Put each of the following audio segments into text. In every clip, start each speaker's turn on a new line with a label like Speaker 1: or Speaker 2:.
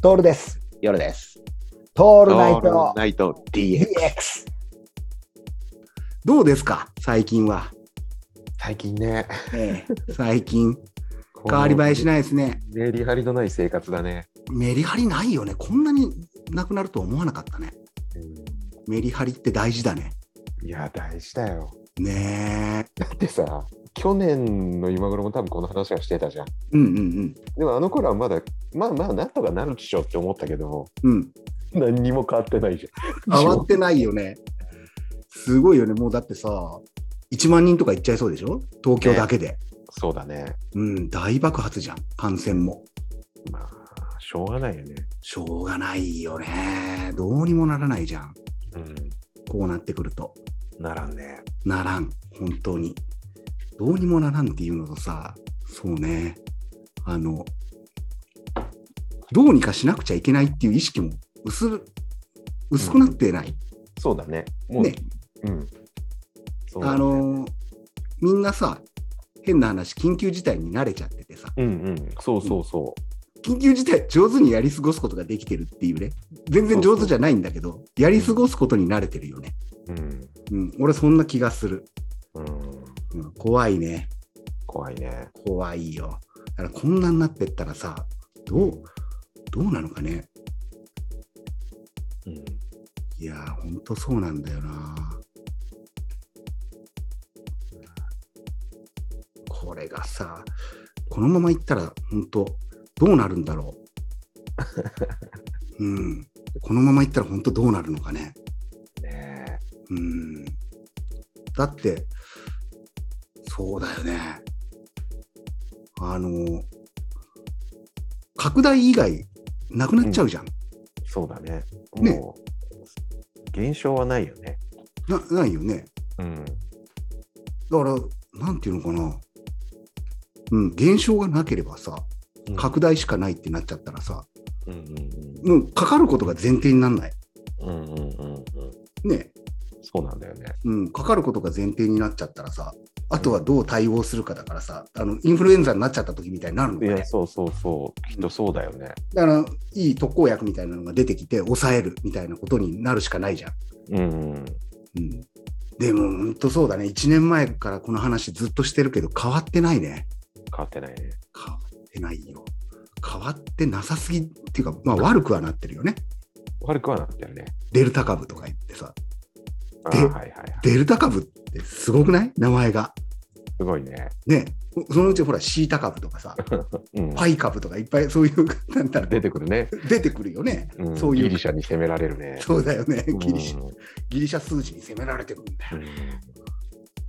Speaker 1: トールです。
Speaker 2: 夜です。
Speaker 1: ト
Speaker 2: オ
Speaker 1: ールナイト
Speaker 2: ナイト DX。
Speaker 1: DX。どうですか最近は。
Speaker 3: 最近ね、
Speaker 1: 最 近。変わり映えし
Speaker 3: ない。
Speaker 1: ないですね。
Speaker 3: メリハリのない生活だね。
Speaker 1: メリハリないよね。こんなになくなるとは思わなかったね。メリハリって大事だね。
Speaker 3: いや、大事だよ。
Speaker 1: ねえ。
Speaker 3: だってさ、去年の今頃も多分この話はしてたじゃん。
Speaker 1: うんうん
Speaker 3: でもあの頃はまだ、まあまあ、なんとかなるでしょって思ったけど、
Speaker 1: うん。うん。
Speaker 3: 何にも変わってないじゃん。
Speaker 1: 変わってないよね。すごいよね。もうだってさ、1万人とかいっちゃいそうでしょ東京だけで。
Speaker 3: そうだね。
Speaker 1: うん、大爆発じゃん。感染も。
Speaker 3: まあ、しょうがないよね。
Speaker 1: しょうがないよね。どうにもならないじゃん。
Speaker 3: うん、
Speaker 1: こうなってくると。
Speaker 3: ならんね。
Speaker 1: ならん、本当に。どうにもならんっていうのとさ、そうね、あの、どうにかしなくちゃいけないっていう意識も薄、薄くなってない。
Speaker 3: そうだね。もう、
Speaker 1: ね
Speaker 3: うん。そうだ
Speaker 1: あ
Speaker 3: ね、
Speaker 1: の、みんなさ、変な話、緊急事態に慣れちゃっててさ、
Speaker 3: うんうん、そうそうそ
Speaker 1: 緊急事態上手にやり過ごすことができてるっていうね、全然上手じゃないんだけど、やり過ごすことに慣れてるよね。
Speaker 3: う。うん。
Speaker 1: うん、俺そんな気がする。
Speaker 3: うん、
Speaker 1: うん、怖いね。
Speaker 3: 怖いね。
Speaker 1: 怖いよ。だからこんなになってったらさ、どう、どうなのかね。
Speaker 3: うん。
Speaker 1: いやー、ほんとそうなんだよな。これがさ、このままいったら、ほんと、どうなるんだろう。うん。このままいったら、ほんとどうなるのかね。
Speaker 3: ねえ。
Speaker 1: うん。だって、そうだよね。あの、拡大以外、なくなっちゃうじゃん。
Speaker 3: そうだね。
Speaker 1: ね
Speaker 3: もう、減少はないよね。
Speaker 1: なないよね。
Speaker 3: うん。
Speaker 1: だから、なんていうのかな。うん、減少がなければさ、拡大しかないってなっちゃったらさ、
Speaker 3: うん
Speaker 1: もうかかることが前提にならない。
Speaker 3: うんうん。うんうんうんうん。
Speaker 1: ね。
Speaker 3: そうなんだよね。
Speaker 1: うん、かかることが前提になっちゃったらさ、あとはどう対応するかだからさ、あのインフルエンザになっちゃった時みたいになるの
Speaker 3: い
Speaker 1: かね
Speaker 3: や、。そうそうそう。きっとそうだよね。
Speaker 1: だから、いい特効薬みたいなのが出てきて、抑えるみたいなことになるしかないじゃん。
Speaker 3: うんうん。
Speaker 1: うん、でも、本当そうだね。1年前からこの話ずっとしてるけど、変わってないね。
Speaker 3: 変わってないね。
Speaker 1: 変わってないよ。変わってなさすぎっていうか、まあ悪くはなってるよね。
Speaker 3: 悪くはなってるね。
Speaker 1: デルタ株とか言ってさ。
Speaker 3: ああ、
Speaker 1: で
Speaker 3: はいはいはい。
Speaker 1: デルタ株ってすごくない名前が。
Speaker 3: すごいね。
Speaker 1: ね。そのうちほら、シータ株と かさ、
Speaker 3: うん。
Speaker 1: パイ株とかいっぱいそういう、なんだろ
Speaker 3: 出てくるね。
Speaker 1: う、出てくるよね。
Speaker 3: うん
Speaker 1: そういう
Speaker 3: ギリシャに攻められるね。
Speaker 1: そうだよね。ギリシャ、
Speaker 3: うん
Speaker 1: ギリシャ数字に攻められてるんだよ。
Speaker 3: うん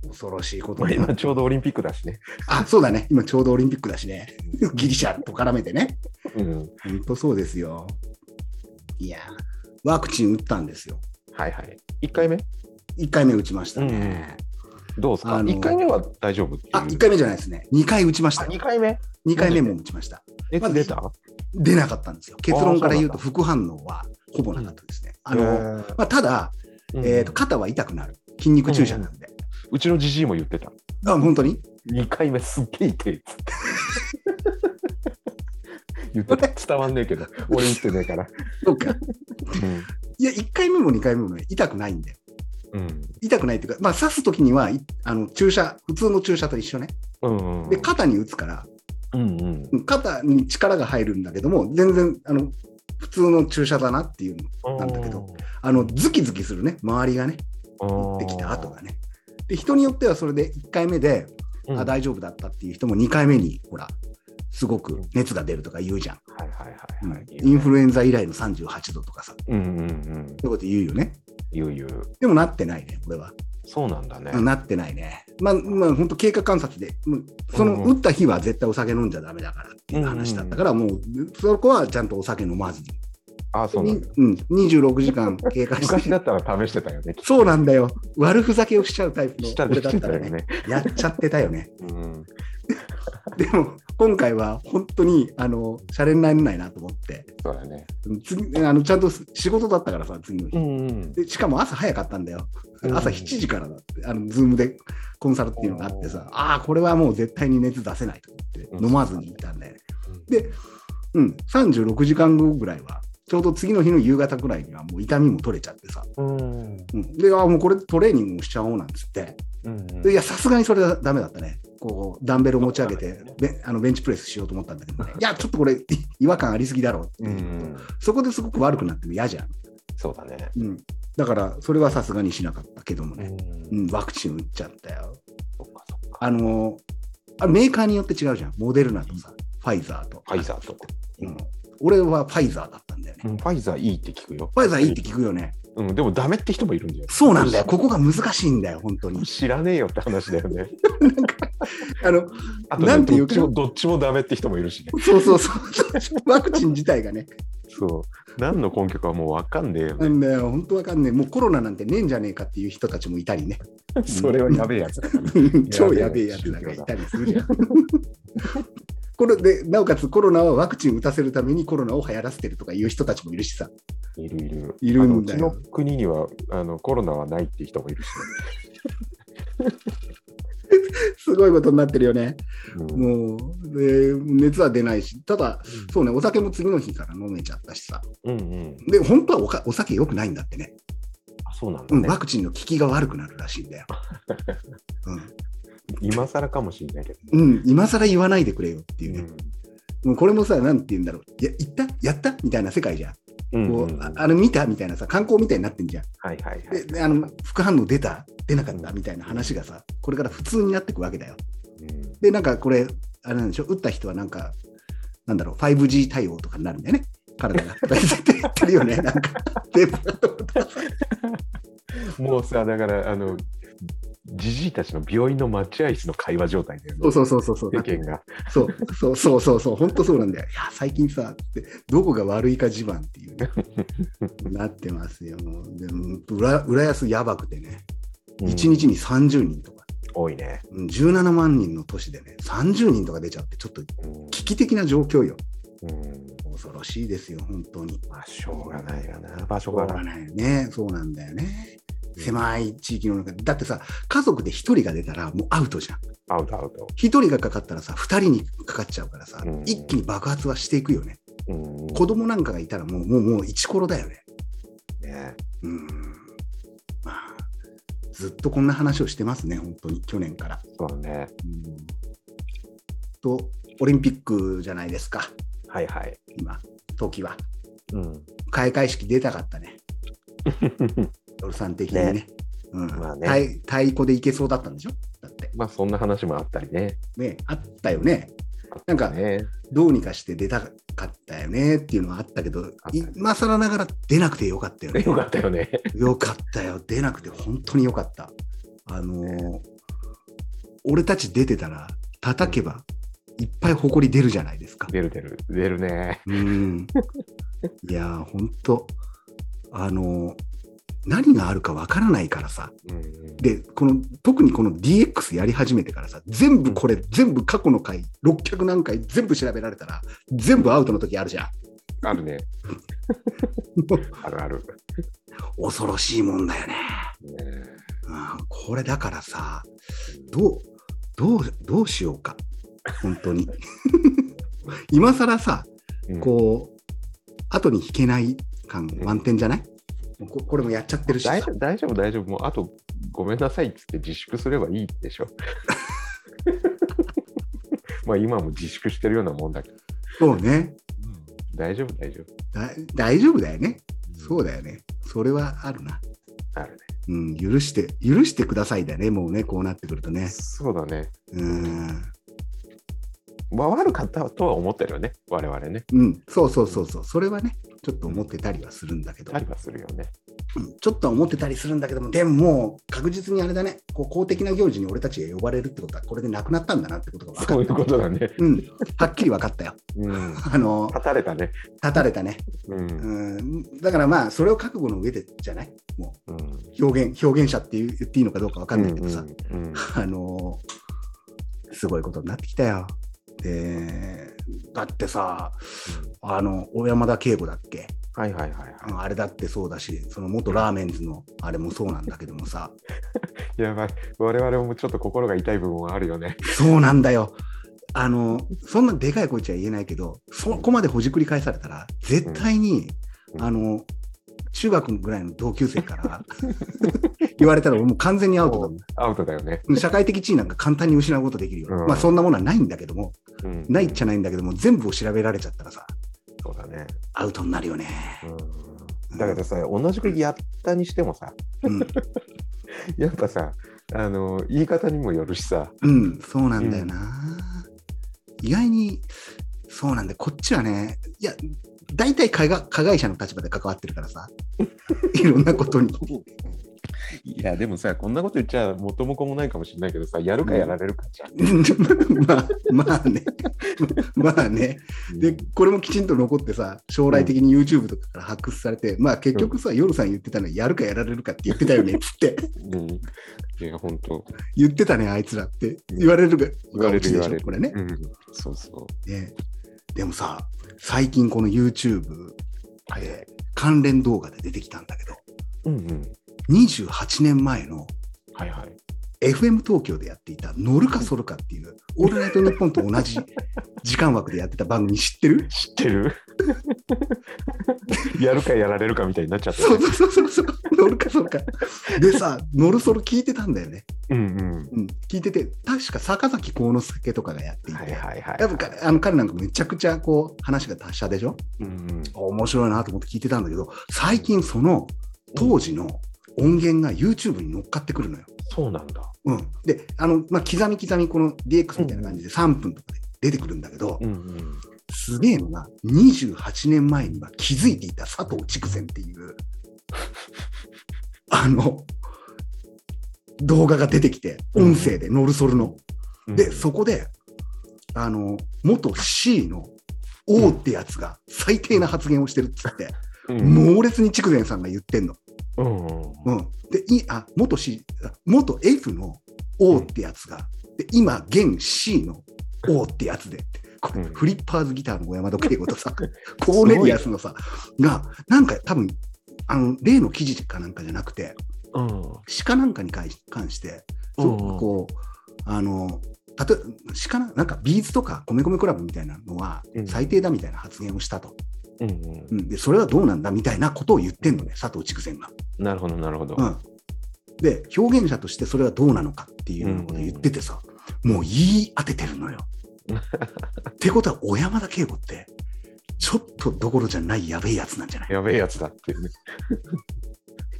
Speaker 1: 恐ろしいこと
Speaker 3: まあ
Speaker 1: になっ
Speaker 3: 今ちょうどオリンピックだしね。
Speaker 1: あ、そうだね。今ちょうどオリンピックだしね。ギリシャと絡めてね。
Speaker 3: うん。
Speaker 1: ほんとそうですよ。いやー、ワクチン打ったんですよ。
Speaker 3: はいはい。一回目
Speaker 1: 1回目打ちましたね。
Speaker 3: どうです
Speaker 1: あ
Speaker 3: か
Speaker 1: の
Speaker 3: 一回目は大丈夫っていう。
Speaker 1: あ、1回目じゃないですね。2回打ちました
Speaker 3: あ
Speaker 1: よ。
Speaker 3: 二回目
Speaker 1: 2回目も打ちました。
Speaker 3: 熱出た
Speaker 1: 出なかったんですよ。結論から言うと
Speaker 3: あ
Speaker 1: 副反応はほぼなかったですね。あ
Speaker 3: へ
Speaker 1: の、
Speaker 3: ー
Speaker 1: まあ、ただ、
Speaker 3: うん
Speaker 1: えーと、肩は痛くなる。筋肉注射なんで。
Speaker 3: うちのじじいも言ってた。
Speaker 1: あ、本当に
Speaker 3: 2回目すっげえ痛いっつって。 言ってた伝わんねえけど、俺言ってねえから。
Speaker 1: そうか。いや、1回目も2回目もね、痛くないんで。
Speaker 3: うん。
Speaker 1: 痛くないっていうか、まあ、刺すときには、いあの、注射、普通の注射と一緒ね。
Speaker 3: うん。うん。
Speaker 1: で、肩に打つから、
Speaker 3: うんうん。
Speaker 1: 肩に力が入るんだけども、全然あの普通の注射だなっていう、なんだけどあのズキズキするね、周りがね、
Speaker 3: あー、
Speaker 1: 持ってきた跡がね。で、人によってはそれで1回目で、
Speaker 3: うん。
Speaker 1: あ
Speaker 3: はい
Speaker 1: 大丈夫だったっていう人も2回目に、ほら、すごく熱が出るとか言うじゃん。
Speaker 3: はいはいはい。
Speaker 1: インフルエンザ以来の38度とかさ、そ
Speaker 3: うんうんうん。
Speaker 1: ういうこと言うよね。
Speaker 3: 言う言う。
Speaker 1: でもなってないね、俺は。
Speaker 3: そうなんだね。
Speaker 1: なってないね。まあ、まあ、本当経過観察で、もうその
Speaker 3: うんう
Speaker 1: 打った日は絶対お酒飲んじゃダメだからっていう話だったから、もう、そこはちゃんとお酒飲まずに。
Speaker 3: ああ、そうなんだ。
Speaker 1: うん、26時間経過し
Speaker 3: 昔
Speaker 1: て、
Speaker 3: だったら試してたよね。
Speaker 1: そうなんだよ、悪ふざけをしちゃうタイプの
Speaker 3: したり
Speaker 1: 俺だっ
Speaker 3: して
Speaker 1: た
Speaker 3: た
Speaker 1: ら
Speaker 3: よ
Speaker 1: ね、
Speaker 3: ね。
Speaker 1: やっちゃってたよね。
Speaker 3: うん。
Speaker 1: でも、今回は本当に、あの、シャレになれないなと思って、
Speaker 3: そうだね。
Speaker 1: 次あのちゃんと仕事だったからさ、次の日。
Speaker 3: んうん。
Speaker 1: でしかも朝早かったんだよ。
Speaker 3: うん
Speaker 1: 朝7時からだって、あの、ズームでコンサルっていうのがあってさ、ああ、これはもう絶対に熱出せないと思って、
Speaker 3: うん
Speaker 1: 飲まずにいたんだよね。で、うん、36時間後ぐらいは、ちょうど次の日の夕方ぐらいにはもう痛みも取れちゃってさ、
Speaker 3: うん。
Speaker 1: うん、で、あもうこれトレーニングもしちゃおうなんつって、
Speaker 3: うん
Speaker 1: でいや、さすがにそれはダメだったね。こう、ダンベルを持ち上げて、べあのベンチプレスしようと思ったんだけ どね、いや、ちょっとこれ、 違和感ありすぎだろうって
Speaker 3: う
Speaker 1: いう、
Speaker 3: ん。
Speaker 1: そこですごく悪くなっても嫌じゃん。
Speaker 3: そうだね。
Speaker 1: うん、だから、それはさすがにしなかったけども
Speaker 3: う。
Speaker 1: ね、うんん、ワクチン打っちゃったよ。
Speaker 3: そっかそっか。
Speaker 1: あのあれメーカーによって違うじゃん、モデルナとさ、ファイザーと。
Speaker 3: ファイザーと。
Speaker 1: うん、俺はファイザーだったんだよね。
Speaker 3: うんファイザーいいって聞くよ。
Speaker 1: ファイザーいいって聞くよね。
Speaker 3: うん、でもダメって人もいるんだよ。
Speaker 1: そうなんだよ、ここが難しいんだよ、本当に。
Speaker 3: 知らねえよって話だよ ね。
Speaker 1: あの
Speaker 3: あとね、
Speaker 1: なんて言
Speaker 3: ど
Speaker 1: う
Speaker 3: っ
Speaker 1: か
Speaker 3: ちも、どっちもダメって人もいるしね。
Speaker 1: そうそうそう、 ワクチン自体がね、
Speaker 3: そう。何の根拠かもうわかんねえよね。
Speaker 1: なんだよ、本当わかんねえ、もうコロナなんてねえんじゃねえかっていう人たちもいたりね、
Speaker 3: それはやべえやつだからね。
Speaker 1: 超やべえやつなんかいたりするじゃん。 これでなおかつコロナはワクチン打たせるためにコロナを流行らせてるとかいう人たちもいるしさ、
Speaker 3: いるいる。
Speaker 1: いるんだよ
Speaker 3: あのうちの国にはあのコロナはないって人もいるし
Speaker 1: すごいことになってるよね。
Speaker 3: ね、うん
Speaker 1: もう、で熱は出ないし、ただ、そうね、お酒も次の日から飲めちゃったしさ。
Speaker 3: うんうん。
Speaker 1: で、本当はおかお酒良くないんだってね。
Speaker 3: あそうなんだ
Speaker 1: うん、
Speaker 3: ね
Speaker 1: ワ。クチンの効きが悪くなるらしいん だよ。
Speaker 3: 今更かもしれないけど。
Speaker 1: うん、うん、今更言わないでくれよっていうね。もうこれもさ、なんて言うんだろう。いや、行ったやったみたいな世界じゃん。
Speaker 3: うん
Speaker 1: こ
Speaker 3: う
Speaker 1: うん
Speaker 3: うん
Speaker 1: あ
Speaker 3: はい
Speaker 1: あれ見たみたいなさ、観光みたいになってんじゃん。
Speaker 3: はいはい。
Speaker 1: で、であの、副反応出た出なかったみたいな話がさ、これから普通になってくわけだよ。
Speaker 3: うん
Speaker 1: で、なんかこれ、あれなんでしょ、打った人はなんか、なんだろう、5G 対応とかになるんだよね、体が。とか絶対言ってるよね、なんか、デブだと思った
Speaker 3: もうさ、だから、あの、じじいたちの病院の待合室の会話状態だよね。
Speaker 1: そうそうそうそうそう
Speaker 3: 世間が。
Speaker 1: そうそうそうそう、本当そうなんだよ。いや、最近さ、ってどこが悪いか自慢っていうね、なってますよ。もうでも、浦浦安やばくてね、1
Speaker 3: うん
Speaker 1: 日に30人とか、
Speaker 3: 多いね。
Speaker 1: うん17万人の都市でね、30人とか出ちゃって、ちょっと
Speaker 3: うん
Speaker 1: 危機的な状況よ。
Speaker 3: うん
Speaker 1: 恐ろしいですよ、本当に。
Speaker 3: まあ、しょうがないよな、場所
Speaker 1: しょう
Speaker 3: が
Speaker 1: が
Speaker 3: な。
Speaker 1: ないよね。そうなんだよね。
Speaker 3: うん
Speaker 1: 狭い地域の中で。だってさ、家族で1人が出たらもうアウトじゃん。1
Speaker 3: アウトアウト。
Speaker 1: 人がかかったらさ、2人にかかっちゃうからさ、
Speaker 3: うん
Speaker 1: 一気に爆発はしていくよね。
Speaker 3: うん
Speaker 1: 子供なんかがいたらもう、もう、もう、一コロだよね。
Speaker 3: ね
Speaker 1: うん。まあ、ずっとこんな話をしてますね、本当に、去年から。
Speaker 3: そうね。
Speaker 1: うんと、オリンピックじゃないですか、
Speaker 3: はいはい。
Speaker 1: 今、時は。
Speaker 3: うん。
Speaker 1: 開会式出たかった ね。ドルさん的にね。
Speaker 3: ね
Speaker 1: うん
Speaker 3: まあね
Speaker 1: 太太鼓でいけそうだったんでしょだって。
Speaker 3: まあ、そんな話もあったりね。
Speaker 1: ね、あったよね。なんか、
Speaker 3: ね。
Speaker 1: どうにかして出たかったよねっていうのはあったけど、
Speaker 3: たね
Speaker 1: 今更ながら出なくてよかったよ ね。
Speaker 3: よかったよね。
Speaker 1: よかったよ。出なくて本当によかった。あのー俺たち出てたら、叩けば、いっぱい埃出るじゃないですか。
Speaker 3: 出る出る。出るね。
Speaker 1: うん。いやー、本当あのー何があるかわからないからさ。
Speaker 3: うん。
Speaker 1: で、この、特にこの DX やり始めてからさ、全部これ、全部過去の回、600何回全部調べられたら、全部アウトの時あるじゃん。
Speaker 3: あ るね。
Speaker 1: も
Speaker 3: あるある。
Speaker 1: う恐ろしいもんだよね。
Speaker 3: ね
Speaker 1: うん、これだからさ、どう、どう、どうしようか。本当に。 今更さ、
Speaker 3: うん
Speaker 1: こう、後に引けない感満点じゃない、ここれもやっちゃってるしさ
Speaker 3: 大丈夫、大丈夫、大丈夫。もう、あと、ごめんなさいっつって自粛すればいいでしょ。 まあ、今も自粛してるようなもんだけど。
Speaker 1: そうね
Speaker 3: 大丈夫、大丈夫。
Speaker 1: だ。大丈夫だよね。そう
Speaker 3: だ。
Speaker 1: だよね。それはあるな。
Speaker 3: あるね。
Speaker 1: うん、許して、許してくださいだね、もうね、こうなってくるとね。
Speaker 3: そうだね。
Speaker 1: うん、
Speaker 3: まあ、悪かったとは思ってるよね。我々ね。
Speaker 1: うん、そうそうそうそう、それはね、ちょっと思ってたりはするんだけど、
Speaker 3: ありはするよね。
Speaker 1: うんちょっとは思ってたりするんだけども、でももう確実にあれだね、こう公的な行事に俺たちが呼ばれるってことは、これでなくなったんだなってことが分か
Speaker 3: そう
Speaker 1: っ
Speaker 3: いう
Speaker 1: た。
Speaker 3: ことだね。
Speaker 1: うん、はっきり分かったよ。
Speaker 3: うん。
Speaker 1: あの、
Speaker 3: 立たれたね。
Speaker 1: 立たれたね。
Speaker 3: うん。
Speaker 1: うん、だからまあ、それを覚悟の上でじゃないも
Speaker 3: うん。
Speaker 1: う、表現、表現者っていう言っていいのかどうか分かんないけどさ、
Speaker 3: うんうん
Speaker 1: あのーすごいことになってきたよ。で、だってさ、あの、小山田圭吾だっけ
Speaker 3: はいはいはい
Speaker 1: あ
Speaker 3: は
Speaker 1: のあれだってそうだし、その元ラーメンズのあれもそうなんだけどもさ、
Speaker 3: い。やばい。我々もちょっと心が痛い部分はあるよね。
Speaker 1: そうなんだよ。あの、そんなでかい声じゃ言えないけど、そこまでほじくり返されたら、絶対に、
Speaker 3: うん
Speaker 1: あの、中学ぐらいの同級生から 言われたら、俺もう完全にアウトだ
Speaker 3: もうアウトだよね。
Speaker 1: 社会的地位なんか簡単に失うことできるよ。
Speaker 3: うん
Speaker 1: まあそんなものはないんだけども、
Speaker 3: うん
Speaker 1: ないっちゃないんだけども、全部を調べられちゃったらさ、
Speaker 3: そうだね。
Speaker 1: アウトになるよね。
Speaker 3: うんだけどさ、同じくやったにしてもさ、
Speaker 1: うん、
Speaker 3: やっぱさ、あの言い方にもよるしさ、
Speaker 1: うん、そうなんだよな。意外に、そうなんだよ。こっちはね、いや、大体加害加害者の立場で関わってるか らさ、いろんなことに。
Speaker 3: いや、でもさ、こんなこと言っちゃ元も子もないかもしれないけどさ、やるかやられるかじゃん。
Speaker 1: まあ、まあね。 まあね。で、これもきちんと残ってさ、将来的に YouTube とかから発掘されて、まあ結局さ、夜さん言ってたのはやるかやられるかって言ってたよね、つって。
Speaker 3: うん、いや、本当、
Speaker 1: 言ってたね、あいつらって言われるが、
Speaker 3: 言われる
Speaker 1: で
Speaker 3: 言
Speaker 1: し
Speaker 3: わ
Speaker 1: ょ
Speaker 3: れる。
Speaker 1: これね
Speaker 3: う、ん、そうそ
Speaker 1: ねでもさ、最近この YouTube
Speaker 3: う。はい
Speaker 1: で関連動画で出てきたんだけど、
Speaker 3: うんうん。
Speaker 1: 28年前の
Speaker 3: はいはい。
Speaker 1: FM 東京でやっていた、乗るかそるかっていう、オールナイトニッポンと 同じ時間枠でやってた番組知ってる
Speaker 3: 知って るやるかやられるかみたいになっちゃった、
Speaker 1: そう
Speaker 3: ね。
Speaker 1: そうそうそう、乗るかそるか。でさ、乗るそる聞いてたんだよね。
Speaker 3: うん
Speaker 1: うん、聞いてて、確か坂崎幸之助とかがやって
Speaker 3: うん。
Speaker 1: いて、
Speaker 3: はいはいはい。
Speaker 1: やっぱ彼あの彼なんかめちゃくちゃこう話が達者でしょ
Speaker 3: うんうん、
Speaker 1: 面白いなと思って聞いてたんだけど、最近その当時の音源が YouTube に乗っかってくるのよ。
Speaker 3: そうなんだ。
Speaker 1: うん、で、あの、まあ、刻み刻みこの DX みたいな感じで3分とかで出てくるんだけど、
Speaker 3: うんうん。
Speaker 1: すげえのが、28年前には気づいていた佐藤筑前っていう、 あの、動画が出てきて、音声で、ノルソルの。
Speaker 3: うん
Speaker 1: で、そこで、あの、元 C の O ってやつが最低な発言をしてるっつって、
Speaker 3: うん
Speaker 1: 猛烈に筑前さんが言ってんの。
Speaker 3: うんうん
Speaker 1: うん。で、いあ、元 C、あ元 F の O ってやつが、で、今、現 C の O ってやつで、これ
Speaker 3: うん
Speaker 1: フリッパーズギターの小山田圭吾とさ、 コーネリアスのさ、が、なんか多分、あの、例の記事かなんかじゃなくて、
Speaker 3: うん
Speaker 1: 鹿なんかに関し関して、すごくこう、あの、たと鹿ななんかビーズとか米米クラブみたいなのは
Speaker 3: うん
Speaker 1: 最低だみたいな発言をしたと、
Speaker 3: うんうん
Speaker 1: うんでそれはどうなんだみたいなことを言ってんのね佐藤筑前が。
Speaker 3: なるほどなるほど。
Speaker 1: うん、で表現者としてそれはどうなのかっていうようなことを言っててさ、もう言い当ててるのよ。ってことは小山田圭吾ってちょっとどころじゃないやべえやつなんじゃない
Speaker 3: やべえやつだっていうね。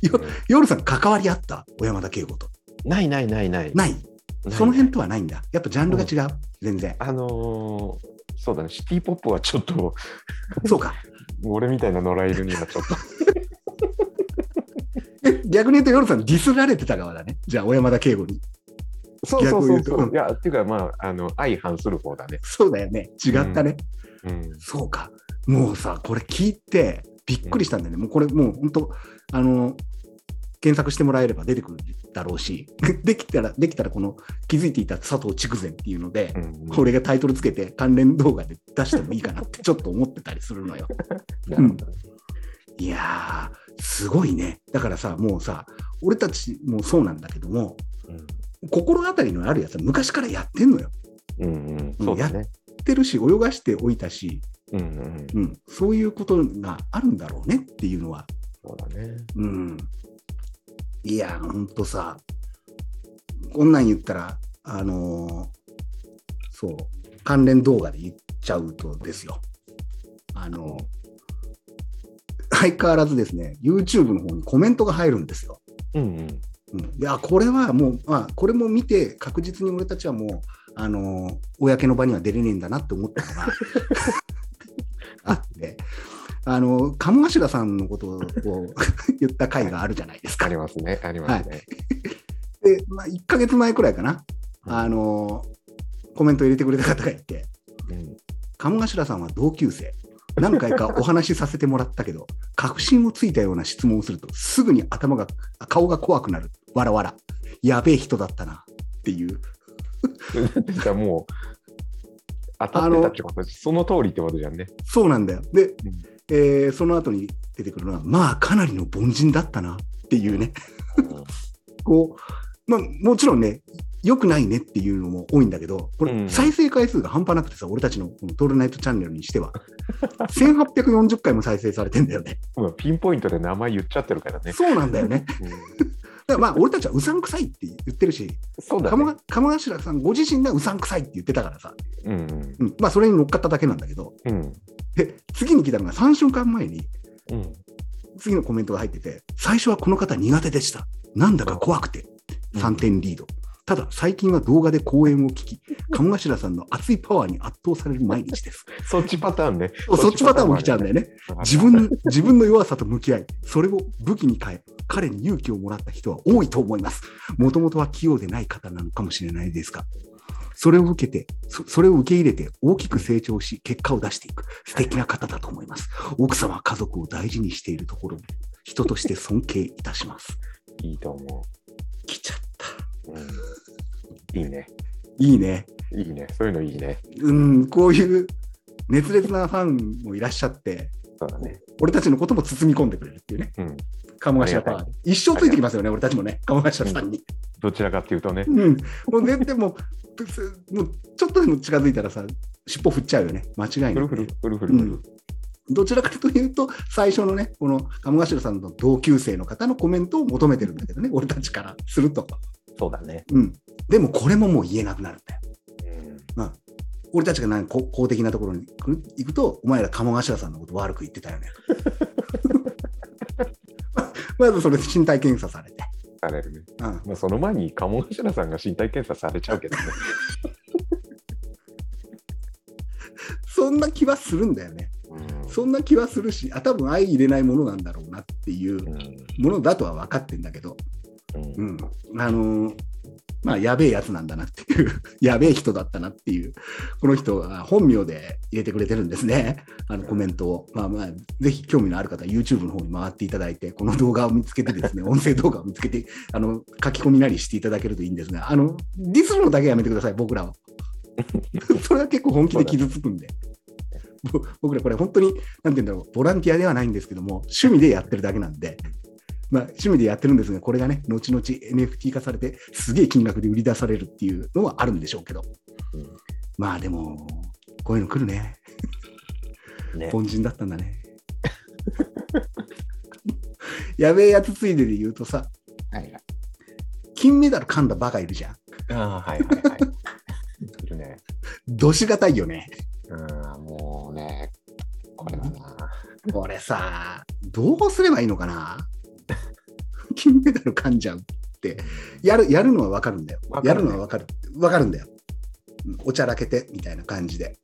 Speaker 1: よ夜さん関わりあった小山田圭吾と。
Speaker 3: ないないないない。
Speaker 1: ない
Speaker 3: ない
Speaker 1: その辺とはないんだ。やっぱジャンルが違う、全然。
Speaker 3: あのーそうだね、シティ・ポップはちょっと、
Speaker 1: そうか。
Speaker 3: 俺みたいな野良犬にはちょっと、
Speaker 1: え逆に言うと夜さんディスられてた側だね。じゃあ小山田圭吾に。
Speaker 3: そうそうそう
Speaker 1: 逆を言うとう
Speaker 3: い
Speaker 1: ん
Speaker 3: や、っていうか、まあ、あの相反する方だね。
Speaker 1: そうだよね。違ったね。
Speaker 3: うん、
Speaker 1: そうか。もうさ、これ聞いてびっくりしたんだよね。もうこれもう本当、あの、検索してもらえれば出てくるだろうし、 できたら、できたらこの気づいていた佐藤筑前っていうので、
Speaker 3: うん
Speaker 1: これがタイトルつけて関連動画で出してもいいかなってち ょっと思ってたりするのよ。
Speaker 3: なるほど
Speaker 1: いやー、すごいね。だからさ、もうさ、俺たちもそうなんだけども、
Speaker 3: うん
Speaker 1: 心当たりのあるやつは昔からやってんのよ。
Speaker 3: うんうん、そうだね。
Speaker 1: やってるし、泳がしておいたし、
Speaker 3: うんうん、
Speaker 1: うん、そういうことがあるんだろうねっていうのは
Speaker 3: そうだね。
Speaker 1: うん。いや、ほんとさ、こんなん言ったら、あのーそう、関連動画で言っちゃうとですよ。あのー相変わらずですね、YouTube の方にコメントが入るんですよ。
Speaker 3: うんうん、
Speaker 1: うん、であこれはもう、まあ、これも見て、確実に俺たちはもう、あのー公の場には出れねえんだなって思ったのが あって、あのー鴨頭さんのことを 言った回があるじゃないです
Speaker 3: あ
Speaker 1: か。
Speaker 3: りますね、ありますね。
Speaker 1: で、まあ、1ヶ月前くらいかな、
Speaker 3: うん
Speaker 1: あのーコメント入れてくれた方がいて、
Speaker 3: うん
Speaker 1: 鴨頭さんは同級生。何回かお話しさせてもらったけど、 確信をついたような質問をすると、すぐに頭が、顔が怖くなる。わらわら。やべえ人だったな。っていう。
Speaker 3: じゃあもう、当たってたってことその通りってことじゃんね。
Speaker 1: そうなんだよ。で、
Speaker 3: ん
Speaker 1: えーその後に出てくるのは、まあ、かなり の凡人だったな。っていうね。こう、まあ、もちろんね、良くないねっていうのも多いんだけど、
Speaker 3: う
Speaker 1: これ、
Speaker 3: ん
Speaker 1: 再生回数が半端なくてさ、俺たちのこのトールナイトチャンネルにし ては、1840回も再生されてんだよね。
Speaker 3: まあピンポイントで名前言っちゃってるからね。
Speaker 1: そうなんだよね。
Speaker 3: うん
Speaker 1: だからまあ、俺たちはうさんくさいって言ってるし、
Speaker 3: そうだ
Speaker 1: 鴨
Speaker 3: ね
Speaker 1: が。鴨頭さんご自身がうさんくさいって言ってたからさ、
Speaker 3: うん
Speaker 1: うんまあ、それに乗っかっただけなんだけど、
Speaker 3: うん
Speaker 1: で、次に来たのが3週間前に、
Speaker 3: うん。
Speaker 1: 次のコメントが入ってて、最初はこの方苦手でした。なんだか怖くて。
Speaker 3: うん
Speaker 1: 3点リード。ただ、最近は動画で講演を聞 き、鴨頭さんの熱いパワーに圧倒される毎 日です。
Speaker 3: そっちパターンね。
Speaker 1: そっちパターンも来ちゃうんだよね。自分、自分の弱さと向き合い、それを武器に変え、彼に勇気をもらった人は多いと思います。もともとは器用でない方なのかもしれないですが、それを受けて、そそれを受け入れて大きく成長し、結果を出していく素敵な方だと思います。奥様、家族を大事にしているところも、人として尊敬いたします。
Speaker 3: いいと思
Speaker 1: 来ちゃった。
Speaker 3: う。うんいいね。
Speaker 1: いいね。
Speaker 3: いいね。そういうのいいね。
Speaker 1: うん、こういう熱烈なファンもいらっしゃって、
Speaker 3: そうだね。
Speaker 1: 俺たちのことも包み込んでくれるっていうね。
Speaker 3: うん。
Speaker 1: 鴨頭パワーで。一生ついてきますよね、俺たちもね。鴨頭さんに。
Speaker 3: どちらかっていうとね。
Speaker 1: うん、もう全然もうすもうちょっとでも近づいたらさ尻尾振っちゃうよね間違い
Speaker 3: ふ
Speaker 1: な
Speaker 3: る
Speaker 1: く
Speaker 3: ふ
Speaker 1: ね
Speaker 3: る、ふるふるふる
Speaker 1: うん。どちらかというと最初のねこの鴨頭さんの同級生の方のコメントを求めてるんだけどね俺たちからすると、
Speaker 3: そうだね。
Speaker 1: うん、でもこれももう言えなくなるんだよ
Speaker 3: うん
Speaker 1: 俺たちがなんかこう公的なところに来る行くとお前ら鴨頭さんのこと悪く言ってたよ ねまずそれで身体検査されて、
Speaker 3: されるね。
Speaker 1: うん、
Speaker 3: まあその前に鴨頭さんが身体検査されちゃうけどね。
Speaker 1: そんな気はするんだよねそんな気はするし、あ多分相入れないものなんだろうなってい
Speaker 3: う
Speaker 1: う
Speaker 3: ん
Speaker 1: ものだとは分かってんだけど、
Speaker 3: うん
Speaker 1: うん、あのーまあ、やべえやつなんだなっていう、 やべえ人だったなっていう、この人は本名で入れてくれてるんですね、あのコメントを。まあまあ、ぜひ興味のある方は YouTube の方に回っていただいて、この動画を見つけてですね、音声動画を見つけて、あの書き込みなりしていただけるといいんですが、あの、ディスるのだけはやめて ください、僕らを。それは結構本気で傷つくんで。ぼ僕らこれ本当に、なんて言うんだろう、ボランティアではないんですけども、趣味でやってるだけなんで、まあ、趣味でやってるんですが、これがね、後々 NFT 化されて、すげえ金額で売り出されるっていうのはあるんでしょうけど、
Speaker 3: うん
Speaker 1: まあでも、こういうの来るね。
Speaker 3: ね
Speaker 1: 凡人だったんだね。やべえやつついでで言うとさ、
Speaker 3: はいはい
Speaker 1: 金メダル噛んだバカいるじゃん。
Speaker 3: あーはいはいはい。いるね。
Speaker 1: どしがたいよね。
Speaker 3: うん、もうね、これはな。
Speaker 1: これさ、どうすればいいのかな 金メダル噛んじゃうって、やるやるのは分かるんだよ。
Speaker 3: わかるね
Speaker 1: やるのは分かる。分かるんだよ。うんおちゃらけてみたいな感じで。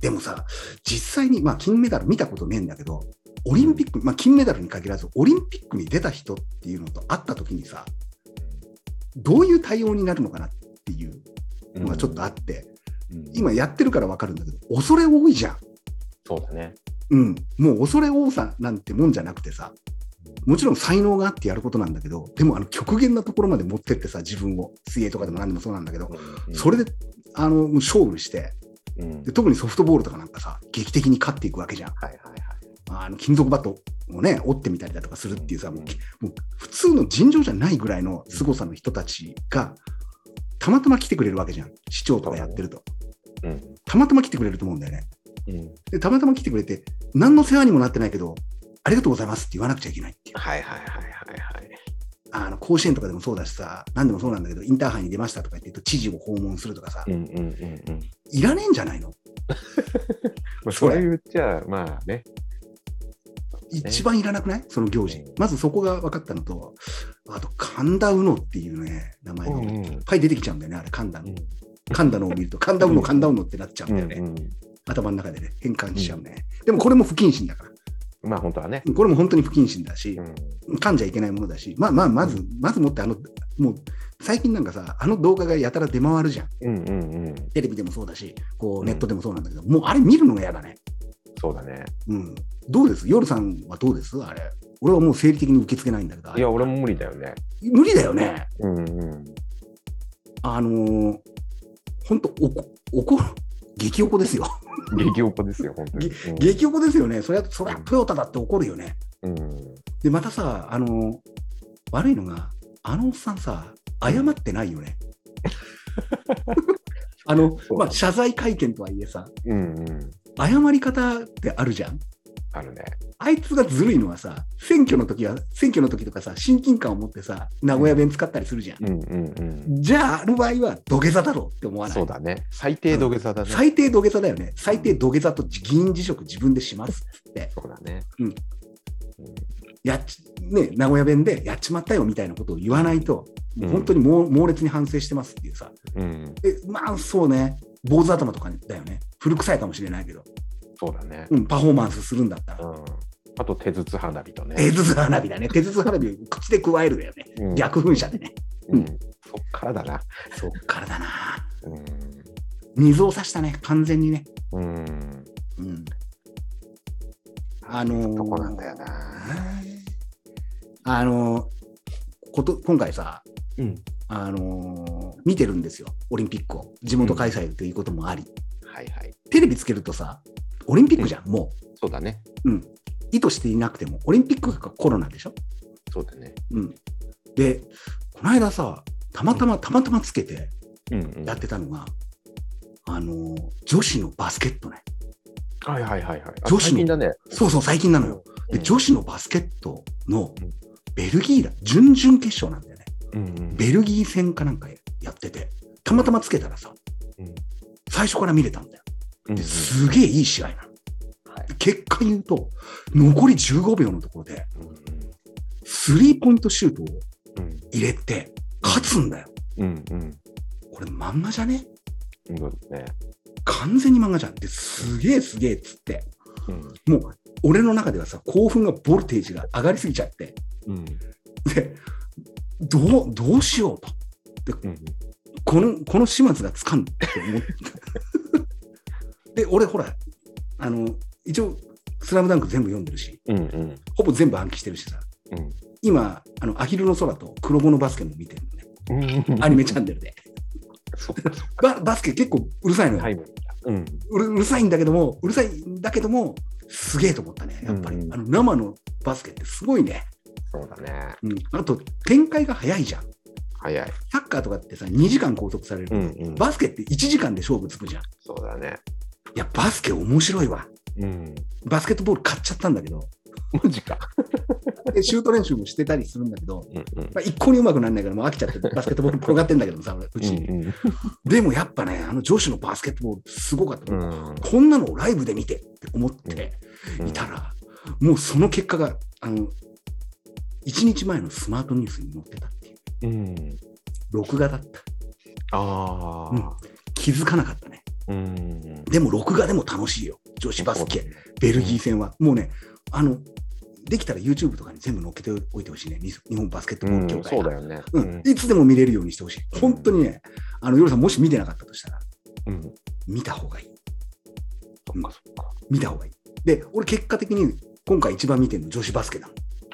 Speaker 1: でもさ、実際に、まあ、金メダル見たことねえんだけど、オリンピック、まあ、金メダルに限らず、オリンピックに出た人っていうのと会った時にさ、どういう対応になるのかなっていう
Speaker 3: うん
Speaker 1: のがちょっとあって、
Speaker 3: うん
Speaker 1: 今やってるから分かるんだけど、恐れ多いじゃん。
Speaker 3: そうだね。
Speaker 1: うん、もう恐れ多さなんてもんじゃなくてさ、もちろん才能があってやることなんだけど、でもあの極限なところまで持ってってさ、自分を、水泳とかでも何でもそうなんだけど、それであの勝負して
Speaker 3: うん、
Speaker 1: で、特にソフトボールとかなんかさ、劇的に勝っていくわけじゃん。
Speaker 3: はいはいはい。
Speaker 1: あの金属バットをね、折ってみたりだとかするっていうさ、もうもう普通の尋常じゃないぐらいの凄さの人たちが、たまたま来てくれるわけじゃん、市長とかやってると。
Speaker 3: うん
Speaker 1: たまたま来てくれると思うんだよね。
Speaker 3: うん、
Speaker 1: で、たまたま来てくれて、何の世話にもなってないけど、ありがとうございますって言わなくちゃいけないっていう。
Speaker 3: はいはいはいはいはい。
Speaker 1: あの、甲子園とかでもそうだしさ、何でもそうなんだけど、インターハイに出ましたとか言ってると、知事を訪問するとかさ、
Speaker 3: うんうんうんうん。
Speaker 1: いらねえんじゃないの
Speaker 3: まあ、
Speaker 1: そ
Speaker 3: そ
Speaker 1: れ
Speaker 3: れ言っちゃ、まあね。
Speaker 1: 一番いらなくないその行事。まずそこが分かったのと、あと、神田うのっていうね、名前がいっぱい出てきちゃうんだよね、あれ、神田の。神田のを見ると、神田うの、神田うのってなっちゃうんだよね。頭の中でね、変換しちゃうね。でもこれも不謹慎だから。
Speaker 3: まあ本当はね。
Speaker 1: これも本当に不謹慎だし、
Speaker 3: うん
Speaker 1: 噛んじゃいけないものだし、まあまあ、まず、まずもって、あの、もう、最近なんかさ、あの動画がやたら出回るじゃん。
Speaker 3: うんうんうん。
Speaker 1: テレビでもそうだし、こ
Speaker 3: う
Speaker 1: う、
Speaker 3: ん
Speaker 1: ネットでもそうなんだけど、もうあれ見るのが嫌だね。
Speaker 3: そうだね。
Speaker 1: うん。どうです夜さんはどうですあれ。俺はもう生理的に受け付けないんだけど、あ
Speaker 3: い
Speaker 1: れ
Speaker 3: や、俺も無理だよね。
Speaker 1: 無理だよね。
Speaker 3: うんうん。
Speaker 1: あのー、ほんと、おこ、おこ、激おこですよ。
Speaker 3: 激おこですよ、本当に。
Speaker 1: 激おこですよね。そりゃ、そりゃ、トヨタだって怒るよね。
Speaker 3: うん。
Speaker 1: で、ま たさ、あのー悪いのが、あのおっさんさ、謝ってないよね。あの
Speaker 3: そ、う
Speaker 1: まあ、謝罪会見とはいえさ、
Speaker 3: うんうん。
Speaker 1: 謝り方ってあるじゃん。
Speaker 3: あるね。
Speaker 1: あいつがずるいのはさ、選挙の時は、選挙の時とかさ、親近感を持ってさ、名古屋弁使ったりするじゃん。
Speaker 3: うんうんうん。
Speaker 1: じゃあ、ある場合は土下座だろうって思わない。
Speaker 3: そうだね。最低土下座だね。
Speaker 1: 最低土下座だよね。最低土下座と議員辞職自分でしますっつって、
Speaker 3: そうだね。
Speaker 1: うん
Speaker 3: うん。
Speaker 1: やっちね、名古屋弁でやっちまったよみたいなことを言わないと、も
Speaker 3: う
Speaker 1: う
Speaker 3: ん
Speaker 1: 本当にもう猛烈に反省してますっていうさ、
Speaker 3: うん。
Speaker 1: でまあそうね、坊主頭とかだよね。古臭いかもしれないけど、
Speaker 3: そうだね。
Speaker 1: うん、パフォーマンスするんだった
Speaker 3: う
Speaker 1: ら。
Speaker 3: ん。あと手筒花火とね
Speaker 1: 手。筒花火だね。手筒花火を口で加えるだよね。
Speaker 3: うん
Speaker 1: 逆噴射でね。
Speaker 3: うん。そっからだな。
Speaker 1: そっからだな。
Speaker 3: うん。
Speaker 1: 水を差したね、完全にね。
Speaker 3: うん。
Speaker 1: うん。あのー
Speaker 3: とこなんだよな。
Speaker 1: あのーこと、今回さ、
Speaker 3: うん。
Speaker 1: あのー見てるんですよ、オリンピックを。地元開催ということもあり、
Speaker 3: はいはい。
Speaker 1: テレビつけるとさ、オリンピックじゃん、も
Speaker 3: そうだね。
Speaker 1: う。うん。意図していなくても、オリンピックがコロナでしょ。
Speaker 3: そうだね。
Speaker 1: うん。で、この間さ、たまたま、たまたまつけて
Speaker 3: うん、うん。
Speaker 1: やってたのが、あのー女子のバスケットね。
Speaker 3: はいはいはいはい。あ
Speaker 1: 女子の
Speaker 3: 最近だね。
Speaker 1: そうそう、最近なのよ。で、女
Speaker 3: 子。
Speaker 1: 子のバスケットの
Speaker 3: うん
Speaker 1: ベルギーだ、準々決勝なんだよね。
Speaker 3: うんうん。
Speaker 1: ベルギー戦かなんかやってて、たまたまつけたらさ、
Speaker 3: うん
Speaker 1: 最初から見れたんだよ。
Speaker 3: うんうん
Speaker 1: ですげえいい試合なの。
Speaker 3: はい
Speaker 1: 結果言うと、残り15秒のところで、
Speaker 3: うん
Speaker 1: スリーポイントシュートを
Speaker 3: うん
Speaker 1: 入れて、勝つんだよ。
Speaker 3: うんうん
Speaker 1: これ漫画じゃね
Speaker 3: うん。そうだね。
Speaker 1: 完全に漫画じゃん。で、すげえすげえっつって、
Speaker 3: うん
Speaker 1: もう、俺の中ではさ、興奮がボルテージが上がりすぎちゃって、
Speaker 3: うん
Speaker 1: で、どう、どうしようと。
Speaker 3: うん
Speaker 1: この、この始末がつかんって思って。 で、俺ほら、あの、一応、スラムダンク全部読んでるし、
Speaker 3: うんうん
Speaker 1: ほぼ全部暗記してるしさ、
Speaker 3: うん
Speaker 1: 今、あの、アヒルの空と黒子のバスケも見てるのね。
Speaker 3: うん。
Speaker 1: アニメチャンネルで。
Speaker 3: そうかそ
Speaker 1: ババスケ結構うるさいの
Speaker 3: う
Speaker 1: よ、
Speaker 3: タイムリーだ。うん
Speaker 1: うる。うるさいんだけども、うるさいんだけども、すげえと思ったね、やっぱり。
Speaker 3: うんうん
Speaker 1: あの生のバスケってすごいね。
Speaker 3: そうだね。
Speaker 1: うん、あと、展開が早いじゃん。
Speaker 3: 早い。
Speaker 1: サッカーとかってさ、2時間拘束されるけど、
Speaker 3: うんうん
Speaker 1: バスケって1時間で勝負つくじゃん。い
Speaker 3: そうだね。
Speaker 1: や、バスケ面白いわ。
Speaker 3: うん。
Speaker 1: バスケットボール買っちゃったんだけど、
Speaker 3: マジか。
Speaker 1: でシュート練習もしてたりするんだけど、
Speaker 3: うんうん
Speaker 1: まあ、一向にうまくならないから、もう飽きちゃって、バスケットボール転がってんだけどさ、俺うち、
Speaker 3: うんうん
Speaker 1: でもやっぱね、あの女子のバスケットボール、すごかった、
Speaker 3: うん
Speaker 1: こんなのをライブで見てって思っていたら、もうその結果が、あの、1日前のスマートニュースに載ってたっていう、
Speaker 3: うん。
Speaker 1: 録画だった。
Speaker 3: ああ。
Speaker 1: 気づかなかったね。
Speaker 3: うん。
Speaker 1: でも、録画でも楽しいよ、女子バスケ、
Speaker 3: そうだね。
Speaker 1: ベルギー戦は。もうね、あの、できたら YouTube とかに全部載っけておいてほしいね、日本バスケットボール協
Speaker 3: うん、
Speaker 1: 会
Speaker 3: そう
Speaker 1: が
Speaker 3: だよね。
Speaker 1: うん、いつでも見れるようにしてほしい。
Speaker 3: うん
Speaker 1: 本当にね、あの、ヨルさん、もし見てなかったとしたら、
Speaker 3: うん。
Speaker 1: 見た方がいい。
Speaker 3: そっかそっか。
Speaker 1: 見た方がいい。で、俺、結果的に今回一番見てるの女子バスケだも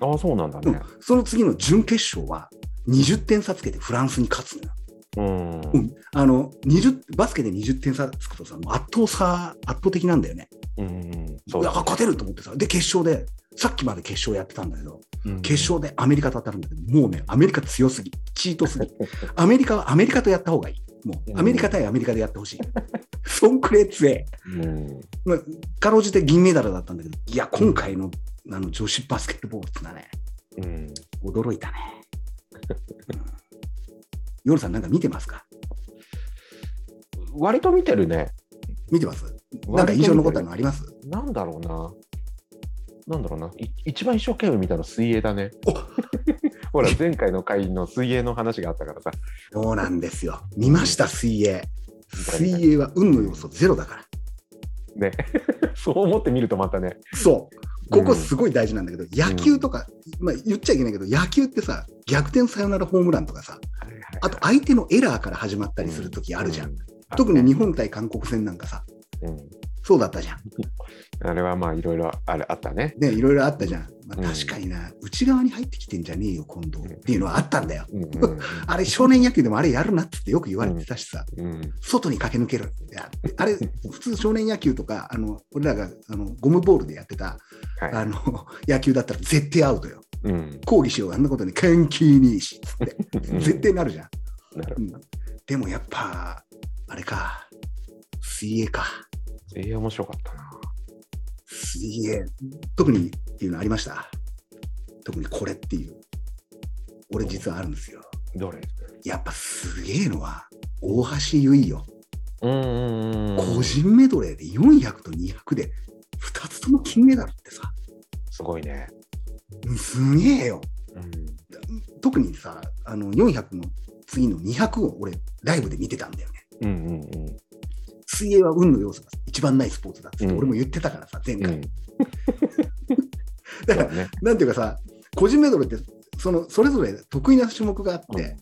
Speaker 1: ん。
Speaker 3: ああ、そうなんだね。
Speaker 1: その次の準決勝は、20点差つけてフランスに勝つのよ。
Speaker 3: うん。う
Speaker 1: うんん。あの、20、バスケで20点差つくとさ、もう圧倒さ、圧倒的なんだよね。
Speaker 3: うん。
Speaker 1: うわ勝てると思ってさ、で、決勝で、さっきまで決勝やってたんだけど、
Speaker 3: うん
Speaker 1: 決勝でアメリカと当たるんだけど、もうね、アメリカ強すぎ、チート すぎ、アメリカはアメリカとやった方がいい。も
Speaker 3: う
Speaker 1: う、
Speaker 3: ん
Speaker 1: アメリカ対アメリカでやってほしい。そんくらい強え。
Speaker 3: うん。
Speaker 1: まあ、かろうじて銀メダルだったんだけど、いや、今回のあの女子バスケットボールってのはね、
Speaker 3: うん。
Speaker 1: 驚いたね。うんヨルさん、なんか見てますか
Speaker 3: 割と見てるね。
Speaker 1: 見てますなんか印象残っ
Speaker 3: 割と見て
Speaker 1: た
Speaker 3: る
Speaker 1: のあります
Speaker 3: なんだろうな。なんだろうな。い一番一生懸命見たの水泳だね。 ほら、前回の回の水泳の話があったからさ。
Speaker 1: そうなんですよ。見ました、水泳。
Speaker 3: た見た
Speaker 1: 水泳は運の要素ゼロだから。
Speaker 3: ね。 そう思ってみるとまたね。
Speaker 1: そう。ここすごい大事なんだけど、野球とか、まあ、言っちゃいけないけど、野球ってさ、逆転サヨナラホームランとかさ、あと相手のエラーから始まったりするときあるじゃん。
Speaker 3: う。
Speaker 1: 特に日本対韓国戦なんかさ、
Speaker 3: うん
Speaker 1: そうだったじゃん。
Speaker 3: あれはまあいろいろあれあったね。
Speaker 1: ね、いろいろあったじゃん。まあ、
Speaker 3: うん
Speaker 1: 確かにな、内側に入ってきてんじゃねえよ、今度っていうのはあったんだよ。
Speaker 3: うんうん
Speaker 1: あれ、少年野球でもあれやるなってってよく言われてたしさ、
Speaker 3: うん。うん
Speaker 1: 外に駆け抜けろってあってあれ、普通少年野球とか、あの俺らがあのゴムボールでやってたあ
Speaker 3: はい。
Speaker 1: の野球だったら絶対アウトよ。
Speaker 3: うん。
Speaker 1: 抗議しよう、あんなことに、研究にしっつって、
Speaker 3: うん
Speaker 1: 絶対なるじゃん。
Speaker 3: なる
Speaker 1: うんでもやっぱ、あれか、水泳か。
Speaker 3: ええ面白かったな。
Speaker 1: 水泳、特にっていうのありました。特にこれっていう。俺実はあるんですよ。
Speaker 3: どれ
Speaker 1: やっぱすげえのは、大橋悠依よ。
Speaker 3: うんうんうん。
Speaker 1: 個人メドレーで400と200で2つとも金メダルってさ、
Speaker 3: すごいね。
Speaker 1: すげえよ。
Speaker 3: うん。
Speaker 1: 特にさ、あの400の次の200を俺、ライブで見てたんだよね。
Speaker 3: うんうんうん。
Speaker 1: 水泳は運の要素が一番ないスポーツだっつって、
Speaker 3: うん
Speaker 1: 俺も言ってたからさ、前
Speaker 3: う
Speaker 1: 回。
Speaker 3: ん、
Speaker 1: だ
Speaker 3: そう
Speaker 1: か
Speaker 3: だ
Speaker 1: ら、
Speaker 3: ね。
Speaker 1: なんていうかさ、個人メドレーって、そのそれぞれ得意な種目があって、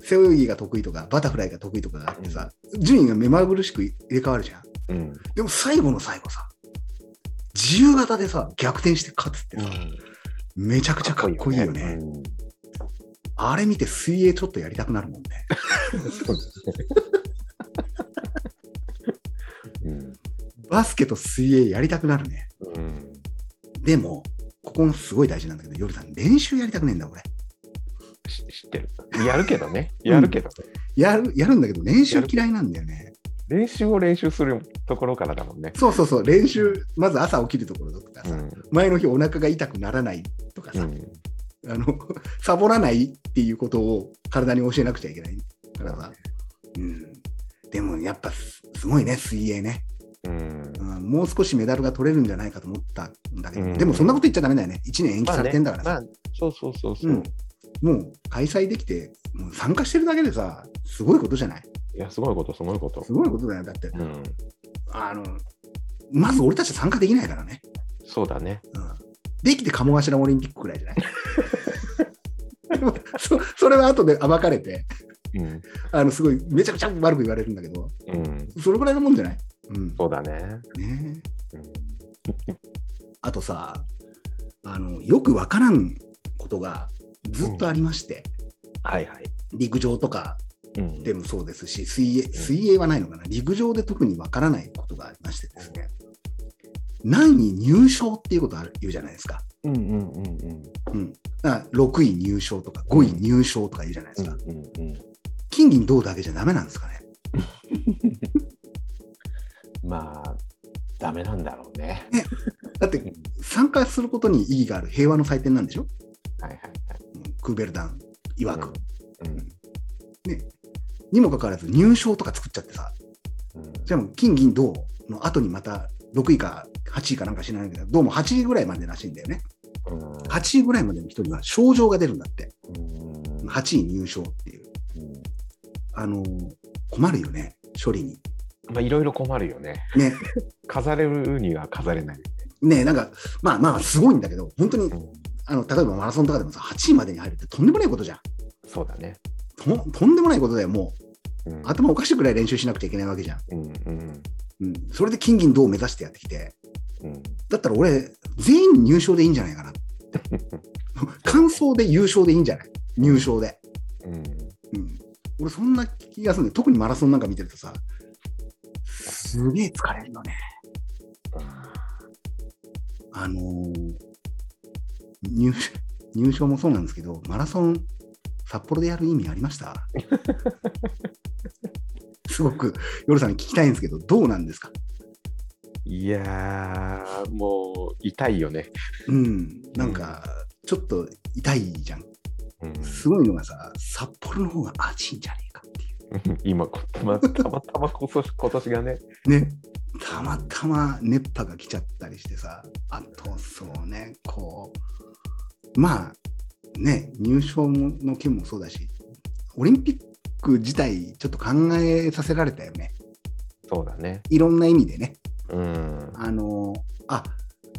Speaker 1: 背泳ぎが得意とか、バタフライが得意とかがあってさ、順位が目まぐるしく入れ替わるじゃん。
Speaker 3: うん。うん。
Speaker 1: でも最後の最後さ、自由形でさ、逆転して勝つってさ、めちゃくちゃかっこいいよね。
Speaker 3: うん
Speaker 1: あれ見て水泳ちょっとやりたくなるもんね。
Speaker 3: そうですね。
Speaker 1: バスケと水泳やりたくなるね。
Speaker 3: うん。うん。
Speaker 1: でも、ここもすごい大事なんだけど、夜さん、練習やりたくねえんだ、俺。
Speaker 3: し知ってる。やるけどね。やるけどね。
Speaker 1: やる、やるんだけど、練習嫌いなんだよね。
Speaker 3: 練習を練習するところからだもんね。
Speaker 1: そうそうそう、練習、まず朝起きるところとか
Speaker 3: う
Speaker 1: さ、
Speaker 3: ん。
Speaker 1: 前の日お腹が痛くならないとか
Speaker 3: う
Speaker 1: さ、
Speaker 3: ん。
Speaker 1: あの、 サボらないっていうことを体に教えなくちゃいけないからさ。うん。でも、やっぱす、すごいね、水泳ね、
Speaker 3: うん。
Speaker 1: うん。もう少しメダルが取れるんじゃないかと思ったんだけど、
Speaker 3: うん
Speaker 1: でもそんなこと言っちゃダメだよね。1年延期
Speaker 3: ま
Speaker 1: さ
Speaker 3: あ
Speaker 1: れ
Speaker 3: ね
Speaker 1: てんだからさ。
Speaker 3: まあ、そうそうそうそうう。
Speaker 1: んもう開催できて、もう参加してるだけでさ、すごいことじゃない
Speaker 3: いや、すごいこと、すごいこと
Speaker 1: す。ごいことだよ。だって、
Speaker 3: うん。
Speaker 1: あの、まず俺たち参加できないからね。
Speaker 3: そうだね。
Speaker 1: うん。できて鴨頭オリンピックくらいじゃない でもそそれは後で暴かれて、
Speaker 3: うん。
Speaker 1: あの、すごい、めちゃくちゃ悪く言われるんだけど、
Speaker 3: うん。
Speaker 1: それぐらいのもんじゃないうん。
Speaker 3: そうだね。
Speaker 1: ね
Speaker 3: うん
Speaker 1: あとさ、あの、よくわからんことがずっとありまして、
Speaker 3: はいはい。
Speaker 1: 陸上とか
Speaker 3: うん
Speaker 1: でもそうですし、水泳、水泳はないのかな、陸上で特にわからないことがありましてですね、何位入賞っていうことある言うじゃないですか。
Speaker 3: うんうんうんうん。
Speaker 1: うん、だから6位入賞とか5位入賞とか言うじゃないで
Speaker 3: う
Speaker 1: す
Speaker 3: ん
Speaker 1: か。
Speaker 3: うんうん。
Speaker 1: 金銀銅だけじゃダメなんですかね。
Speaker 3: まあ、ダメなんだろうね。
Speaker 1: だって参加することに意義がある平和の祭典なんでしょ、
Speaker 3: はいはい
Speaker 1: うんクーベルダン
Speaker 3: は
Speaker 1: 曰
Speaker 3: い。
Speaker 1: く、
Speaker 3: うん。
Speaker 1: にもかかわらず入賞とか作っちゃってさ、
Speaker 3: うん。
Speaker 1: じゃあもう金銀銅の後にまた6位か8位かなんか知らないけど、どうも8位ぐらいまでらしいんだよね。
Speaker 3: うん。
Speaker 1: 8位ぐらいまでの人には賞状が出るんだって。
Speaker 3: うん
Speaker 1: 8位入賞っていう。
Speaker 3: うん
Speaker 1: あのー困るよね、処理に。
Speaker 3: まあ、いろいろ困るよね。
Speaker 1: ね、
Speaker 3: 飾れるには飾れない。
Speaker 1: ねなんか、まあまあ、すごいんだけど、本当に
Speaker 3: うん
Speaker 1: あの、例えばマラソンとかでもさ、8位までに入るってとんでもないことじゃん。
Speaker 3: そうだね。
Speaker 1: ととんでもないことだよ、もう。
Speaker 3: うん
Speaker 1: 頭おかしいくらい練習しなくちゃいけないわけじゃん。
Speaker 3: うんうん
Speaker 1: うん。それで金銀銅を目指してやってきて、
Speaker 3: うん。
Speaker 1: だったら俺、全員入賞でいいんじゃないかな。感想で優勝でいいんじゃない入賞で。
Speaker 3: うん。
Speaker 1: うん。俺、そんな気がするんだよ。特にマラソンなんか見てるとさ、すげえ疲れるよね。あのー入賞入賞もそうなんですけど、マラソン、札幌でやる意味ありました すごく、夜さんに聞きたいんですけど、どうなんですか
Speaker 3: いやー、もう痛いよね。
Speaker 1: うん、なんか、ちょっと痛いじゃん。
Speaker 3: うん、
Speaker 1: すごいのがさ、札幌の方が熱いんじゃねえかってい
Speaker 3: 今こ、ま、たまたま今年今年がね、
Speaker 1: う。ね。たまたま熱波が来ちゃったりしてさ、あと、そうね、こう、まあ、ね、入賞の件もそうだし、オリンピック自体、ちょっと考えさせられたよね。
Speaker 3: そうだね。
Speaker 1: いろんな意味でね。
Speaker 3: うん。
Speaker 1: あの、あ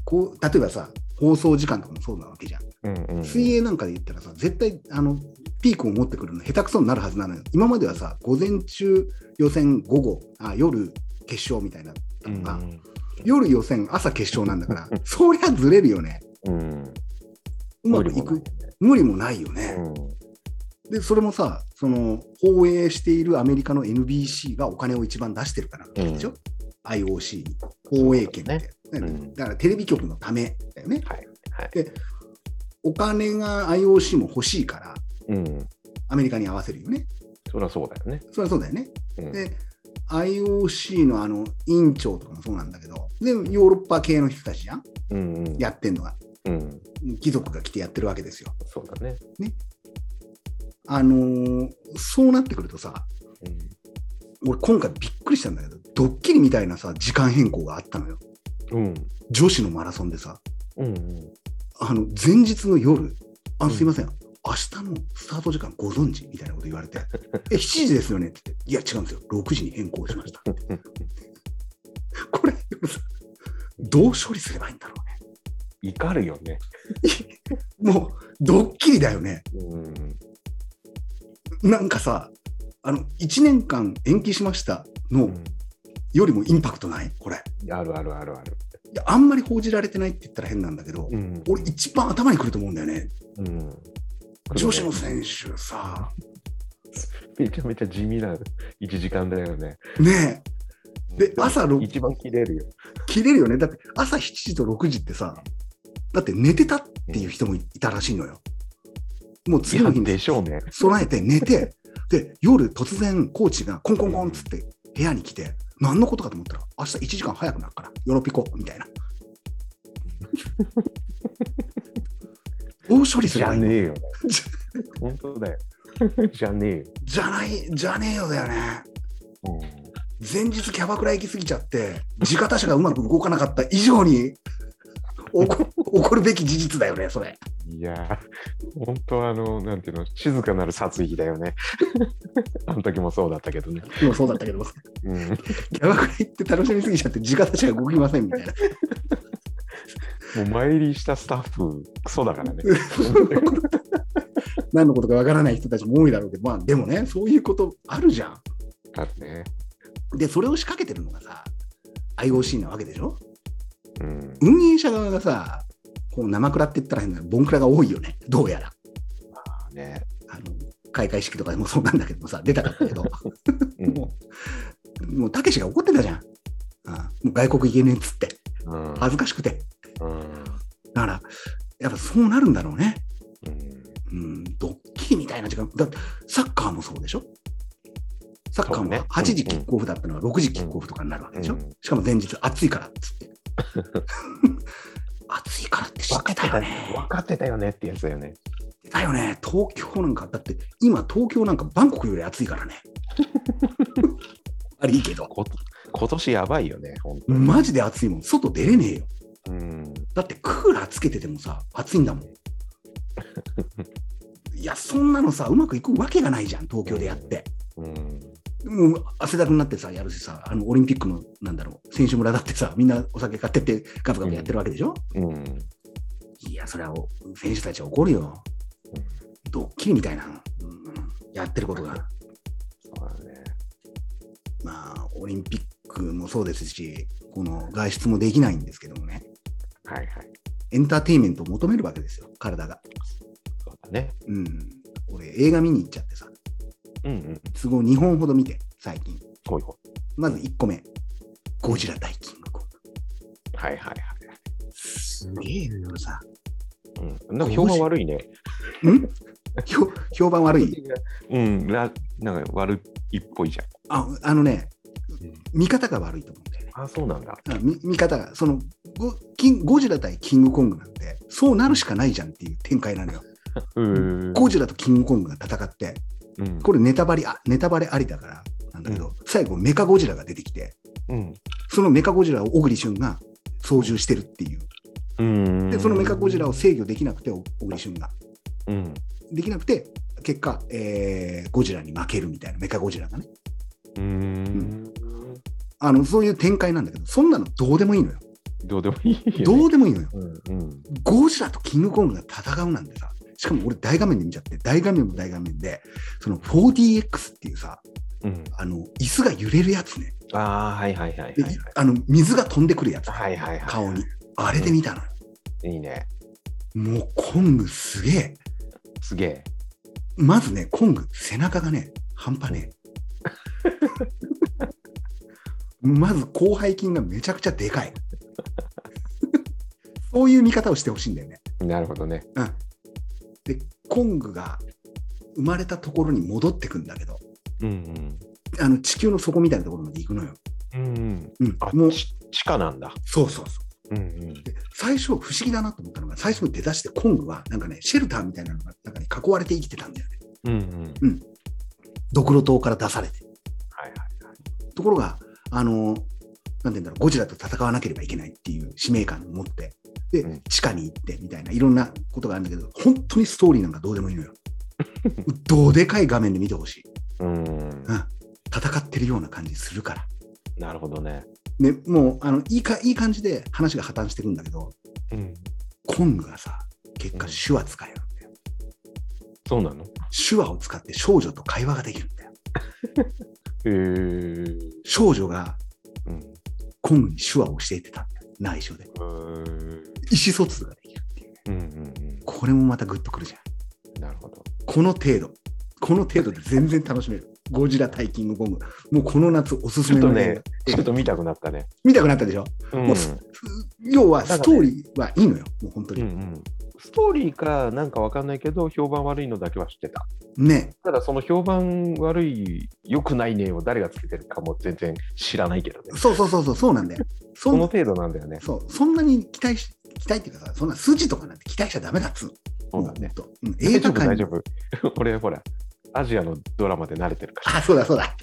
Speaker 1: こう、例えばさ、放送時間とかもそうなわけじゃん。
Speaker 3: うんうん、
Speaker 1: 水泳なんかで言ったらさ、絶対、あの、ピークを持ってくるの下手くそになるはずなのよ。今まではさ、午前中予選、午後、あ夜決勝みたいな
Speaker 3: う
Speaker 1: の
Speaker 3: んう
Speaker 1: が、
Speaker 3: ん
Speaker 1: 夜予選、朝決勝なんだから、そりゃずれるよね。
Speaker 3: うん。
Speaker 1: うまくいく。無理もないよね。で、それもさ、その、放映しているアメリカの NBC がお金を一番出してるからなんでしょ、
Speaker 3: う
Speaker 1: ?IOC に。放映権って。
Speaker 3: うだねうん
Speaker 1: だからテレビ局のためだよね。
Speaker 3: はい
Speaker 1: お金が IOC も欲しいから、
Speaker 3: うん。
Speaker 1: アメリカに合わせるよね。
Speaker 3: そりゃそうだよね。
Speaker 1: それはそうだよね。
Speaker 3: うん
Speaker 1: で、IOC のあの委員長とかもそうなんだけど、で、ヨーロッパ系の人たちじゃん、
Speaker 3: うんうん、
Speaker 1: やってんのが、
Speaker 3: うん、
Speaker 1: 貴族が来てやってるわけですよ。
Speaker 3: そうだね。
Speaker 1: あのーそうなってくるとさ、俺、今回びっくりしたんだけど、ドッキリみたいなさ、時間変更があったのよ。
Speaker 3: うん、うん、
Speaker 1: 女子のマラソンでさ、
Speaker 3: うん、うん。
Speaker 1: あの前日の夜、あ
Speaker 3: う
Speaker 1: の
Speaker 3: ん
Speaker 1: すいません、明日のスタート時間ご存知みたいなこと言われて、え、7時ですよねって言って、いや、違うんですよ、6時に変更しました。これ、でもさどう処理すればいいんだろ
Speaker 3: 怒るよね。
Speaker 1: うね。もう、ドッキリだよね。
Speaker 3: うん、
Speaker 1: なんかさ、あの1年間延期しましたの
Speaker 3: うん。
Speaker 1: よりもインパクトない、これ。
Speaker 3: あるあるあるある。
Speaker 1: いや、あんまり報じられてないって言ったら変なんだけど、
Speaker 3: うん
Speaker 1: 俺、一番頭にくると思うんだよね。
Speaker 3: うん。
Speaker 1: 女子の選手さ、
Speaker 3: めちゃめちゃ地味な1時間だよね。
Speaker 1: ねえ。で、
Speaker 3: も
Speaker 1: 朝6
Speaker 3: 一番切れるよ。
Speaker 1: 切れるよね。だって朝7時と6時ってさ、だって寝てたっていう人もいたらしいのよ。もう次の日
Speaker 3: いやで
Speaker 1: に
Speaker 3: しょうね。
Speaker 1: 備えて寝て、で、夜突然コーチがコンコンコンっつって部屋に来て、何のことかと思ったら、明日1時間早くなるから、よろぴこ、みたいな。 どう処理す
Speaker 3: じ
Speaker 1: れ
Speaker 3: ゃ
Speaker 1: ばいいの
Speaker 3: ねえ よ。
Speaker 1: じゃ
Speaker 3: 本当だよ。じゃねえよ。
Speaker 1: じゃない、じゃねえよだよね。前日キャバクラ行き過ぎちゃって、地方車がうまく動かなかった以上に、起こ起こるべき事実だよね、それ。
Speaker 3: いやー、本当はあの、なんていうの、静かなる殺意だよね。あの時もそうだったけどね。
Speaker 1: 今そうだったけど、
Speaker 3: うん、
Speaker 1: キャバクラ行って楽しみすぎちゃって、時間たちが動きませんみたいな。
Speaker 3: もう参りしたスタッフ、クソだからね。
Speaker 1: 何のことかわからない人たちも多いだろうけど、まあでもね、そういうことあるじゃ
Speaker 3: あるね。
Speaker 1: ん。で、それを仕掛けてるのがさ、IOC なわけでしょ
Speaker 3: うん、
Speaker 1: 運営者側がさ、こう生クラって言ったら変だけど、ボンクラが多いよね、どうやら。
Speaker 3: まあね。
Speaker 1: あの開会式とかでもそうなんだけどもさ、出たかったけど、
Speaker 3: うん
Speaker 1: もう、もうたけしが怒ってたじゃん。あもう外国行けねえっつって、
Speaker 3: うん
Speaker 1: 恥ずかしくて。
Speaker 3: うん
Speaker 1: だから、やっぱそうなるんだろうね。
Speaker 3: うん
Speaker 1: うん、ドッキリみたいな時間、だってサッカーもそうでしょサッカー
Speaker 3: そう
Speaker 1: も
Speaker 3: ね
Speaker 1: 8時キックオフだったのが6時キックオフとかになるわけでしょ、
Speaker 3: うん
Speaker 1: しかも前日暑いからっつ って。暑いからって知ってたよね。
Speaker 3: 分かってたよねってやつだよね。
Speaker 1: 知ってたよね。東京なんか、だって今東京なんかバンコクより暑 いからね。あれいいけど、
Speaker 3: こ今年やばいよね、本当に。
Speaker 1: マジで暑いもん。外出れねえよ。
Speaker 3: うん
Speaker 1: だってクーラーつけててもさ、暑いん だもん。いや、そんなのさ、うまくいくわけがないじゃん、東京でやって。
Speaker 3: うん
Speaker 1: もう汗だくになってさ、やるしさ、あのオリンピックのなんだろう、選手村だってさ、みんなお酒買ってって、ガブガブやってるわけでしょ、
Speaker 3: うん
Speaker 1: いや、それはお選手たちは怒るよ。ドッキリみたいな、うんやってることが。
Speaker 3: そうだね。
Speaker 1: まあ、オリンピックもそうですし、この外出もできないんですけどもね、
Speaker 3: はいはい。
Speaker 1: エンターテインメントを求めるわけですよ、体が。
Speaker 3: そうだね。
Speaker 1: うん。俺、映画見に行っちゃってさ、
Speaker 3: うんうん。
Speaker 1: 都合2本ほど見て、最近。
Speaker 3: ほいほ
Speaker 1: まず1個目、ゴジラ大キングコング。
Speaker 3: い。はいはいはい。
Speaker 1: すげえよ、さ。
Speaker 3: うん、なんか評判悪いね。
Speaker 1: ん評評判悪い
Speaker 3: うん、らなんか悪いっぽいじ
Speaker 1: ああのね
Speaker 3: うん、
Speaker 1: 見方が悪いと思うんだよね。
Speaker 3: ゃん。あ、そうなんだ。
Speaker 1: あみ見方が、そのゴキン、ゴジラ対キングコングなんて、そうなるしかないじゃんっていう展開なのよ。
Speaker 3: うーん。
Speaker 1: ゴジラとキングコングが戦って、
Speaker 3: うん
Speaker 1: これネタバレあネタバレありだからなんだけど、最後、メカゴジラが出てきて、
Speaker 3: うん。
Speaker 1: そのメカゴジラを小栗旬が操縦してるっていう。
Speaker 3: うん。
Speaker 1: で、そのメカゴジラを制御できなくて、お小栗旬が。
Speaker 3: うん。
Speaker 1: できなくて、結果、えーゴジラに負けるみたいな、メカゴジラがね。
Speaker 3: うーん。
Speaker 1: あのそういう展開なんだけど、そんなのどうでもいいのよ。
Speaker 3: どうでもいいよ、ね。
Speaker 1: どうでもいいのよ。
Speaker 3: うんうん。
Speaker 1: ゴジラとキングコングが戦うなんてさ、しかも俺大画面で見ちゃって、大画面も大画面で、その 4DX っていうさ、
Speaker 3: うん。
Speaker 1: あの、椅子が揺れるやつね。
Speaker 3: ああ、はいはいはい
Speaker 1: で
Speaker 3: はい
Speaker 1: い。あの、水が飛んでくるやつ。
Speaker 3: はいはいはい。
Speaker 1: 顔に。。あれで見たのよ。
Speaker 3: いいね。
Speaker 1: もうコングすげえ。
Speaker 3: すげえ。
Speaker 1: まずね、コング、背中がね、半端ねえ。 まず広背筋がめちゃくちゃでかい。 そういう見方をしてほしいんだよね。
Speaker 3: なるほどね。
Speaker 1: うん、でコングが生まれたところに戻ってくんだけど
Speaker 3: うん
Speaker 1: あの地球の底みたいなところまで行くのよ。
Speaker 3: うん。うんうん。
Speaker 1: うん
Speaker 3: あ、
Speaker 1: もう
Speaker 3: ち地下なんだ。
Speaker 1: そうそうそう。
Speaker 3: うんうん。
Speaker 1: で最初不思議だなと思ったのが最初の出だしでコングはなんかねシェルターみたいなのがなんか、ね、囲われて生きてたんだよね。
Speaker 3: うんうん。
Speaker 1: ドクロ島から出されて。
Speaker 3: はいはいはい。
Speaker 1: ところが、あの、なんて言うんだろう、ゴジラと戦わなければいけないっていう使命感を持って、で、
Speaker 3: うん
Speaker 1: 地下に行ってみたいな、いろんなことがあるんだけど、本当にストーリーなんかどうでもいいのよ。 どうでかい画面で見てほしい。
Speaker 3: うん。
Speaker 1: うん。戦ってるような感じするから。
Speaker 3: なるほどね。
Speaker 1: ね、もう、あの、いいか、いい感じで話が破綻してくんだけど、
Speaker 3: うん。
Speaker 1: コングがさ、結果
Speaker 3: うん
Speaker 1: 手話使えるんだよ。
Speaker 3: そうなの
Speaker 1: 手話を使って少女と会話ができるんだよ。
Speaker 3: へえ。
Speaker 1: 少女が
Speaker 3: うん。
Speaker 1: コングに手話を教えてたんだよ。内緒で。
Speaker 3: うん
Speaker 1: 意思疎通ができるっていう。
Speaker 3: うんうん。
Speaker 1: これもまたグッとくるじゃん。
Speaker 3: なるほど。
Speaker 1: この程度、この程度で全然楽しめる。ゴジラタイキングコング。もうこの夏おすす
Speaker 3: ちょ
Speaker 1: め
Speaker 3: っ
Speaker 1: の
Speaker 3: と
Speaker 1: 映
Speaker 3: ね
Speaker 1: 画、
Speaker 3: ちょっと見たくなったね。
Speaker 1: 見たくなったでしょ
Speaker 3: うん
Speaker 1: もう要はストーリーはいいのよ、もう本当
Speaker 3: う
Speaker 1: に。
Speaker 3: んうんストーリーかなんかわかんないけど、評判悪いのだけは知ってた。
Speaker 1: ね。
Speaker 3: ただ、その評判悪い、良くないねを誰がつけてるかも全然知らないけどね。
Speaker 1: そうそうそうそう、そうなんだよ。そ
Speaker 3: そ
Speaker 1: ん
Speaker 3: の程度なんだよね。
Speaker 1: そうそんなに期待し、期待っていうかさ、そんな筋とかなんて期待しちゃダメだっつう
Speaker 3: そうだね。。
Speaker 1: もとうん映
Speaker 3: 大丈
Speaker 1: 画
Speaker 3: 夫、大
Speaker 1: 館
Speaker 3: 丈
Speaker 1: に。
Speaker 3: 夫。俺、ほら、アジアのドラマで慣れてるから。
Speaker 1: あ、そうだそうだ。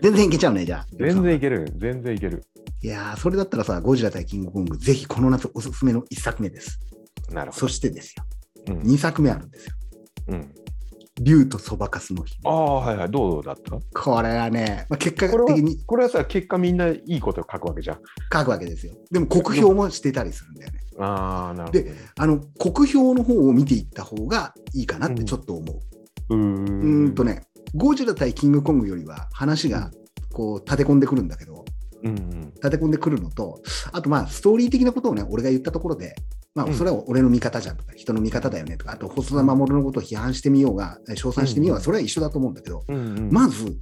Speaker 1: 全然いけちゃうね、じゃあ。
Speaker 3: 全然いける、全然いける。
Speaker 1: いやー、それだったらさ、ゴジラ対キングコング、ぜひこの夏おすすめの一作目です。
Speaker 3: なるほ
Speaker 1: そ
Speaker 3: ど。
Speaker 1: してですよ、
Speaker 3: うん
Speaker 1: 二作目あるんですよ。
Speaker 3: うん、
Speaker 1: 竜とそばかすの日。
Speaker 3: ああ、はいはい、どうだった
Speaker 1: これはね、まあ、結果
Speaker 3: これ
Speaker 1: 的
Speaker 3: は
Speaker 1: に
Speaker 3: これはさ、結果みんないいことを書くわけじゃん。
Speaker 1: 書くわけですよ。でも酷評もしてたりするんだよね。
Speaker 3: ああ、なる
Speaker 1: あの酷評の方を見ていった方がいいかなっ
Speaker 3: う
Speaker 1: て
Speaker 3: ん
Speaker 1: ちょっと思う。
Speaker 3: ほど。うー
Speaker 1: うーんと。ね、ゴジラ対キングコングよりは話がこう立て込んでくるんだけど、
Speaker 3: うんうん。
Speaker 1: 立て込んでくるのと、あとまあストーリー的なことをね、俺が言ったところで、ま
Speaker 3: う
Speaker 1: あ、
Speaker 3: ん
Speaker 1: それは俺の味方じゃんとか、人の味方だよねとか、あと細田守のことを批判してみようが、称賛してみよ
Speaker 3: う
Speaker 1: うが、
Speaker 3: ん
Speaker 1: それは一緒だと思うんだけど、
Speaker 3: うんうん、
Speaker 1: まず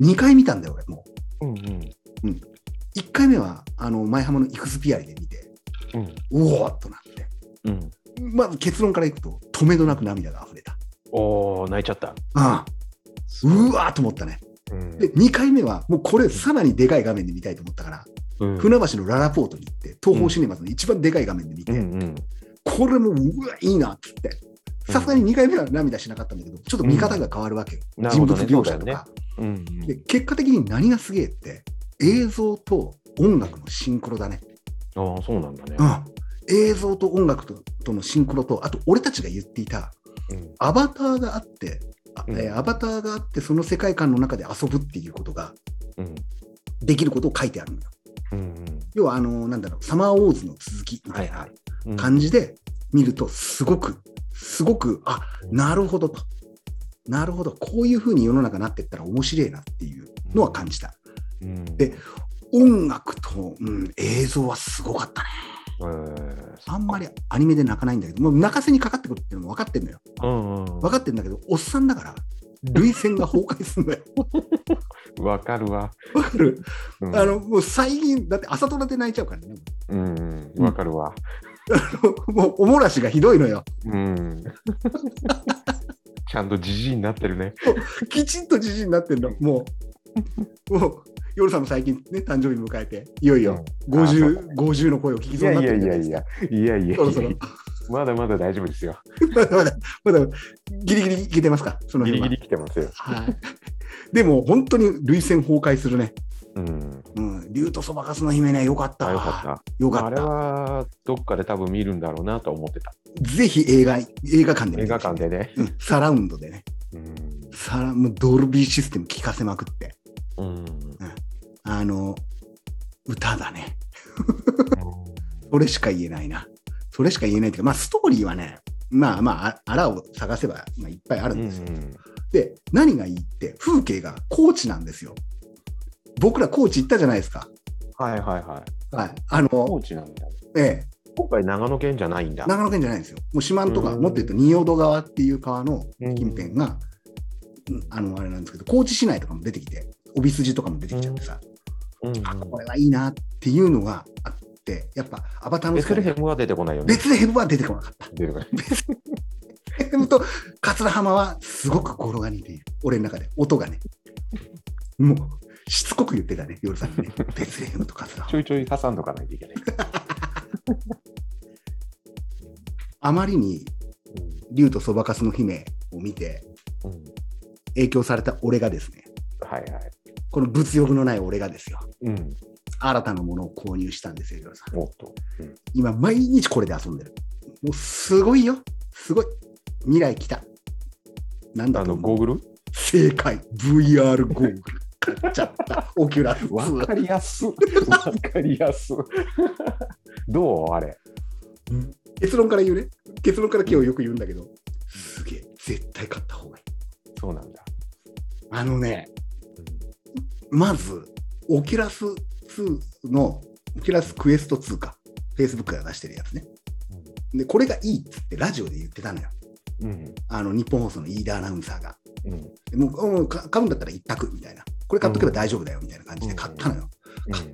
Speaker 1: 2回見たんだよ、俺もう。
Speaker 3: うんうん。
Speaker 1: 1回目はあの前浜のイクスピアリで見て
Speaker 3: うん
Speaker 1: うおーっとなって
Speaker 3: うん。
Speaker 1: まず結論からいくと止めどなく涙が溢れた、
Speaker 3: おお、泣いちゃった。
Speaker 1: ああ
Speaker 3: うん
Speaker 1: うわーっと思ったね
Speaker 3: うん
Speaker 1: で2回目はもうこれさらにでかい画面で見たいと思ったから、船橋のララポートに行って東宝シネマズの一番でかい画面で見て、
Speaker 3: うんうん
Speaker 1: これもうわいいなっつってさすがに2回目は涙しなかったんだけどちょっと見方が変わるわけよ、
Speaker 3: なるほ
Speaker 1: 人物
Speaker 3: どね
Speaker 1: 描写と
Speaker 3: そうだよ
Speaker 1: か、
Speaker 3: うんうん
Speaker 1: で結果的に何がすげえって映像と音楽のシンクロだね
Speaker 3: ああ、そうなんだね。
Speaker 1: うん、映像と音楽ととのシンクロとあと俺たちが言っていた
Speaker 3: うん
Speaker 1: アバターがあって、あ
Speaker 3: うん
Speaker 1: えーアバターがあってその世界観の中で遊ぶっていうことが
Speaker 3: うん
Speaker 1: できることを書いてあるのよ
Speaker 3: うん
Speaker 1: 要はあのなんだろうサマーウォーズの続きみたい
Speaker 3: は
Speaker 1: ない
Speaker 3: うん。
Speaker 1: 感じで見るとすごくすごくあ
Speaker 3: うん
Speaker 1: なるほどとなるほどこういう風に世の中になってったら面白いなっていうのは感じた
Speaker 3: うん
Speaker 1: で音楽と、うん、映像はすごかったね
Speaker 3: えー
Speaker 1: あんまりアニメで泣かないんだけどもう泣かせにかかってくるっていうのも分かってんのよ
Speaker 3: うんうん
Speaker 1: 分かってんだけど、おっさんだから、涙腺が崩壊すんだよ。
Speaker 3: わかるわ。
Speaker 1: わかる
Speaker 3: うん
Speaker 1: あの、もう最近、だって朝ドラで泣いちゃうからね。
Speaker 3: うんうんわかるわ。
Speaker 1: もう、おもらしがひどいのよ。
Speaker 3: うん。ちゃんとじじいになってるね。
Speaker 1: きちんとじじいになってんの、も う。もう、夜さんも最近ね、誕生日迎えて、いよいよ
Speaker 3: うんあ
Speaker 1: 50、50の声を聞き
Speaker 3: い
Speaker 1: そう
Speaker 3: や
Speaker 1: にないって
Speaker 3: や
Speaker 1: る
Speaker 3: い
Speaker 1: じゃ
Speaker 3: や
Speaker 1: ない
Speaker 3: い
Speaker 1: ですか
Speaker 3: や。いやいやい
Speaker 1: そろそろ
Speaker 3: や。、まだまだ大丈夫ですよ。
Speaker 1: まだまだ、まだ、ギリギリいけてますか、その
Speaker 3: ギリ
Speaker 1: 辺は。
Speaker 3: ギリ来てますよ。
Speaker 1: はい。でも、本当に涙腺崩壊するね。
Speaker 3: うん。
Speaker 1: うん、竜とそばかすの姫ね、よかった。
Speaker 3: あよかった。
Speaker 1: よか
Speaker 3: あ
Speaker 1: っ
Speaker 3: れ
Speaker 1: た。
Speaker 3: はどっかで多分見るんだろうなと思ってた。
Speaker 1: ぜひ映画、映画館で見てほしい
Speaker 3: 映画館でね。
Speaker 1: うんサラウンドでね、
Speaker 3: うん。
Speaker 1: サラもうドルビーシステム聞かせまくって、
Speaker 3: うん。
Speaker 1: あの、歌だね。それしか言えないな。それしか言えないっていうか、まあ、ストーリーはね、まあまああ、あらを探せば、まあ、いっぱいあるんですよ。で、何がいいって、風景が高知なんですよ。僕ら高知行ったじゃないですか。
Speaker 3: はいはいはい。
Speaker 1: はい。あ
Speaker 3: 高
Speaker 1: の、
Speaker 3: 知なんだ。
Speaker 1: ええ、
Speaker 3: 今回長野県じゃないんだ。
Speaker 1: 長野県じゃないんですよ。もう四万とか、
Speaker 3: うん
Speaker 1: もっと言うと仁淀川っていう川の
Speaker 3: うん
Speaker 1: 近辺が、うんあの、あれなんですけど、高知市内とかも出てきて、帯筋とかも出てきちゃってさ、
Speaker 3: うん
Speaker 1: あこれはいいなっていうのがあって、やっぱアバターの
Speaker 3: ベス
Speaker 1: 世
Speaker 3: レヘ
Speaker 1: 界
Speaker 3: ムは出てこないよね。
Speaker 1: 別でヘブは出てこなかった。
Speaker 3: 出てこない
Speaker 1: FM と桂浜はすごく語呂が似ている。俺の中で、音がね。もう、しつこく言ってたね、夜さん にね。ベツレヘムと桂
Speaker 3: ち
Speaker 1: 浜。
Speaker 3: ょいちょい挟んどかないといけない。
Speaker 1: あまりに、竜とそばかすの姫を見て、
Speaker 3: うんうん
Speaker 1: 影響された俺がですね、
Speaker 3: はいはい。
Speaker 1: この物欲のない俺がですよ、
Speaker 3: うん。
Speaker 1: 新たなものを購入したんですよ、夜さん。
Speaker 3: おっと。
Speaker 1: 今、毎日これで遊んでる。もう、すごいよ。すごい。未来来た。なん
Speaker 3: あ
Speaker 1: だと
Speaker 3: の、
Speaker 1: 思
Speaker 3: ゴ
Speaker 1: う
Speaker 3: ーグル
Speaker 1: 正解。VR ゴーグル。買っちゃった。オキュラス。
Speaker 3: わかりやす。わかりやす。どうあれ。
Speaker 1: 結論から言うね結論から今日よく言うんだけど、すげえ絶対買った方がいい
Speaker 3: そうなんだ。
Speaker 1: あのねまずオキュラス2のオキュラスクエスト2か Facebook が出してるやつねでこれがいいっつってラジオで言ってたのよ
Speaker 3: うん。うん。
Speaker 1: あの日本放送の飯田アナウンサーが
Speaker 3: うん。
Speaker 1: でもううんか買うんだったら一択みたいなこれ買っとけば大丈夫だよみたいな感じで買ったのよ、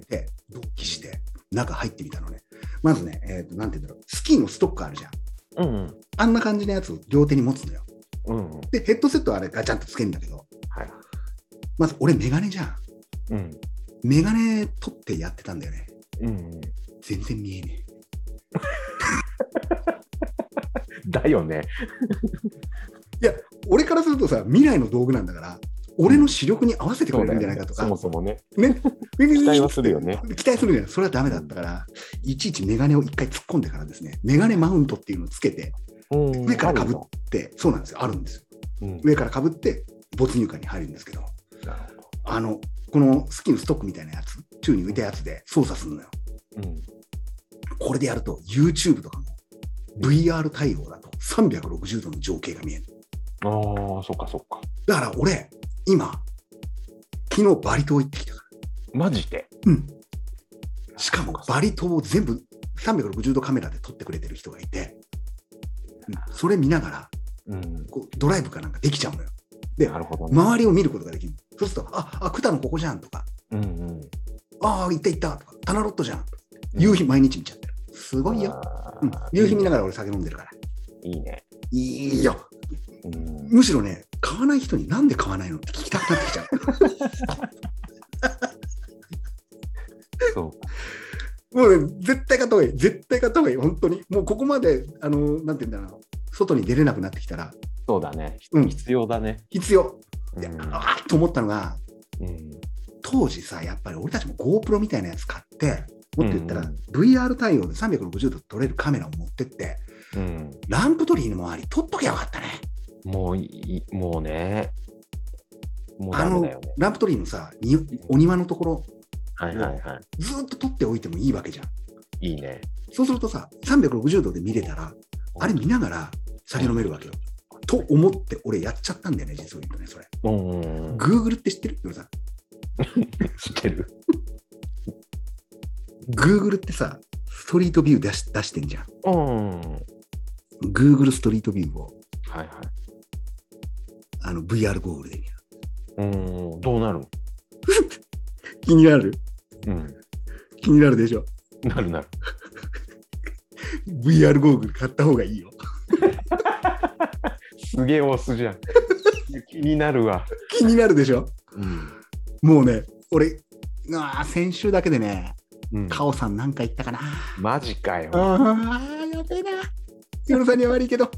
Speaker 1: で同期して中入ってみたのねまずね、えー、となんて言うんだろうスキーのストックあるじゃん
Speaker 3: うん。
Speaker 1: あんな感じのやつを両手に持つのよ
Speaker 3: うん。うん。
Speaker 1: で、ヘッドセットはあれガチャンとつけるんだけど、
Speaker 3: はい。
Speaker 1: まず俺メガネじゃん。
Speaker 3: うん。
Speaker 1: メガネ取ってやってたんだよね。
Speaker 3: うん。
Speaker 1: 全然見えね
Speaker 3: だよね。
Speaker 1: え。俺からするとさ、未来の道具なんだから、俺の視力に合わせてくれるんじゃないかとか、
Speaker 3: そもそもね。
Speaker 1: ね、期
Speaker 3: 期待はするよね。
Speaker 1: 期待するじゃない。それはダメだったから、いちいちメガネを一回突っ込んでからですね、メガネマウントっていうのをつけて、
Speaker 3: うん
Speaker 1: 上からかぶって、そうなんですよ、あるんですよ。
Speaker 3: うん。
Speaker 1: 上からかぶって、没入感に入るんですけど、
Speaker 3: なるほど。
Speaker 1: あの、このスキーのストックみたいなやつ、宙に浮いたやつで操作するのよ。
Speaker 3: うん。
Speaker 1: これでやると YouTube とかも VR 対応だと360度の情景が見える。
Speaker 3: ああ、そっかそっか。
Speaker 1: だから俺、今、昨日バリ島行ってきたか
Speaker 3: マジで。
Speaker 1: ら。うん。しかもバリ島を全部360度カメラで撮ってくれてる人がいて、うんそれ見ながら
Speaker 3: うん。
Speaker 1: こうドライブかなんかできちゃうのよ。で
Speaker 3: なるほどね。
Speaker 1: 周りを見ることができる。そうすると、あ、あ、タのここじゃんとか、
Speaker 3: うんうん。
Speaker 1: ああ、行った行ったとか、タナロットじゃん。夕日毎日見ちゃってる。すごいよ。
Speaker 3: あ
Speaker 1: うん
Speaker 3: ー。
Speaker 1: 夕日見ながら俺酒飲んでるから。
Speaker 3: いいね。
Speaker 1: いいよ。
Speaker 3: うん。
Speaker 1: むしろね、買わない人になんで買わないのって聞きたくなってきちゃう。
Speaker 3: そう。
Speaker 1: もうね、絶対買った方がいい。絶対買った方がいい。本当に。もうここまで、あの、なんて言うんだろう。外に出れなくなってきたら、
Speaker 3: そうだね。
Speaker 1: うん、
Speaker 3: 必要だね。
Speaker 1: 必要。
Speaker 3: う
Speaker 1: で、
Speaker 3: ん
Speaker 1: あーっと思ったのが、
Speaker 3: うん。
Speaker 1: 当時さ、やっぱり俺たちも GoPro みたいなやつ買って、もっと言ったら、
Speaker 3: うん
Speaker 1: VR 対応で360度撮れるカメラを持ってって、
Speaker 3: うん。
Speaker 1: ランプトリーの周り撮っときゃよかったね。
Speaker 3: もういい、もうね。もうダメだよね。
Speaker 1: ランプトリーのさ、にお庭のところ、
Speaker 3: はいはいは
Speaker 1: ずーっと撮っておいてもいいわけじゃん。
Speaker 3: い。いいね。
Speaker 1: そうするとさ、360度で見れたら、あれ見ながら酒飲めるわけよ。と思って、俺やっちゃったんだよね、実を言うとね、それ。
Speaker 3: うんうんうん。
Speaker 1: Google って知ってるヨルさん。
Speaker 3: 知ってる。
Speaker 1: Google ってさ、ストリートビュー出し出してんじゃん。
Speaker 3: うん。はい
Speaker 1: Google ストリートビューを
Speaker 3: はい。
Speaker 1: あの VR ゴーグルで見る。
Speaker 3: うん。どうなるの
Speaker 1: 気になる
Speaker 3: うん。
Speaker 1: 気になるでしょ。
Speaker 3: なるなる。
Speaker 1: VR ゴーグル買った方がいいよ。
Speaker 3: すげえオスじゃん。気になるわ。
Speaker 1: 気になるでしょ。
Speaker 3: うん。
Speaker 1: もうね、俺、うわー先週だけでね、
Speaker 3: うん、
Speaker 1: カオさんなんか言ったかな。
Speaker 3: マジかよ。
Speaker 1: ああ、やべえな。ヨルさんには悪いけど。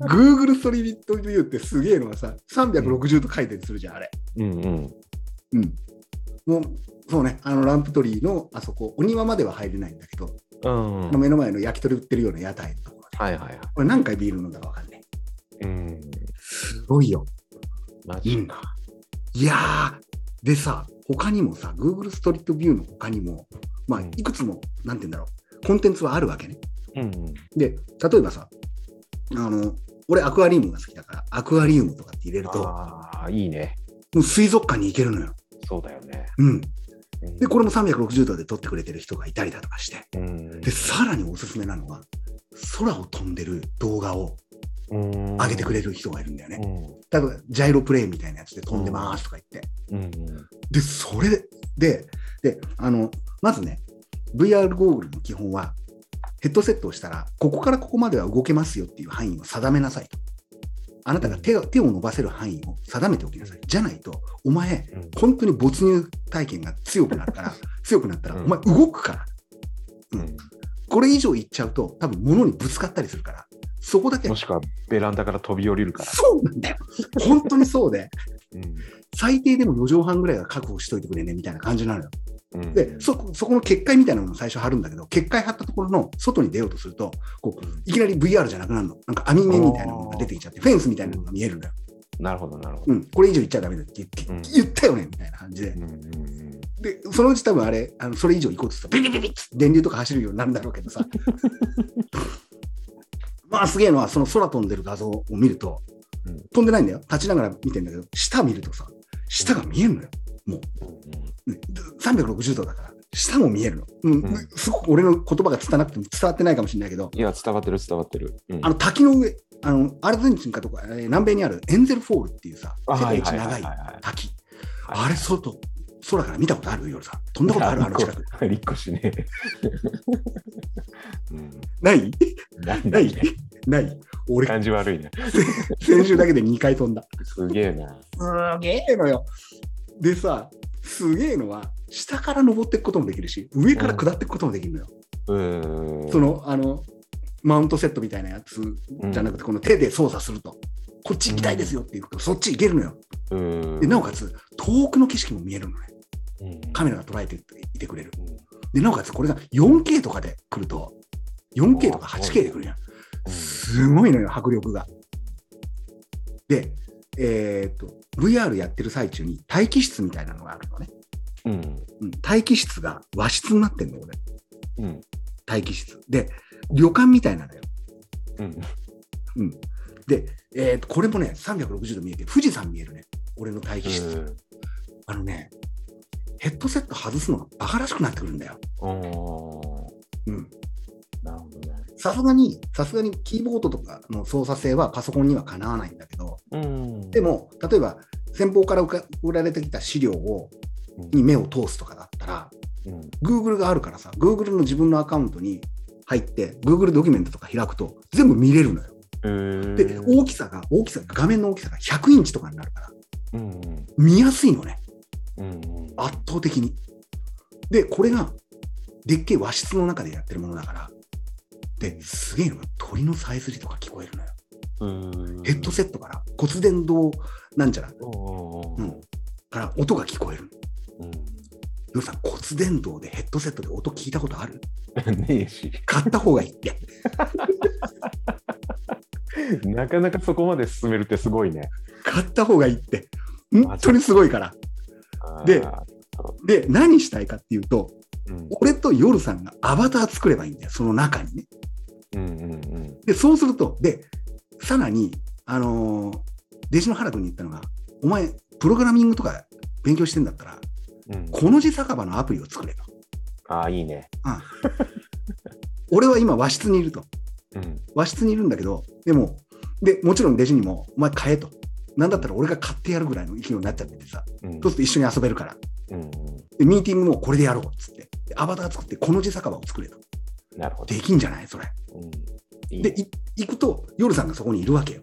Speaker 1: Google ストリートビューってすげえのがさ、360度回転するじゃん、あれ。
Speaker 3: うんうん。
Speaker 1: うん。もう、そうね、あのランプトリーのあそこ、お庭までは入れないんだけど、
Speaker 3: うん。
Speaker 1: あの
Speaker 3: はい
Speaker 1: 目の前の焼き鳥売ってるような屋台のところで、
Speaker 3: はいはい。
Speaker 1: これ何回ビール飲んだか分かんない。
Speaker 3: うん。
Speaker 1: すごいよ。
Speaker 3: マジか。
Speaker 1: いやー、でさ、他にもさ、Google ストリートビューの他にも、まあ
Speaker 3: うん、
Speaker 1: いくつも、なんて言うんだろう、コンテンツはあるわけね。
Speaker 3: うん。
Speaker 1: で、例えばさ、あの、俺アクアリウムが好きだから、アクアリウムとかって入れると、も
Speaker 3: ああ、いいね。
Speaker 1: う水族館に行けるのよ。
Speaker 3: そうだよね。
Speaker 1: うん。
Speaker 3: うん
Speaker 1: で、これも360度で撮ってくれてる人がいたりだとかして。
Speaker 3: うん
Speaker 1: で、さらにおすすめなのは、空を飛んでる動画を
Speaker 3: うん
Speaker 1: 上げてくれる人がいるんだよね。
Speaker 3: うん
Speaker 1: 例えば、ジャイロプレイみたいなやつで飛んでますとか言って。
Speaker 3: うん
Speaker 1: で、それで、で、あの、まずね、VR ゴーグルの基本は、ヘッドセットをしたら、ここからここまでは動けますよっていう範囲を定めなさいと。あなたが手を手を伸ばせる範囲を定めておきなさい。じゃないと、お前、
Speaker 3: うん
Speaker 1: 本当に没入体験が強くな るから、強くなったら、お
Speaker 3: うん
Speaker 1: 前動くから。
Speaker 3: うん
Speaker 1: これ以上いっちゃうと、多分物にぶつかったりするから、そこだけ
Speaker 3: も、しくはベランダから飛び降りるから。
Speaker 1: そうなんだよ。本当にそうで、
Speaker 3: うん
Speaker 1: 最低でも4畳半ぐらいは確保しといてくれね、みたいな感じなのよ。
Speaker 3: うん
Speaker 1: で、そこ、そこの結界みたいなのを最初貼るんだけど、結界貼ったところの外に出ようとすると、こう、いきなり VR じゃなくなるの。なんか網目みたいなものが出てきちゃって、フェンスみたいなのが見えるんだよ。
Speaker 3: なるほど、なるほど。
Speaker 1: うん、これ以上言っちゃダメだって言って
Speaker 3: うん
Speaker 1: 言ったよね、みたいな感じで
Speaker 3: う。んうんうん
Speaker 1: で、そのうち多分あれ、あのそれ以上行こうとすると、ビビビビッつって電流とか走るようになるんだろうけどさ。まあすげえのは、その空飛んでる画像を見ると、
Speaker 3: うん
Speaker 1: 飛んでないんだよ。立ちながら見てんだけど、下見るとさ、下が見えるのよ。ね360度だから、下も見えるの。うん
Speaker 3: うん
Speaker 1: すごく俺の言葉が伝わなくても伝わってないかもしれないけど、
Speaker 3: いや、伝わってる、伝わってる。うん
Speaker 1: あの滝の上、あのアルゼンチンかとか、えー南米にあるエンゼルフォールっていうさ、世界一長い滝。あれ、外、空から見たことあるよ、夜さん。飛んだ ことあるあの近く。
Speaker 3: く。立候しね。 うん
Speaker 1: ない
Speaker 3: なん
Speaker 1: な
Speaker 3: だ
Speaker 1: い
Speaker 3: ね
Speaker 1: ない俺、
Speaker 3: 感じ悪いね。
Speaker 1: 先週だけで2回飛 んだ。
Speaker 3: すげえな。
Speaker 1: すげえのよ。でさ、すげえのは、下から登っていくこともできるし、上から下っていくこともできるのよ。
Speaker 3: うーん
Speaker 1: その、あの、マウントセットみたいなやつじゃなくて、この手で操作すると、こっち行きたいですよって言うと、そっち行けるのよ。
Speaker 3: うーん
Speaker 1: で、なおかつ、遠くの景色も見えるのね。
Speaker 3: うん
Speaker 1: カメラが捉えていてくれる。
Speaker 3: うん
Speaker 1: で、なおかつ、これが 4K とかで来ると、4K とか 8K で来るやん。すごいのよ、迫力が。で、えーっと、VR やってる最中に待機室みたいなのがあるのね。
Speaker 3: うん
Speaker 1: うん、待機室が和室になってんの、
Speaker 3: う
Speaker 1: 俺。
Speaker 3: ん
Speaker 1: 待機室。で、旅館みたいなのよ。
Speaker 3: うん
Speaker 1: うん。で、えーっと、これもね、360度見えて、富士山見えるね。俺の待機室。あのね、ヘッドセット外すのがバカらしくなってくるんだよ。
Speaker 3: うんおー
Speaker 1: うん。
Speaker 3: なるほどね
Speaker 1: さすがに、さすがにキーボードとかの操作性はパソコンにはかなわないんだけど、
Speaker 3: うん
Speaker 1: でも、例えば、先方から送送られてきた資料をに目を通すとかだったら、
Speaker 3: うん、
Speaker 1: Google があるからさ、Google の自分のアカウントに入って、Google ドキュメントとか開くと、全部見れるのよ。
Speaker 3: えー
Speaker 1: で、大きさが、大きさが、画面の大きさが100インチとかになるから、
Speaker 3: うんうん
Speaker 1: 見やすいのね、
Speaker 3: うん
Speaker 1: 圧倒的に。で、これが、でっけえ和室の中でやってるものだから、で、すげえのが鳥のさえずりとか聞こえるのよ。
Speaker 3: うん
Speaker 1: ヘッドセットから骨伝導なんちゃら
Speaker 3: おー
Speaker 1: うんから音が聞こえる。
Speaker 3: うん
Speaker 1: ヨシさん、骨伝導でヘッドセットで音聞いたことある
Speaker 3: ねえし
Speaker 1: 買った方がいいって。
Speaker 3: なかなかそこまで進めるってすごいね
Speaker 1: 買った方がいいって。本当にすごいから。で
Speaker 3: あ
Speaker 1: で、何したいかっていうと、
Speaker 3: ーうん
Speaker 1: 俺とヨルさんがアバター作ればいいんだよ、その中にね。
Speaker 3: うんうんうん
Speaker 1: で、そうすると、で、さらに、あのー弟子の原君に言ったのが、お前、プログラミングとか勉強してんだったら、
Speaker 3: うん
Speaker 1: この字酒場のアプリを作れと。
Speaker 3: ああいいね
Speaker 1: 俺は今和室にいると。
Speaker 3: うん
Speaker 1: 和室にいるんだけど、でも、で、もちろん弟子にも、お前買えと。なんだったら俺が買ってやるぐらいの勢いになっちゃっててさ。
Speaker 3: うん
Speaker 1: そうすると一緒に遊べるから。
Speaker 3: うんうん
Speaker 1: で、ミーティングもこれでやろうっつって。でアバター作って、この字酒場を作れと。
Speaker 3: なるほど
Speaker 1: できんじゃないそれ。
Speaker 3: うんいいね
Speaker 1: で、い行くと、夜さんがそこにいるわけよ。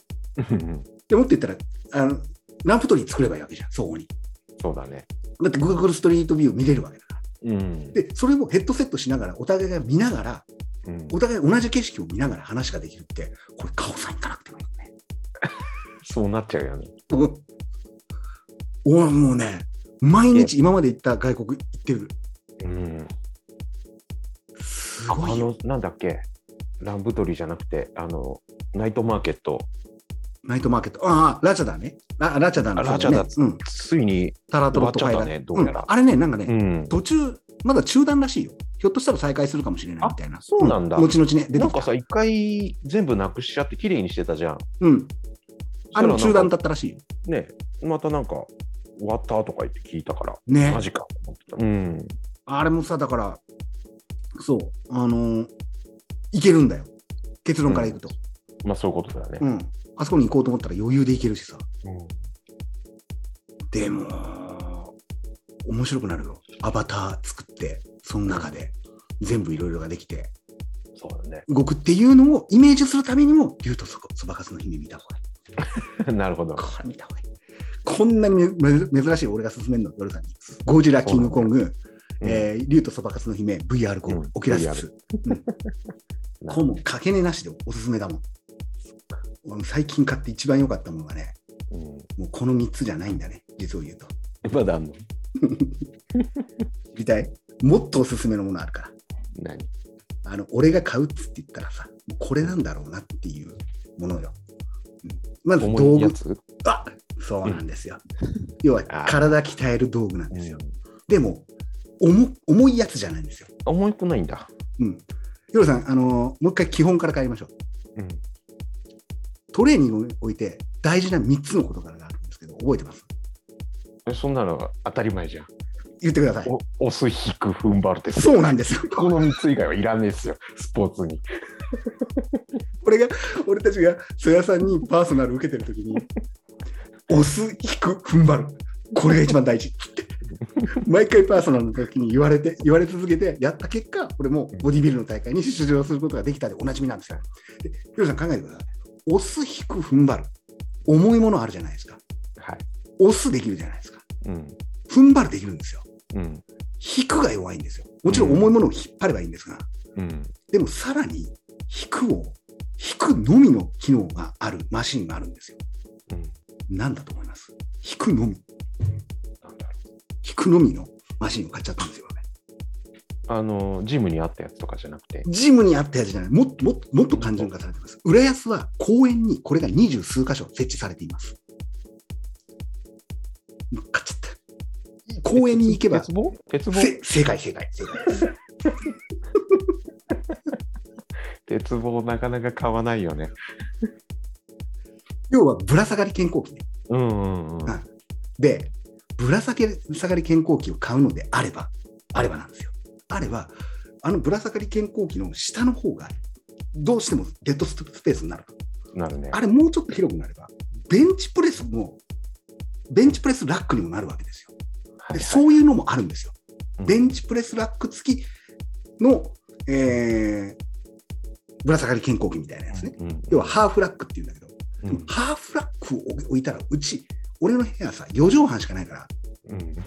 Speaker 3: うんうん
Speaker 1: で、もっと言ったら、あの、ランプトリー作ればいいわけじゃん、そこに。
Speaker 3: そうだね
Speaker 1: だって Google ストリートビュー見れるわけだから。
Speaker 3: うん
Speaker 1: で、それをヘッドセットしながら、お互いが見ながら、
Speaker 3: うん
Speaker 1: お互い同じ景色を見ながら話ができるって、これ、顔さん行かなくてもいいよね。
Speaker 3: そうなっちゃうよね
Speaker 1: うんおい、もうね、毎日今まで行った外国行ってる。
Speaker 3: うん
Speaker 1: す
Speaker 3: あ
Speaker 1: ごいよ。
Speaker 3: のなんだっけランブトリーじゃなくてあのナイトマーケット
Speaker 1: ナイトマーケット。ああ、ラチャだね。ララチャだね。
Speaker 3: あラチャだ
Speaker 1: うん。
Speaker 3: ついに
Speaker 1: タラトロとか
Speaker 3: 終わっちゃったねどうやら
Speaker 1: んあれね、なんかね、
Speaker 3: うん
Speaker 1: 途中、まだ中断らしいよ。ひょっとしたら再開するかもしれないみたいな。
Speaker 3: あそうなんだ
Speaker 1: 後々ね、出て
Speaker 3: なん
Speaker 1: き
Speaker 3: か
Speaker 1: た。
Speaker 3: さ一回全部なくしちゃって綺麗にしてたじゃん
Speaker 1: うん。あ
Speaker 3: そ
Speaker 1: の中
Speaker 3: したら
Speaker 1: 断
Speaker 3: なんか
Speaker 1: だったらしいよ。
Speaker 3: ねまたなんか終わったとか言って聞いたから
Speaker 1: ね
Speaker 3: マ。ジかと思ってたうん
Speaker 1: あれもさ、だから、そう、あのーいけるんだよ。結論からいくと。
Speaker 3: まあそういうことだよね
Speaker 1: うん。あそこに行こうと思ったら余裕でいけるしさ。
Speaker 3: うん
Speaker 1: でも、面白くなるよ。アバター作って、その中で全部いろいろができて。
Speaker 3: そうだね。
Speaker 1: 動くっていうのをイメージするためにも、竜とそこ、そばかすの姫見た方がいい。
Speaker 3: なるほど。
Speaker 1: これ見た方がいい。こんなにめめ珍しい俺が勧めるの、ヨルさんに。ゴジラ、キングコング、
Speaker 3: うん
Speaker 1: えー竜とそばかすの姫、VR ゴ
Speaker 3: う
Speaker 1: ーグ
Speaker 3: ん
Speaker 1: ル、オキュラス2。
Speaker 3: な
Speaker 1: これもうかけ値なしでおすすめだもん。俺最近買って一番良かったものがね、
Speaker 3: う
Speaker 1: もうこの3つじゃないんだね、実を言うと。
Speaker 3: ん、まだあんの
Speaker 1: 知りたいもっとおすすめのものあるから。
Speaker 3: 何
Speaker 1: あの俺が買うっつって言ったらさ、もうこれなんだろうなっていうものよ。うんまず道
Speaker 3: 重いや
Speaker 1: 具、
Speaker 3: つ
Speaker 1: あそうなんですよ。要は
Speaker 3: あー
Speaker 1: 体鍛える道具なん
Speaker 3: う
Speaker 1: です
Speaker 3: ん
Speaker 1: よ。でも重、重いやつじゃないんですよ。
Speaker 3: 重くないんだ。
Speaker 1: うん。ヨルさん、あのーもう一回基本から帰りましょ
Speaker 3: う
Speaker 1: う。
Speaker 3: ん、
Speaker 1: トレーニングにおいて大事な3つの事柄があるんですけど、覚えてます
Speaker 3: えそんなの当たり前じゃん。
Speaker 1: 言ってください。
Speaker 3: お押す、引く、踏ん張るって。
Speaker 1: そうなんですよ。
Speaker 3: この3つ以外はいらねえですよ、スポーツに。
Speaker 1: 俺が、俺たちが曽谷さんにパーソナル受けてるときに、押す、引く、踏ん張る。これが一番大事って。毎回パーソナルの時に言われて、言われ続けて、やった結果、俺もボディビルの大会に出場することができたでおなじみなんですよ。で、ヒロさん考えてください。押す、引く、踏ん張る。重いものあるじゃないですか。
Speaker 3: はい。
Speaker 1: 押すできるじゃないですか。
Speaker 3: うん。
Speaker 1: 踏ん張るできるんですよ。
Speaker 3: うん。
Speaker 1: 引くが弱いんですよ。もちろん重いものを引っ張ればいいんですが、
Speaker 3: うん。
Speaker 1: でもさらに引くを、引くのみの機能があるマシンがあるんですよ。
Speaker 3: うん。
Speaker 1: なんだと思います引くのみ、
Speaker 3: なんだろう。
Speaker 1: 引くのみのマシンを買っちゃったんですよ。俺
Speaker 3: あの、ジムにあったやつとかじゃなくて。
Speaker 1: ジムにあったやつじゃない、もっともっともっと単純化されてます。浦安は公園にこれが二十数箇所設置されています。買っちゃった。公園に行けば
Speaker 3: 鉄、棒鉄棒
Speaker 1: せ正解、正解、正解です。
Speaker 3: 鉄棒なかなか買わないよね。
Speaker 1: 要はぶら下がり健康器ね。
Speaker 3: うんうんうん。
Speaker 1: はいで、ぶら下げ下がり健康器を買うのであれば、あればなんですよ。あれば、あのぶら下がり健康器の下の方が、どうしてもデッドスペースになると。
Speaker 3: なるね。
Speaker 1: あれ、もうちょっと広くなれば、ベンチプレスも、ベンチプレスラックにもなるわけですよ。
Speaker 3: はいは
Speaker 1: で
Speaker 3: い
Speaker 1: そういうのもあるんですよ。
Speaker 3: うん
Speaker 1: ベンチプレスラック付きの、えーぶら下がり健康器みたいなやつね。
Speaker 3: うんうん
Speaker 1: 要はハーフラックっていうんだけど、
Speaker 3: うん
Speaker 1: ハーフラックを置いたら、うち、俺の部屋さ、4畳半しかないから、
Speaker 3: うん
Speaker 1: 4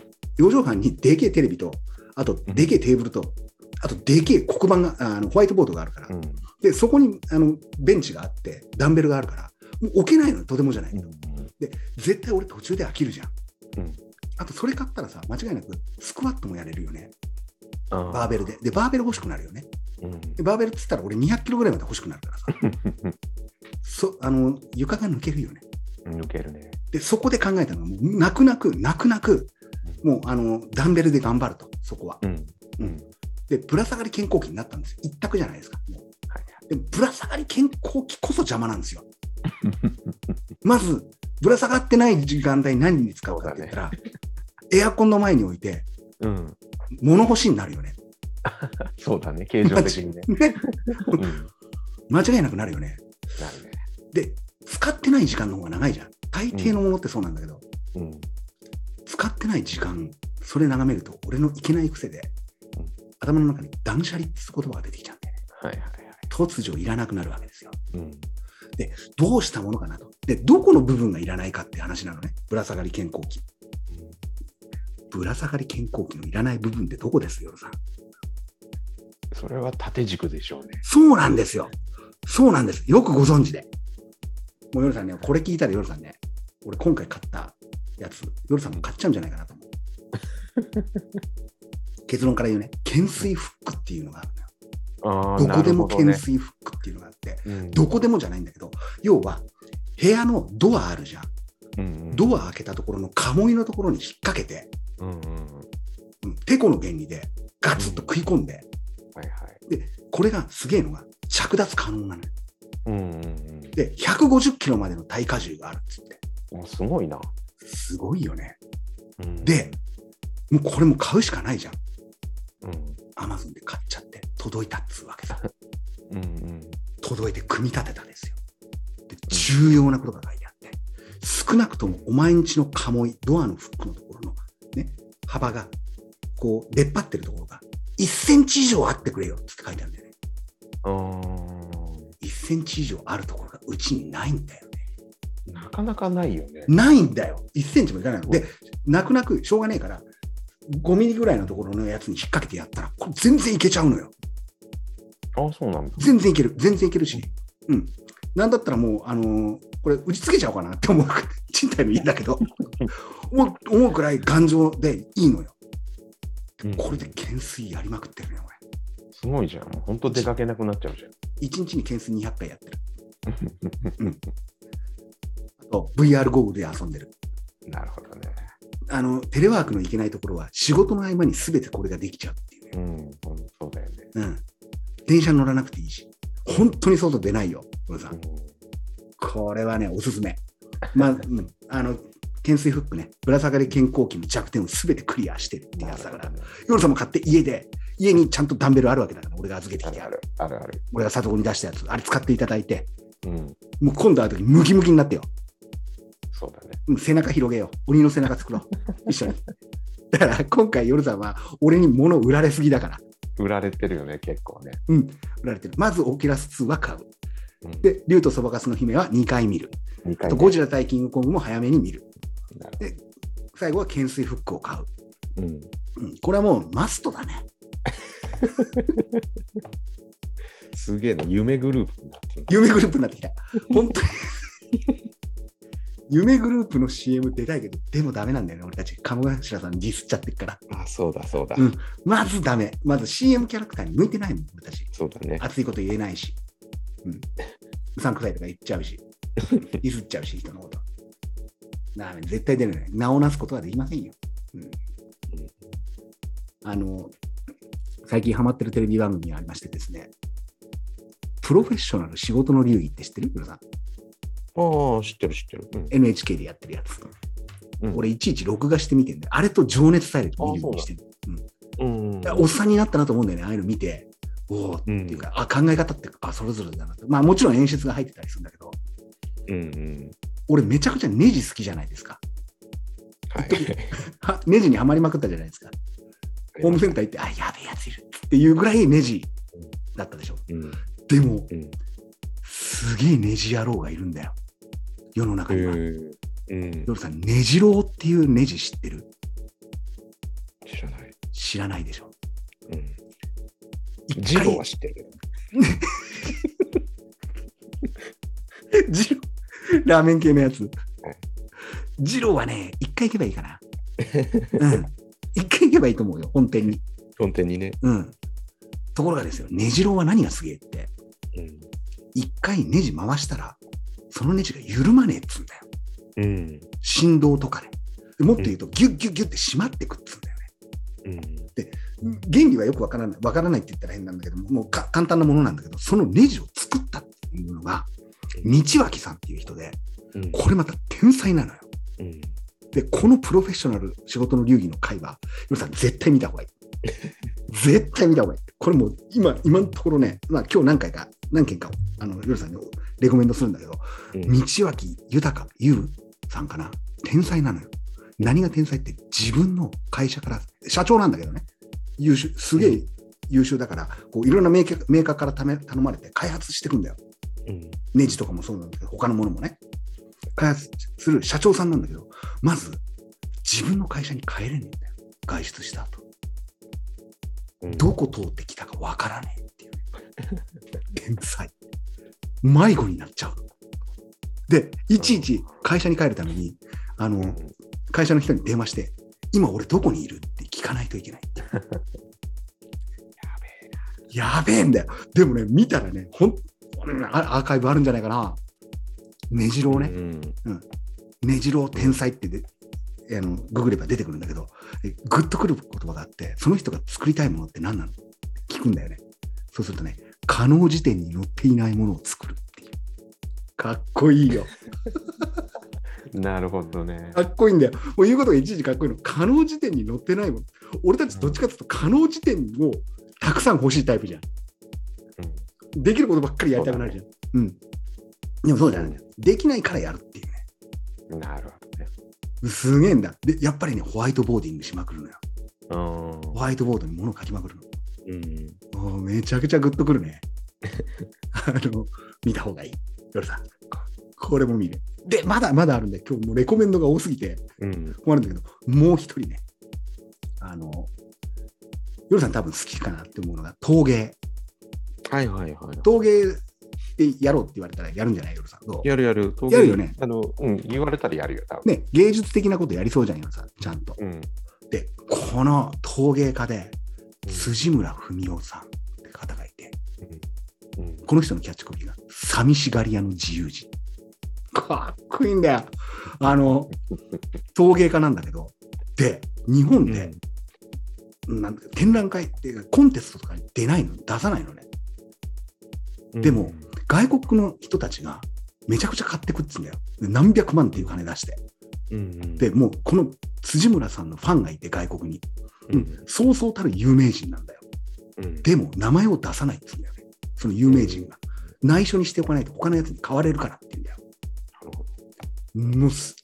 Speaker 1: 畳半にでけえテレビと、あとでけえテーブルと、あとでけえ黒板が、ああのホワイトボードがあるから、
Speaker 3: うん
Speaker 1: でそこにあのベンチがあって、ダンベルがあるから、もう置けないのよとてもじゃない。絶対俺途中で飽きるじゃん。
Speaker 3: うん
Speaker 1: あとそれ買ったらさ、間違いなくスクワットもやれるよね、
Speaker 3: うん
Speaker 1: バーベルで。で、バーベル欲しくなるよね。
Speaker 3: うん
Speaker 1: で、バーベルっつったら俺200キロぐらいまで欲しくなるから さ、そあの床が抜けるよね。
Speaker 3: 抜けるね。
Speaker 1: で、そこで考えたのは、もう泣く泣く、泣く泣く、もうあのダンベルで頑張ると、そこは。
Speaker 3: うん
Speaker 1: うんで、ぶら下がり健康器になったんですよ。一択じゃないですか。もう
Speaker 3: はい
Speaker 1: でも、ぶら下がり健康器こそ邪魔なん ですよ。まず、ぶら下がってない時間帯何に使うかって言ったら、エアコンの前に置いて、
Speaker 3: うん。
Speaker 1: 物干しになる よね。
Speaker 3: そうだね。形状的にね。
Speaker 1: ね
Speaker 3: うんな
Speaker 1: 間違いなくなるよね。
Speaker 3: るね。
Speaker 1: で、使ってない時間の方が長いじゃん。大抵のものってそうなんだけど、
Speaker 3: うん。
Speaker 1: 使ってない時間、それ眺めると、俺のいけない癖で
Speaker 3: うん、
Speaker 1: 頭の中に断捨離って言葉が出てきちゃうんだよね。
Speaker 3: はいはいはい。
Speaker 1: 突如いらなくなるわけですよ。
Speaker 3: うん。
Speaker 1: どうしたものかなと。で、どこの部分がいらないかって話なのね。ぶら下がり健康器。ぶら下がり健康器のいらない部分ってどこですよ、ヨルさん。
Speaker 3: それは縦軸でしょうね。
Speaker 1: そうなんですよ。そうなんです。よくご存知で。もうヨルさんね、これ聞いたらヨルさんね、俺今回買ったやつ、ヨルさんも買っちゃうんじゃないかな と思う。結論から言うね、懸垂フックっていうのがあるのよ。
Speaker 3: あ
Speaker 1: どこでも懸
Speaker 3: ね
Speaker 1: 垂フックっていうのがあって、
Speaker 3: うん
Speaker 1: どこでもじゃないんだけど、要は、部屋のドアあるじゃん。
Speaker 3: うんうん
Speaker 1: ドア開けたところの鴨居のところに引っ掛けて、
Speaker 3: うんうんうん
Speaker 1: うんテコの原理でガツッと食い込んで、
Speaker 3: はいはい。
Speaker 1: これがすげえのが着脱可能なのよ
Speaker 3: うんうん
Speaker 1: で150キロまでの耐荷重があるっつって
Speaker 3: うんお。すごいな。
Speaker 1: すごいよね
Speaker 3: うん
Speaker 1: で、もうこれも買うしかないじゃん
Speaker 3: うん
Speaker 1: アマゾンで買っちゃって届いたっつうわけさ
Speaker 3: うんうん
Speaker 1: 届いて組み立てたんですよで重要なことが書いてあって少なくともお前んちの鴨居ドアのフックのところのね幅がこう出っ張ってるところが1センチ以上あってくれよっつって書いてあるんだよね
Speaker 3: あー
Speaker 1: センチ以上あるところがうちにないんだよね。
Speaker 3: なかなかないよね。
Speaker 1: ないんだよ。1センチもいかないの。で、泣く泣くしょうがねえから、5ミリぐらいのところのやつに引っ掛けてやったら、これ全然いけちゃうのよ。
Speaker 3: あ、そうなんだ。
Speaker 1: 全然いける。全然いけるし。うん。なんだったらもう、あのーこれ打ちつけちゃおうかなって思う。 賃貸の家だけど。思う思うくらい頑丈でいいのよ。
Speaker 3: うん
Speaker 1: これで懸垂やりまくってるね、俺。
Speaker 3: すごいじゃん。もう本当出かけなくなっちゃうじゃん。
Speaker 1: 1日に懸垂200回やってる。あと、VR ゴーグルで遊んでる。
Speaker 3: なるほどね。
Speaker 1: あの、テレワークのいけないところは、仕事の合間に全てこれができちゃうっていうね。
Speaker 3: うん、ほんとそうだよね。
Speaker 1: うん。電車乗らなくていいし。本当に外出ないよ、小野さ
Speaker 3: うん
Speaker 1: ん。これはね、おすすめ。 まあ、うん。あの、懸垂フックね、ぶら下がり健康器の弱点を全てクリアしてるってやつだから。
Speaker 3: ね
Speaker 1: 夜さんも買って家で、家にちゃんとダンベルあるわけだから、俺が預けて
Speaker 3: あ
Speaker 1: きて
Speaker 3: る
Speaker 1: あ
Speaker 3: あ
Speaker 1: る。
Speaker 3: る、あるある。
Speaker 1: 俺が里子に出したやつ、あれ使っていただいて、
Speaker 3: うん、
Speaker 1: もう今度会う時ムキムキになってよ。
Speaker 3: そうだね。
Speaker 1: うん背中広げよう。鬼の背中作ろ う。一緒に。だから今回、夜さんは俺に物を売られすぎだから、
Speaker 3: 売られてるよね、結構ね。
Speaker 1: 売られてる。まずオキュラス2は買う。
Speaker 3: うん、
Speaker 1: で、竜とそばかすの姫は2回見る。
Speaker 3: 2
Speaker 1: あ
Speaker 3: 回
Speaker 1: と
Speaker 3: 目
Speaker 1: ゴジラ対キングコングも早めに見る。
Speaker 3: なる
Speaker 1: 最後は懸垂フックを買う。
Speaker 3: うん、
Speaker 1: うん、これはもうマストだね。
Speaker 3: すげえな、夢グループになってる
Speaker 1: 夢グループになってきた。本当に。 夢グループの CM 出たいけど、でもダメなんだよね、俺たち。鴨頭さんディスっちゃってるから。
Speaker 3: あ、そうだ、そうだ
Speaker 1: うんまずダメ。まず CM キャラクターに向いてないもん、俺たち。
Speaker 3: そうだね。
Speaker 1: 熱いこと言えないし、うん、うさんくさいとか言っち ゃうし、いずっちゃうし、人のこと。ダメ、絶対出ない。名をなすことはできませんよ。うん、あの、最近ハマってるテレビ番組がありましてですね、プロフェッショナル仕事の流儀って知ってる皆さん。
Speaker 3: ああ、知ってる、知ってる。うん、
Speaker 1: NHK でやってるやつ。
Speaker 3: うん
Speaker 1: 俺、いちいち録画して見てんだよ。あれと情熱されて見るようにしてる。
Speaker 3: うん
Speaker 1: だからおっさんになったなと思うんだよね、ああいうの見て。おおっていうか、あ、考え方って、あ、それぞれだなと。まあ、もちろん演出が入ってたりするんだけど、
Speaker 3: うん、
Speaker 1: 俺めちゃくちゃネジ好きじゃないですか。
Speaker 3: はい。
Speaker 1: はネジにはまりまくったじゃないですか。ホームセンター行って、あ、やべえやついるっていうぐらいネジだったでしょ。
Speaker 3: うん、
Speaker 1: でも、
Speaker 3: うん、
Speaker 1: すげえネジ野郎がいるんだよ。世の中には。
Speaker 3: うん
Speaker 1: ヨ、ルさん、ネジ郎っていうネジ知ってる
Speaker 3: 知らない。
Speaker 1: 知らないでしょ。
Speaker 3: うん、
Speaker 1: 一
Speaker 3: ジ
Speaker 1: 回
Speaker 3: ロは知ってる。
Speaker 1: ジローラーメン系のやつ
Speaker 3: はい。
Speaker 1: ジローはね、一回行けばいいかな。うん。一回行けばいいと思うよ、本店に。
Speaker 3: 本店にね。
Speaker 1: うん。ところがですよ、ネジローは何がすげえって、
Speaker 3: うん、
Speaker 1: 一回ネジ回したら、そのネジが緩まねえっつうんだよ。
Speaker 3: うん、
Speaker 1: 振動とかで。でもっと言うと、ギュッギュッギュッって締まってくっつうんだよね。
Speaker 3: うん、
Speaker 1: 原理はよくわからない。わからないって言ったら変なんだけども、もうか簡単なものなんだけど、そのネジを作ったっていうのが、道脇さんっていう人で、
Speaker 3: うん、
Speaker 1: これまた天才なのよ。
Speaker 3: うん、
Speaker 1: で、このプロフェッショナル仕事の流儀の会は、皆さん絶対見た方 がいい。絶対見た方がいい。これもう今、今のところね、まあ今日何回か、何件かを、あの、ヨルさんにレコメンドするんだけど、
Speaker 3: うん、
Speaker 1: 道脇豊優さんかな天才なのよ。何が天才って自分の会社から、社長なんだけどね、優秀、すげえ優秀だから、こういろんなメーカーメーカーからため頼まれて開発していくんだよ。
Speaker 3: うん、
Speaker 1: ネジとかもそうなんだけど、他のものもね、開発する社長さんなんだけど、まず、自分の会社に帰れねえんだよ。外出した後。
Speaker 3: うん、
Speaker 1: どこ通ってきたかわからねえっていうね。天才。迷子になっちゃう。で、いちいち会社に帰るために、あ
Speaker 3: う
Speaker 1: の、
Speaker 3: ん、
Speaker 1: 会社の人に電話して、今俺どこにいるって聞かないといけないって。やべえんだよ。でもね、見たらね、ほん、あアーカイブあるんじゃないかな。ねじろうね。
Speaker 3: うん、
Speaker 1: ねじろう天才ってで、あのググれば出てくるんだけど、えグッとくる言葉があって、その人が作りたいものって何なのって聞くんだよね。そうするとね、可能時点に載っていないものを作るっていう。かっこいいよ。
Speaker 3: なるほどね
Speaker 1: か。っこいいんだよ。もう言うことがいちいちかっこいいの。可能時点に載ってないもの。俺たちどっちかっていうと、可能時点をたくさん欲しいタイプじゃん。
Speaker 3: うん
Speaker 1: できることばっかりやりたくなるじゃん。うん。でもそうじゃないんだよ。できないからやるっていうね。
Speaker 3: なるほどね。
Speaker 1: すげえんだ。で、やっぱりね、ホワイトボーディングしまくるのよ。ホワイトボードに物を書きまくるの。
Speaker 3: うん。
Speaker 1: もうめちゃくちゃグッとくるね。あの、見た方がいい。夜さん。これも見る。で、まだまだあるんで、今日もうレコメンドが多すぎて
Speaker 3: うん。
Speaker 1: 困るんだけど、もう一人ね、あの、夜さん多分好きかなって思うのが、陶芸。
Speaker 3: はいはいはい。
Speaker 1: 陶芸でやろうって言われたらやるんじゃない夜さん。どう
Speaker 3: やるやる。
Speaker 1: やるよね
Speaker 3: あの、うん、言われたらやるよ、多分。
Speaker 1: ね、芸術的なことやりそうじゃん、夜さん。ちゃんと。
Speaker 3: うん。
Speaker 1: で、この陶芸家で、辻村文夫さんって方がいて、
Speaker 3: うん。うん
Speaker 1: この人のキャッチコピーが、寂しがり屋の自由人。かっこいいんだよ。あの、陶芸家なんだけど、で、日本で、なんか展覧会っていうか、コンテストとかに出ないの、出さないのね。
Speaker 3: うん
Speaker 1: でも、外国の人たちが、めちゃくちゃ買ってくっつうんだよ。で何百万っていう金出して。
Speaker 3: うん、
Speaker 1: で、もう、この辻村さんのファンがいて、外国に。
Speaker 3: う
Speaker 1: うんん、そうそうたる有名人なんだよ。
Speaker 3: うん、
Speaker 1: でも、名前を出さないって言うんだよね。その有名人が。内緒にしておかないと、他のやつに買われるからって言うんだよ。
Speaker 3: なるほど
Speaker 1: むす。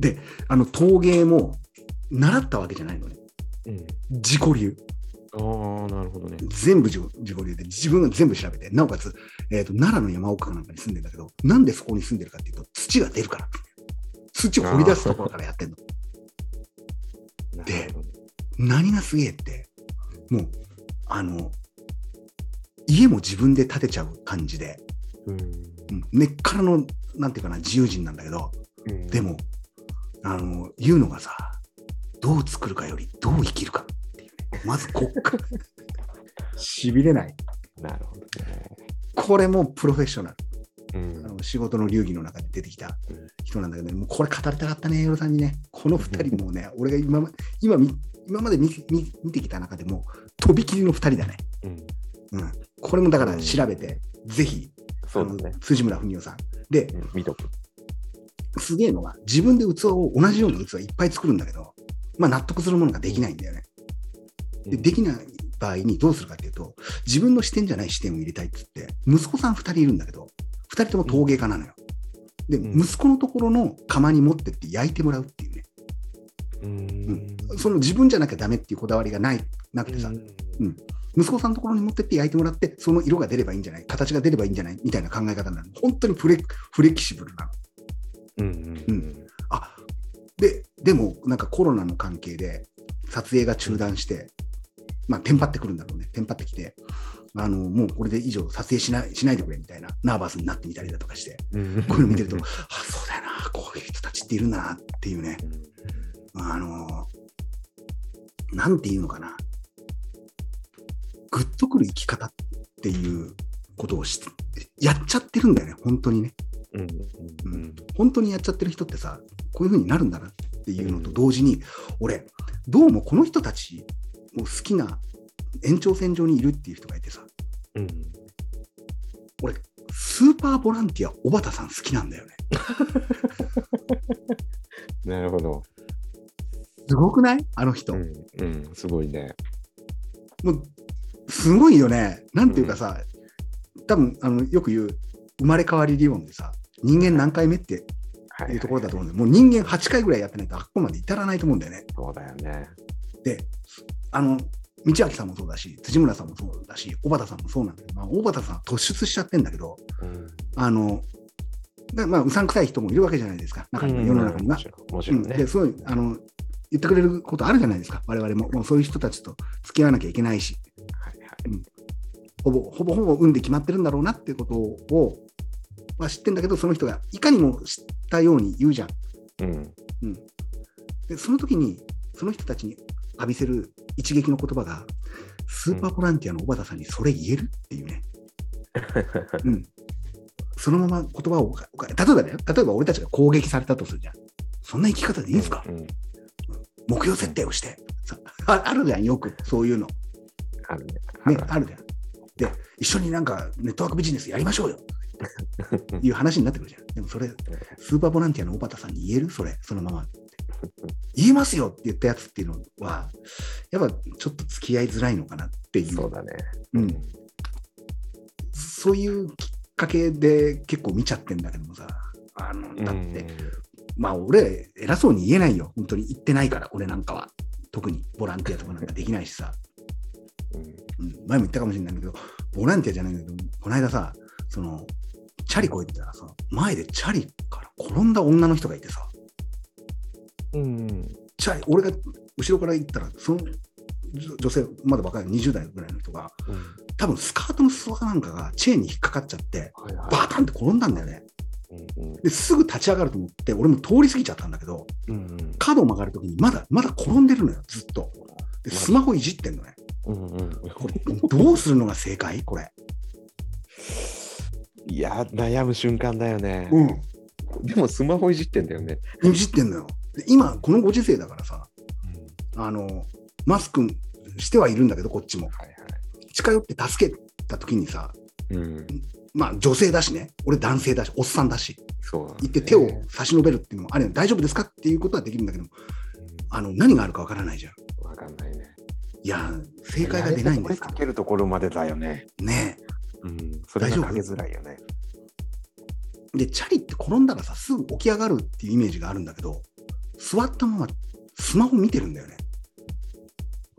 Speaker 1: で、あの、陶芸も、習ったわけじゃないのね。自己流。
Speaker 3: うん、ああ、なるほどね。
Speaker 1: 全部自己自己流で、自分が全部調べて、なおかつ、えっ、と、奈良の山奥かなんかに住んでんだけど、なんでそこに住んでるかっていうと、土が出るから。土を掘り出すところからやってんの。
Speaker 3: なるほどね
Speaker 1: 何がすげえって、もう、あの、家も自分で建てちゃう感じで、うん根っからの、なんていうかな、自由人なんだけど、
Speaker 3: うん、うん
Speaker 1: で、も、あの、言うのがさ、どう作るかよりどう生きるかっていうね、まずこっから。しびれない。
Speaker 3: なるほどね。
Speaker 1: これもプロフェッショナル。
Speaker 3: うん
Speaker 1: あの仕事の流儀の中で出てきた人なんだけど、ね、もうこれ語りたかったね、ヨロさんにね。この2人もね、俺が今ま今み今まで見見見てきた中でも、とびきりの2人だね。
Speaker 3: うん、
Speaker 1: うん。これもだから調べて、ぜひ、
Speaker 3: そうだ
Speaker 1: あ
Speaker 3: ね
Speaker 1: の。辻村文夫さん。で、
Speaker 3: うん見とく。
Speaker 1: すげえのは、自分で器を同じような器いっぱい作るんだけど、まあ、納得するものができないんだよね。でできない場合にどうするかっていうと、自分の視点じゃない視点を入れたいっつって、息子さん2人いるんだけど、2人とも陶芸家なのよ。で、
Speaker 3: うん
Speaker 1: 息子のところの釜に持ってって焼いてもらうっていうね、
Speaker 3: うん、
Speaker 1: その自分じゃなきゃダメっていうこだわりがないなくてさ、
Speaker 3: うん
Speaker 1: 息子さんのところに持ってって焼いてもらって、その色が出ればいいんじゃない、形が出ればいいんじゃないみたいな考え方になる。本当にフレフレキシブルなの。
Speaker 3: うん、う
Speaker 1: う
Speaker 3: ん、
Speaker 1: あででも、なんかコロナの関係で撮影が中断して、まあ、テンパってくるんだろうね、テンパってきて、あのもうこれで以上撮影しないしないでくれみたいな、ナーバスになってみたりだとかして、
Speaker 3: うん、
Speaker 1: こういうの見てると、あそうだよな、こういう人たちっているんだなっていうね、あのなんていうのかな、グッとくる生き方っていうことをしやっちゃってるんだよね、本当にね。
Speaker 3: うん、うん、うん、
Speaker 1: 本当にやっちゃってる人ってさこういう風になるんだなっていうのと
Speaker 3: うん
Speaker 1: 同時に、俺どうもこの人たちも好きな延長線上にいるっていう人がいてさ
Speaker 3: うん、
Speaker 1: スーパーボランティア小畑さん好きなんだよね
Speaker 3: なるほど。
Speaker 1: すごくないあの人、
Speaker 3: うん、うん、すごいね。
Speaker 1: もうすごいよねなんていうかさ、多分あのよく言う生まれ変わり理論でさ人間何回目って
Speaker 3: は
Speaker 1: いうところだと思うんだよ、もう人間8回ぐらいやってないとあっこまで至らないと思うんだよね
Speaker 3: そうだよね。
Speaker 1: で、あの、道明さんもそうだし、辻村さんもそうだし、小畑さんもそうなんだけど、まあ、小畑さんは突出しちゃってんだけど、
Speaker 3: うん、
Speaker 1: あの、だまあ、うさんくさい人もいるわけじゃないですか、中には、世の中には
Speaker 3: もち。ろんもち
Speaker 1: う
Speaker 3: ろ
Speaker 1: ん
Speaker 3: んね
Speaker 1: で、。そういう、あの、言ってくれることあるじゃないですか、我々も。もうそういう人たちと付き合わなきゃいけないし、
Speaker 3: はいはい
Speaker 1: ほぼほぼほぼ運で決まってるんだろうなっていうことを、は知ってんだけど、その人がいかにも知ったように言うじゃん。
Speaker 3: うん、
Speaker 1: うん、でその時にその人たちに浴びせる一撃の言葉がスーパーボランティアの小畑さんにそれ言えるっていうね、うん、そのまま言葉をおかおか例えばね例えば俺たちが攻撃されたとするじゃんそんな生き方でいいんですか、
Speaker 3: うん、
Speaker 1: 目標設定をしてさああるじゃんよくそういうの、ね、
Speaker 3: あるね。
Speaker 1: あるじゃんで一緒になんかネットワークビジネスやりま しょうよいう話になってくるじゃんでもそれスーパーボランティアの小畑さんに言えるそれ、そのまま。言えますよって言ったやつっていうのは、やっぱちょっと付き合いづらいのかなっていう、
Speaker 3: そうだね。
Speaker 1: うん、そういうきっかけで結構見ちゃってんだけどもさ、あのだって、まあ俺、偉そうに言えないよ、本当に言ってないから、俺なんかは。特にボランティアとかなんかできないしさ、
Speaker 3: うん、
Speaker 1: うん、前も言ったかもしれないんだけど、ボランティアじゃないんだけど、この間さ、そのチャリこいでたらさ、前でチャリから転んだ女の人がいてさ、
Speaker 3: うん。
Speaker 1: チャリ、俺が後ろから行ったら、その女女性、まだ若い20代ぐらいの人が、多分スカートの裾かなんかがチェーンに引っかかっちゃって、
Speaker 3: はいはい。
Speaker 1: バタンって転んだんだよね。
Speaker 3: うん
Speaker 1: ですぐ立ち上がると思って、俺も通り過ぎちゃったんだけど、
Speaker 3: うんうん
Speaker 1: 角を曲がるときにまだ、まだ転んでるのよ、ずっと。で、スマホいじってんのね。
Speaker 3: うんうん
Speaker 1: これ、どうするのが正解これ。
Speaker 3: いや、悩む瞬間だよね。
Speaker 1: うん。
Speaker 3: でもスマホいじってんだよね。
Speaker 1: いじってんのよ。で今、このご時世だからさ、あの、マスクしてはいるんだけど、こっちも。
Speaker 3: はいは
Speaker 1: 近寄って助けたときにさ、
Speaker 3: い。うん。
Speaker 1: まあ女性だしね、俺男性だし、おっさんだし、
Speaker 3: そうなんだね
Speaker 1: 行って手を差し伸べるっていうのもあれ、大丈夫ですかっていうことはできるんだけど、あの、何があるかわからないじゃん。
Speaker 3: うんわかんないね。
Speaker 1: いや、正解が出ないんです
Speaker 3: こ
Speaker 1: よ
Speaker 3: れかけるところまでだよね。
Speaker 1: ね
Speaker 3: うん。それがかけづらいよね。
Speaker 1: え。で、チャリって転んだらさ、すぐ起き上がるっていうイメージがあるんだけど、座ったままスマホ見てるんだよね。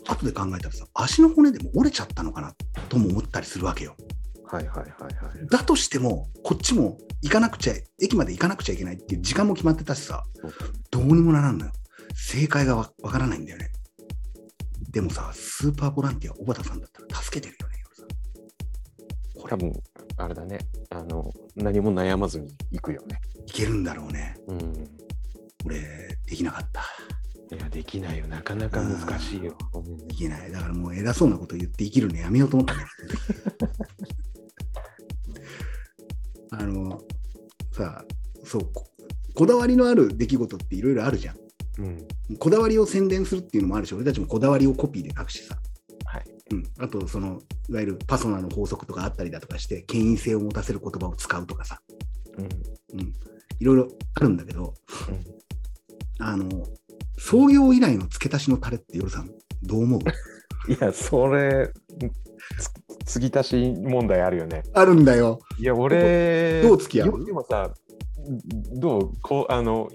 Speaker 1: 後で考えたらさ、足の骨でも折れちゃったのかなとも思ったりするわけよ。
Speaker 3: はいはいはいはい。
Speaker 1: だとしても、こっちも行かなくちゃ、駅まで行かなくちゃいけないっていう時間も決まってたしさ
Speaker 3: そう、
Speaker 1: どうにもならんのよ。正解がわわからないんだよね。でもさ、スーパーボランティア、小畑さんだったら助けてるよね、夜
Speaker 3: 多
Speaker 1: さこれ、
Speaker 3: 分あれだね。あの、何も悩まずに行くよね。
Speaker 1: いけるんだろうね。
Speaker 3: うん。
Speaker 1: 俺、できなかった。
Speaker 3: いや、できないよ。なかなか難しいよ。
Speaker 1: いけない。だからもう偉そうなこと言って生きるのやめようと 思ったね。あの、さ、そうこ、こだわりのある出来事っていろいろあるじゃん。
Speaker 3: うん。
Speaker 1: こだわりを宣伝するっていうのもあるし、俺たちもこだわりをコピーで書くしさ、
Speaker 3: はい。
Speaker 1: うん、あとその、いわゆるパソナの法則とかあったりだとかして、権威性を持たせる言葉を使うとかさ、
Speaker 3: うん。
Speaker 1: うん、いろいろあるんだけど、あの、創業以来の付け足しのタレって、夜さん、どう思う
Speaker 3: いや、それ、つ継ぎ足し問題あるよね。
Speaker 1: あるんだよ。
Speaker 3: いや、俺、
Speaker 1: どう付き合う
Speaker 3: よでもさ、どうこう、あの、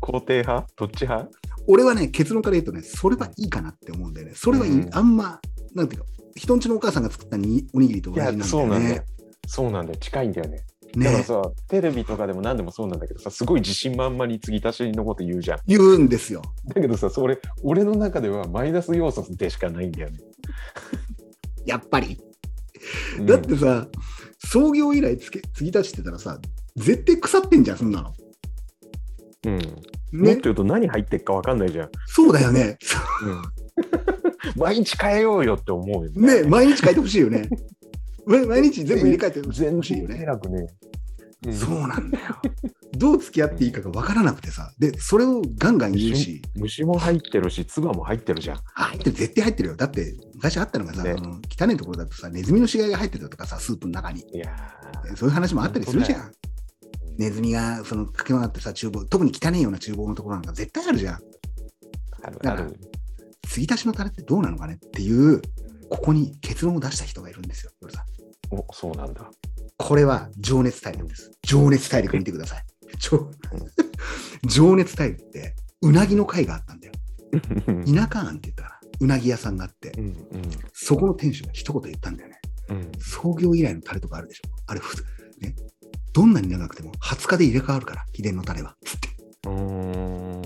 Speaker 3: 肯定派どっち派
Speaker 1: 俺はね、結論から言うとね、それはいいかなって思うんだよね。それはいい。
Speaker 3: うん
Speaker 1: あんま、なんていうか、人んちのお母さんが作ったにおにぎりと同じなんだ
Speaker 3: そうな
Speaker 1: よ
Speaker 3: んだ
Speaker 1: ね
Speaker 3: よ。。そうなんだよ。近いんだよね。だから
Speaker 1: ね
Speaker 3: さ、テレビとかでも何でもそうなんだけどさ、すごい自信満々に継ぎ足しのこと言うじゃん。
Speaker 1: 言うんですよ。
Speaker 3: だけどさ、それ、俺の中ではマイナス要素でしかないんだよね。
Speaker 1: やっぱり。
Speaker 3: うん
Speaker 1: だってさ、創業以来つけ継ぎ足してたらさ、絶対腐ってんじゃん、そんなの。
Speaker 3: うん。もっ
Speaker 1: ね
Speaker 3: と、言うと何入ってっか分かんないじゃん。
Speaker 1: そうだよね。
Speaker 3: 毎日変えようよって思うよ
Speaker 1: ね、毎日変えてほしいよね。 ね毎日全部入れ替えて
Speaker 3: 全
Speaker 1: ほしいよ
Speaker 3: 然
Speaker 1: ね。
Speaker 3: 偉くね。うん
Speaker 1: そうなんだよ。どう付き合っていいかが分からなくてさ、で、それをガンガン言うし、
Speaker 3: 虫も入ってるし、唾も入ってるじゃん。
Speaker 1: あ入ってる、絶対入ってるよ。だって、昔あったのがさ、
Speaker 3: ね
Speaker 1: あの汚いところだとさ、ネズミの死骸が入ってたとかさ、スープの中に。
Speaker 3: いや
Speaker 1: そういう話もあったりするじゃん。
Speaker 3: ー
Speaker 1: ネズミがその駆け回ってさ、厨房、特に汚いような厨房のところなんか絶対あるじゃん。
Speaker 3: ある
Speaker 1: だ
Speaker 3: あ
Speaker 1: から
Speaker 3: る。
Speaker 1: 継ぎ足しのタレってどうなのかねっていう、ここに結論を出した人がいるんですよ、これさん。
Speaker 3: おそうなんだ。
Speaker 1: これは情熱大陸です。情熱大陸見てください。情情熱大陸って、うなぎの会があったんだよ。
Speaker 3: うん
Speaker 1: 田舎庵って言ったから、うなぎ屋さんがあって、
Speaker 3: うん
Speaker 1: そこの店主が一言言ったんだよね。
Speaker 3: うん
Speaker 1: 創業以来のタレとかあるでしょ。あれ、ふつね、どんなに長くても20日で入れ替わるから、秘伝のタレは。つって。
Speaker 3: うん。うーん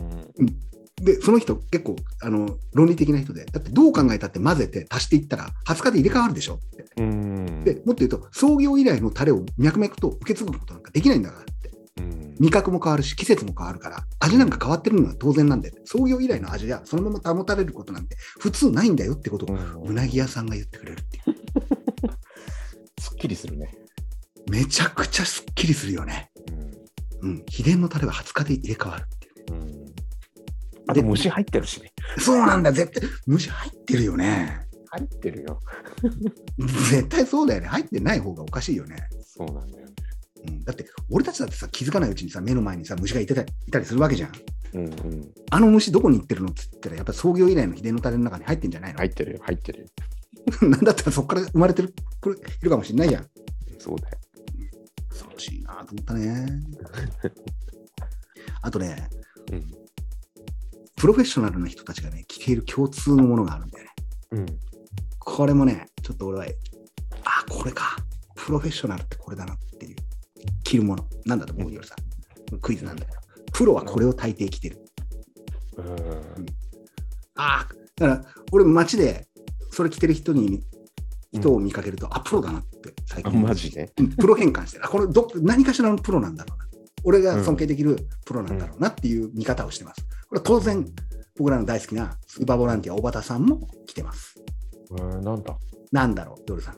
Speaker 1: で、その人、結構、あの、論理的な人で、だってどう考えたって混ぜて足していったら、20日で入れ替わるでしょって。
Speaker 3: うん
Speaker 1: で、もっと言うと、創業以来のタレを脈々と受け継ぐことなんかできないんだからって。
Speaker 3: うん
Speaker 1: 味覚も変わるし、季節も変わるから、味なんか変わってるのは当然なんで、創業以来の味がそのまま保たれることなんて、普通ないんだよってことを、うなぎ屋さんが言ってくれるっていう。
Speaker 3: すっきりするね。
Speaker 1: めちゃくちゃすっきりするよね。
Speaker 3: う
Speaker 1: うん。秘伝のタレは20日で入れ替わるってい
Speaker 3: んうんあと虫入ってるしね。
Speaker 1: う。そうなんだ、絶対。虫入ってるよね。
Speaker 3: 入ってるよ。
Speaker 1: 絶対そうだよね。入ってない方がおかしいよね。
Speaker 3: そうなんだよね。
Speaker 1: うん、だって俺たちだってさ気づかないうちにさ目の前にさ虫がいてたいたりするわけじゃん
Speaker 3: うんうん。
Speaker 1: あの虫どこに行ってるのっつったらやっぱり創業以来の秘伝のタレの中に入ってんじゃないの、
Speaker 3: 入ってるよ。入ってるよ。
Speaker 1: なんだったらそこから生まれてるこれいるかもしれないじゃん
Speaker 3: そうだよ。
Speaker 1: 恐ろしいなと思ったね あとね
Speaker 3: うん
Speaker 1: プロフェッショナルな人たちがね聞ける共通のものがあるんだよね
Speaker 3: うん。
Speaker 1: これもねちょっと俺はあこれかプロフェッショナルってこれだなっていう着るもの。なんだと思うよ、さん。クイズなんだよ。プロはこれを大抵着てる。
Speaker 3: うん
Speaker 1: ああ、だから、俺街でそれ着てる人に、人を見かけると、あ、プロだなって最
Speaker 3: あ
Speaker 1: 近。
Speaker 3: マジで
Speaker 1: うんプロ変換してる。あ、これど、何かしらのプロなんだろうな。俺が尊敬できるプロなんだろうなっていう見方をしてます。これは当然、僕らの大好きなスーパーボランティア、小畑さんも着てます。
Speaker 3: うんなんだ
Speaker 1: なんだろう、夜さん。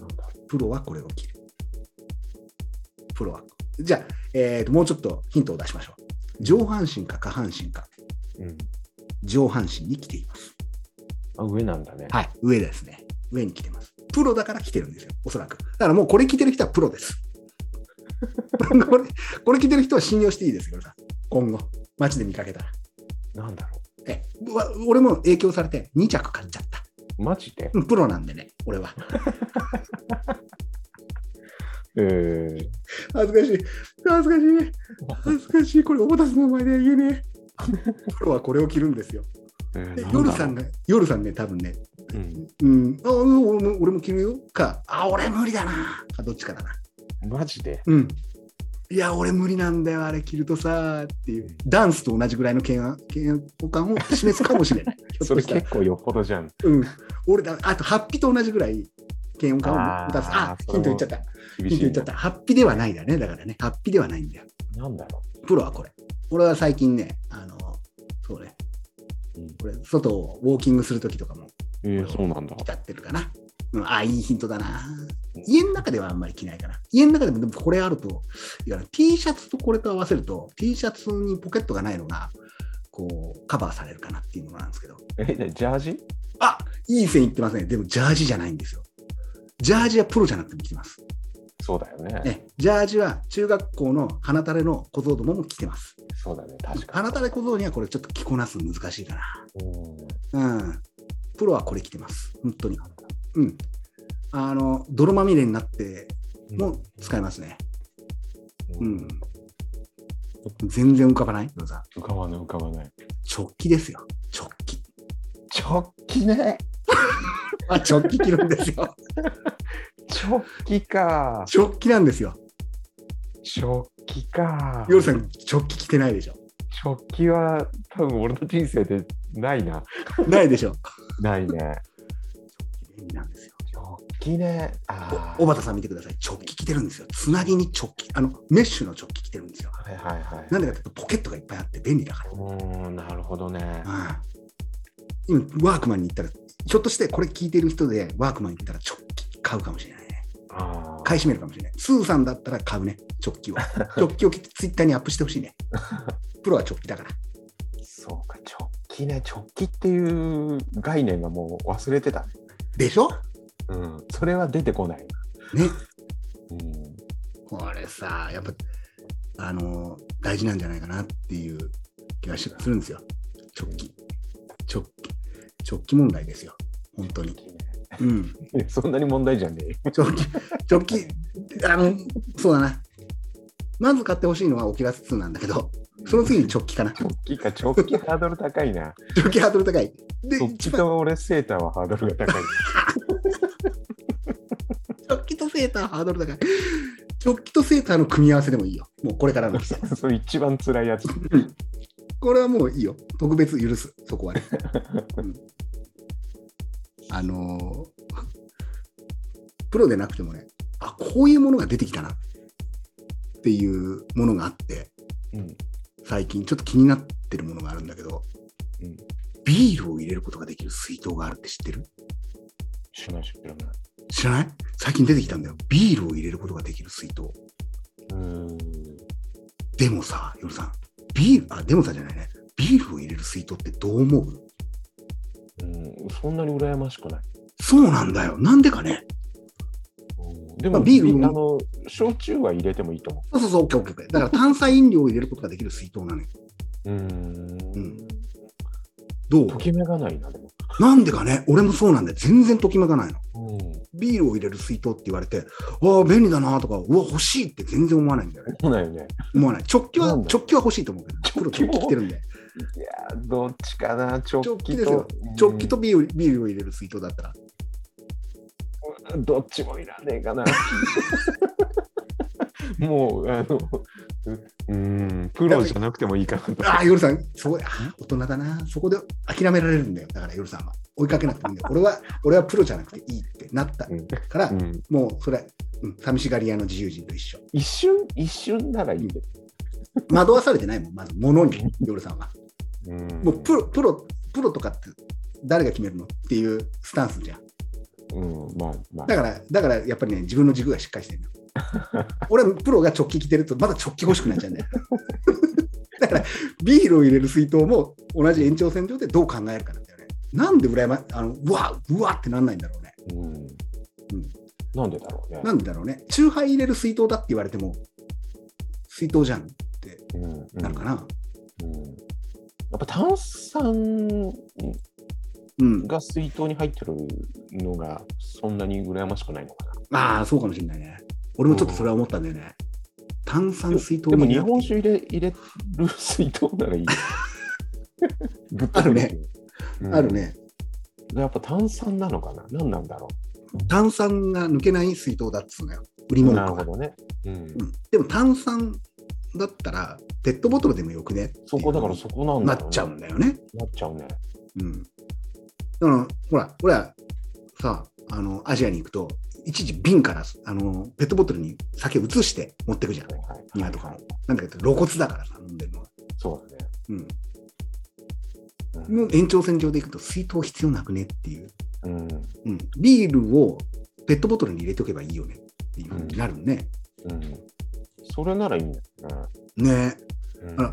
Speaker 3: なんだ
Speaker 1: プロはこれを切る。プロは。じゃあ、えーともうちょっとヒントを出しましょう。上半身か下半身か、
Speaker 3: うん
Speaker 1: 上半身に来ています。
Speaker 3: あ上なんだね
Speaker 1: はい、上ですね。上に来てます。プロだから来てるんですよ、おそらく。だからもうこれ着てる人はプロです。 これこれ着てる人は信用していいですよ、さん今後、街で見かけたら。
Speaker 3: なんだろ
Speaker 1: えうわ俺も影響されて2着買っちゃった。
Speaker 3: うマジで
Speaker 1: うんプロなんでね、俺は。
Speaker 3: えー
Speaker 1: 恥ずかしい。恥ずかしい。恥ずかしい。これ、大田さんの前では言えねえ。プロはこれを着るんですよ。
Speaker 3: えー
Speaker 1: で
Speaker 3: なんだろう
Speaker 1: 夜さんが、夜さんね、多分ね、
Speaker 3: うん
Speaker 1: うん、あうん俺も俺も着るよか、あ、俺無理だな。か、どっちかだな。
Speaker 3: マジで
Speaker 1: うん。いや、俺無理なんだよ、あれ着るとさ、っていう。ダンスと同じぐらいの嫌悪嫌悪感を示すかも しれない。ひょっ
Speaker 3: そ
Speaker 1: と
Speaker 3: れ
Speaker 1: したら
Speaker 3: 結構よっぽどじゃん
Speaker 1: うん。俺だ、あと、ハッピーと同じぐらい嫌悪感を持たす。あ
Speaker 3: あーそ
Speaker 1: ヒ
Speaker 3: れ
Speaker 1: ン
Speaker 3: も
Speaker 1: ト言っちゃった。ヒン
Speaker 3: 厳
Speaker 1: ト
Speaker 3: し
Speaker 1: 言
Speaker 3: い
Speaker 1: っちゃっ
Speaker 3: な
Speaker 1: た。ハッピーではないんだよね、だからね。ハッピーではないんだよ。
Speaker 3: なんだろ
Speaker 1: プロはこれ。俺は最近ね、あの、そうね、
Speaker 3: うん
Speaker 1: これ、外をウォーキングするときとかも
Speaker 3: うえーそうなんだ
Speaker 1: 歌ってるかな。うん、あ、いいヒントだな。家の中ではあんまり着ないかな。家の中でもでもこれあると、いや T シャツとこれと合わせると、T シャツにポケットがないのが、こう、カバーされるかなっていうものなんですけど、
Speaker 3: えジャージ
Speaker 1: あいい線いってますね。でも、ジャージじゃないんですよ。ジャージはプロじゃなくても着てます。
Speaker 3: そうだよね
Speaker 1: ね、ジャージは中学校の花垂れの小僧どもも着てます。
Speaker 3: そうだね確か
Speaker 1: あなたで小僧にはこれちょっと着こなすの難しいか
Speaker 3: にうん
Speaker 1: な。うん。プロはこれ着てます。本当に。うん。あの、泥まみれになっても使えますね。う
Speaker 3: うん
Speaker 1: ん。全然浮かばないどうぞ
Speaker 3: 浮かばない浮かばない
Speaker 1: 直帰ですよ。直帰。
Speaker 3: 直帰ね
Speaker 1: あ、直帰着るんですよ。
Speaker 3: 直帰か
Speaker 1: 直帰なんですよ。
Speaker 3: 直帰か
Speaker 1: ヨルさん、直帰着てないでしょ。
Speaker 3: 直帰は多分俺の人生でないな
Speaker 1: ないでしょ。
Speaker 3: ないね
Speaker 1: 便利なんですよ。
Speaker 3: 直帰ねあー
Speaker 1: 小畑さん見てください。直帰着てるんですよ。つなぎに直帰。あの、メッシュの直帰着てるんですよ。
Speaker 3: はいはいはい
Speaker 1: なんでかっていうと、ポケットがいっぱいあって便利だから。
Speaker 3: うーんなるほどね
Speaker 1: うん、今ワークマンに行ったらひょっとしてこれ聞いてる人でワークマンに行ったら直帰買うかもしれないね
Speaker 3: あー
Speaker 1: 買い占めるかもしれないスーさんだったら買うね直帰を直帰をツイッターにアップしてほしいねプロは直帰だから
Speaker 3: そうか直帰ね直帰っていう概念がもう忘れてたね
Speaker 1: でしょ
Speaker 3: うんそれは出てこない
Speaker 1: ね
Speaker 3: うん
Speaker 1: これさやっぱあの大事なんじゃないかなっていう気がしするんですよ直帰直帰直帰問題ですよ本当に、うん、
Speaker 3: ねそんなに問題じゃねえよ
Speaker 1: 直帰、直帰、あの、そうだな。まず買ってほしいのはオキュラス2なんだけど、その次に直帰かな。
Speaker 3: 直帰か直帰ハードル高いな
Speaker 1: 直帰ハードル高い。で、
Speaker 3: 直
Speaker 1: 一
Speaker 3: 帰
Speaker 1: 番
Speaker 3: と俺セーターはハードルが高い
Speaker 1: 直帰とセーターハードル高い。直帰とセーターの組み合わせでもいいよ。もうこれからの季 節。
Speaker 3: それ一番辛いやつ。
Speaker 1: これはもういいよ。特別許す、そこはね。うんあのープロでなくてもね、あ、こういうものが出てきたなっていうものがあって、
Speaker 3: うん。
Speaker 1: 最近ちょっと気になってるものがあるんだけど、
Speaker 3: うん
Speaker 1: ビールを入れることができる水筒があるって知ってる
Speaker 3: しないしない。
Speaker 1: 知らない最近出てきたんだよビールを入れることができる水筒
Speaker 3: うーん。
Speaker 1: でもさ夜さんビールあでもさじゃないねビールを入れる水筒ってどう思う
Speaker 3: うん、そんなに羨ましくない。
Speaker 1: そうなんだよなんでかね
Speaker 3: で
Speaker 1: まあ
Speaker 3: も、
Speaker 1: ビール
Speaker 3: あの、焼酎は入れてもいいと思
Speaker 1: そうそうそうオッケーオッケーオッケーだから炭酸飲料を入れることができる水筒なのよ
Speaker 3: う。うーん。
Speaker 1: どう
Speaker 3: ときめがないな、でも。
Speaker 1: なんでかね俺もそうなんだよ全然ときめかないの
Speaker 3: うん。
Speaker 1: ビールを入れる水筒って言われてああ便利だなとかうわ欲しいって全然思わないんだよね
Speaker 3: そうだよね。
Speaker 1: 思わない直球は
Speaker 3: なん
Speaker 1: 直
Speaker 3: だ
Speaker 1: 球は欲しいと思うけ
Speaker 3: 直
Speaker 1: ど黒直
Speaker 3: 球も
Speaker 1: 球来てるんで
Speaker 3: いやー、どっちかな、直
Speaker 1: 直帰
Speaker 3: 帰
Speaker 1: ですよ
Speaker 3: と。
Speaker 1: 直球とビールビールを入れる水筒だったら
Speaker 3: うん。どっちもいらねえかな。もう、あの、うーん、プロじゃなくてもいいかなと。
Speaker 1: ああ、夜さん、そう、あ大人だな。そこで諦められるんだよ。だから夜さんは。追いかけなくていいんだよ。俺は、俺はプロじゃなくていいってなった
Speaker 3: うん
Speaker 1: から、
Speaker 3: うん
Speaker 1: もうそれ、うん、寂しがり屋の自由人と一緒。
Speaker 3: 一瞬、一瞬ならいいで。
Speaker 1: 惑わされてないもん、まず、物に、夜さんは。
Speaker 3: も
Speaker 1: もうプロ、プロ、プロとかって誰が決めるのっていうスタンスじゃん。
Speaker 3: うん、まあ、まあ
Speaker 1: だ。から、だからやっぱりね、自分の軸がしっかりしてるの。 俺はプロが直帰着てると、まだ直帰欲しくなっちゃうんだよ。 だから、ビールを入れる水筒も同じ延長線上でどう考えるかなんだよね。なんで羨ま、あの、うわ、うわってなんないんだろうね。
Speaker 3: うん。なんでだろうね。
Speaker 1: なんでだろうね。チューハイ入れる水筒だって言われても、水筒じゃんって
Speaker 3: うん
Speaker 1: なるかな。
Speaker 3: うんやっぱ炭酸
Speaker 1: うん。
Speaker 3: が水筒に入ってるのがそんなに羨ましくないのかな。
Speaker 1: ああ、そうかもしれないね。俺もちょっとそれは思ったんだよね。炭酸水筒
Speaker 3: でも
Speaker 1: に
Speaker 3: 日本酒入れ入れる水筒なら いい。グッとく
Speaker 1: あるね
Speaker 3: うん
Speaker 1: ある。ね。
Speaker 3: やっぱ炭酸なのかな何なんだろ
Speaker 1: 炭酸が抜けない水筒だっつうのよ。売り
Speaker 3: う。
Speaker 1: 物
Speaker 3: な
Speaker 1: と
Speaker 3: る
Speaker 1: か
Speaker 3: ほ。どね。うん
Speaker 1: う、んでも炭酸だったら、ペットボトルでもよくね。
Speaker 3: そこだからそこなん
Speaker 1: な
Speaker 3: だろう、ね。
Speaker 1: っちゃうんだよね。
Speaker 3: なっちゃうね。
Speaker 1: うん。だから、ほら、俺はさ、あの、アジアに行くと、一時瓶から、あの、ペットボトルに酒移して持ってくじゃん。
Speaker 3: はいはい、
Speaker 1: 今とかも。なんだけど、露骨だからさ、飲んでるのは。
Speaker 3: そうだね。
Speaker 1: うん。
Speaker 3: うん
Speaker 1: の延長線上で行くと、水筒必要なくねっていう。
Speaker 3: うん
Speaker 1: うん。ビールをペットボトルに入れておけばいいよねっていうふうになるね。
Speaker 3: うん、それならいいんだよ
Speaker 1: ね
Speaker 3: ね。
Speaker 1: あら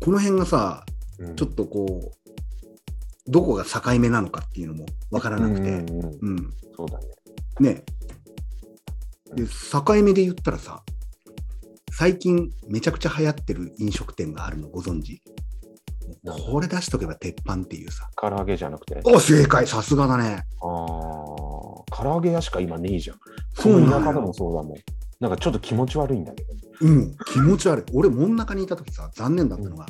Speaker 1: この辺が
Speaker 3: う
Speaker 1: さ、
Speaker 3: ん
Speaker 1: ちょっとこう、どこが境目なのかっていうのもわからなくて、
Speaker 3: うんうんうん
Speaker 1: うん
Speaker 3: そうだね。
Speaker 1: ね
Speaker 3: う
Speaker 1: で、境目で言ったらさ、最近めちゃくちゃ流行ってる飲食店があるのご存知
Speaker 3: なんだ
Speaker 1: これ出しとけば鉄板っていうさ。
Speaker 3: 唐揚げじゃなくて。
Speaker 1: お、正解さすがだね。
Speaker 3: あー唐揚げ屋しか今ねえじゃん。
Speaker 1: そ
Speaker 3: そうう
Speaker 1: なの
Speaker 3: 田舎でもそうだもん。なんかちょっと気持ち悪いんだけど。
Speaker 1: うん、気持ち悪い。俺、真ん中にいた時さ、残念だったのが、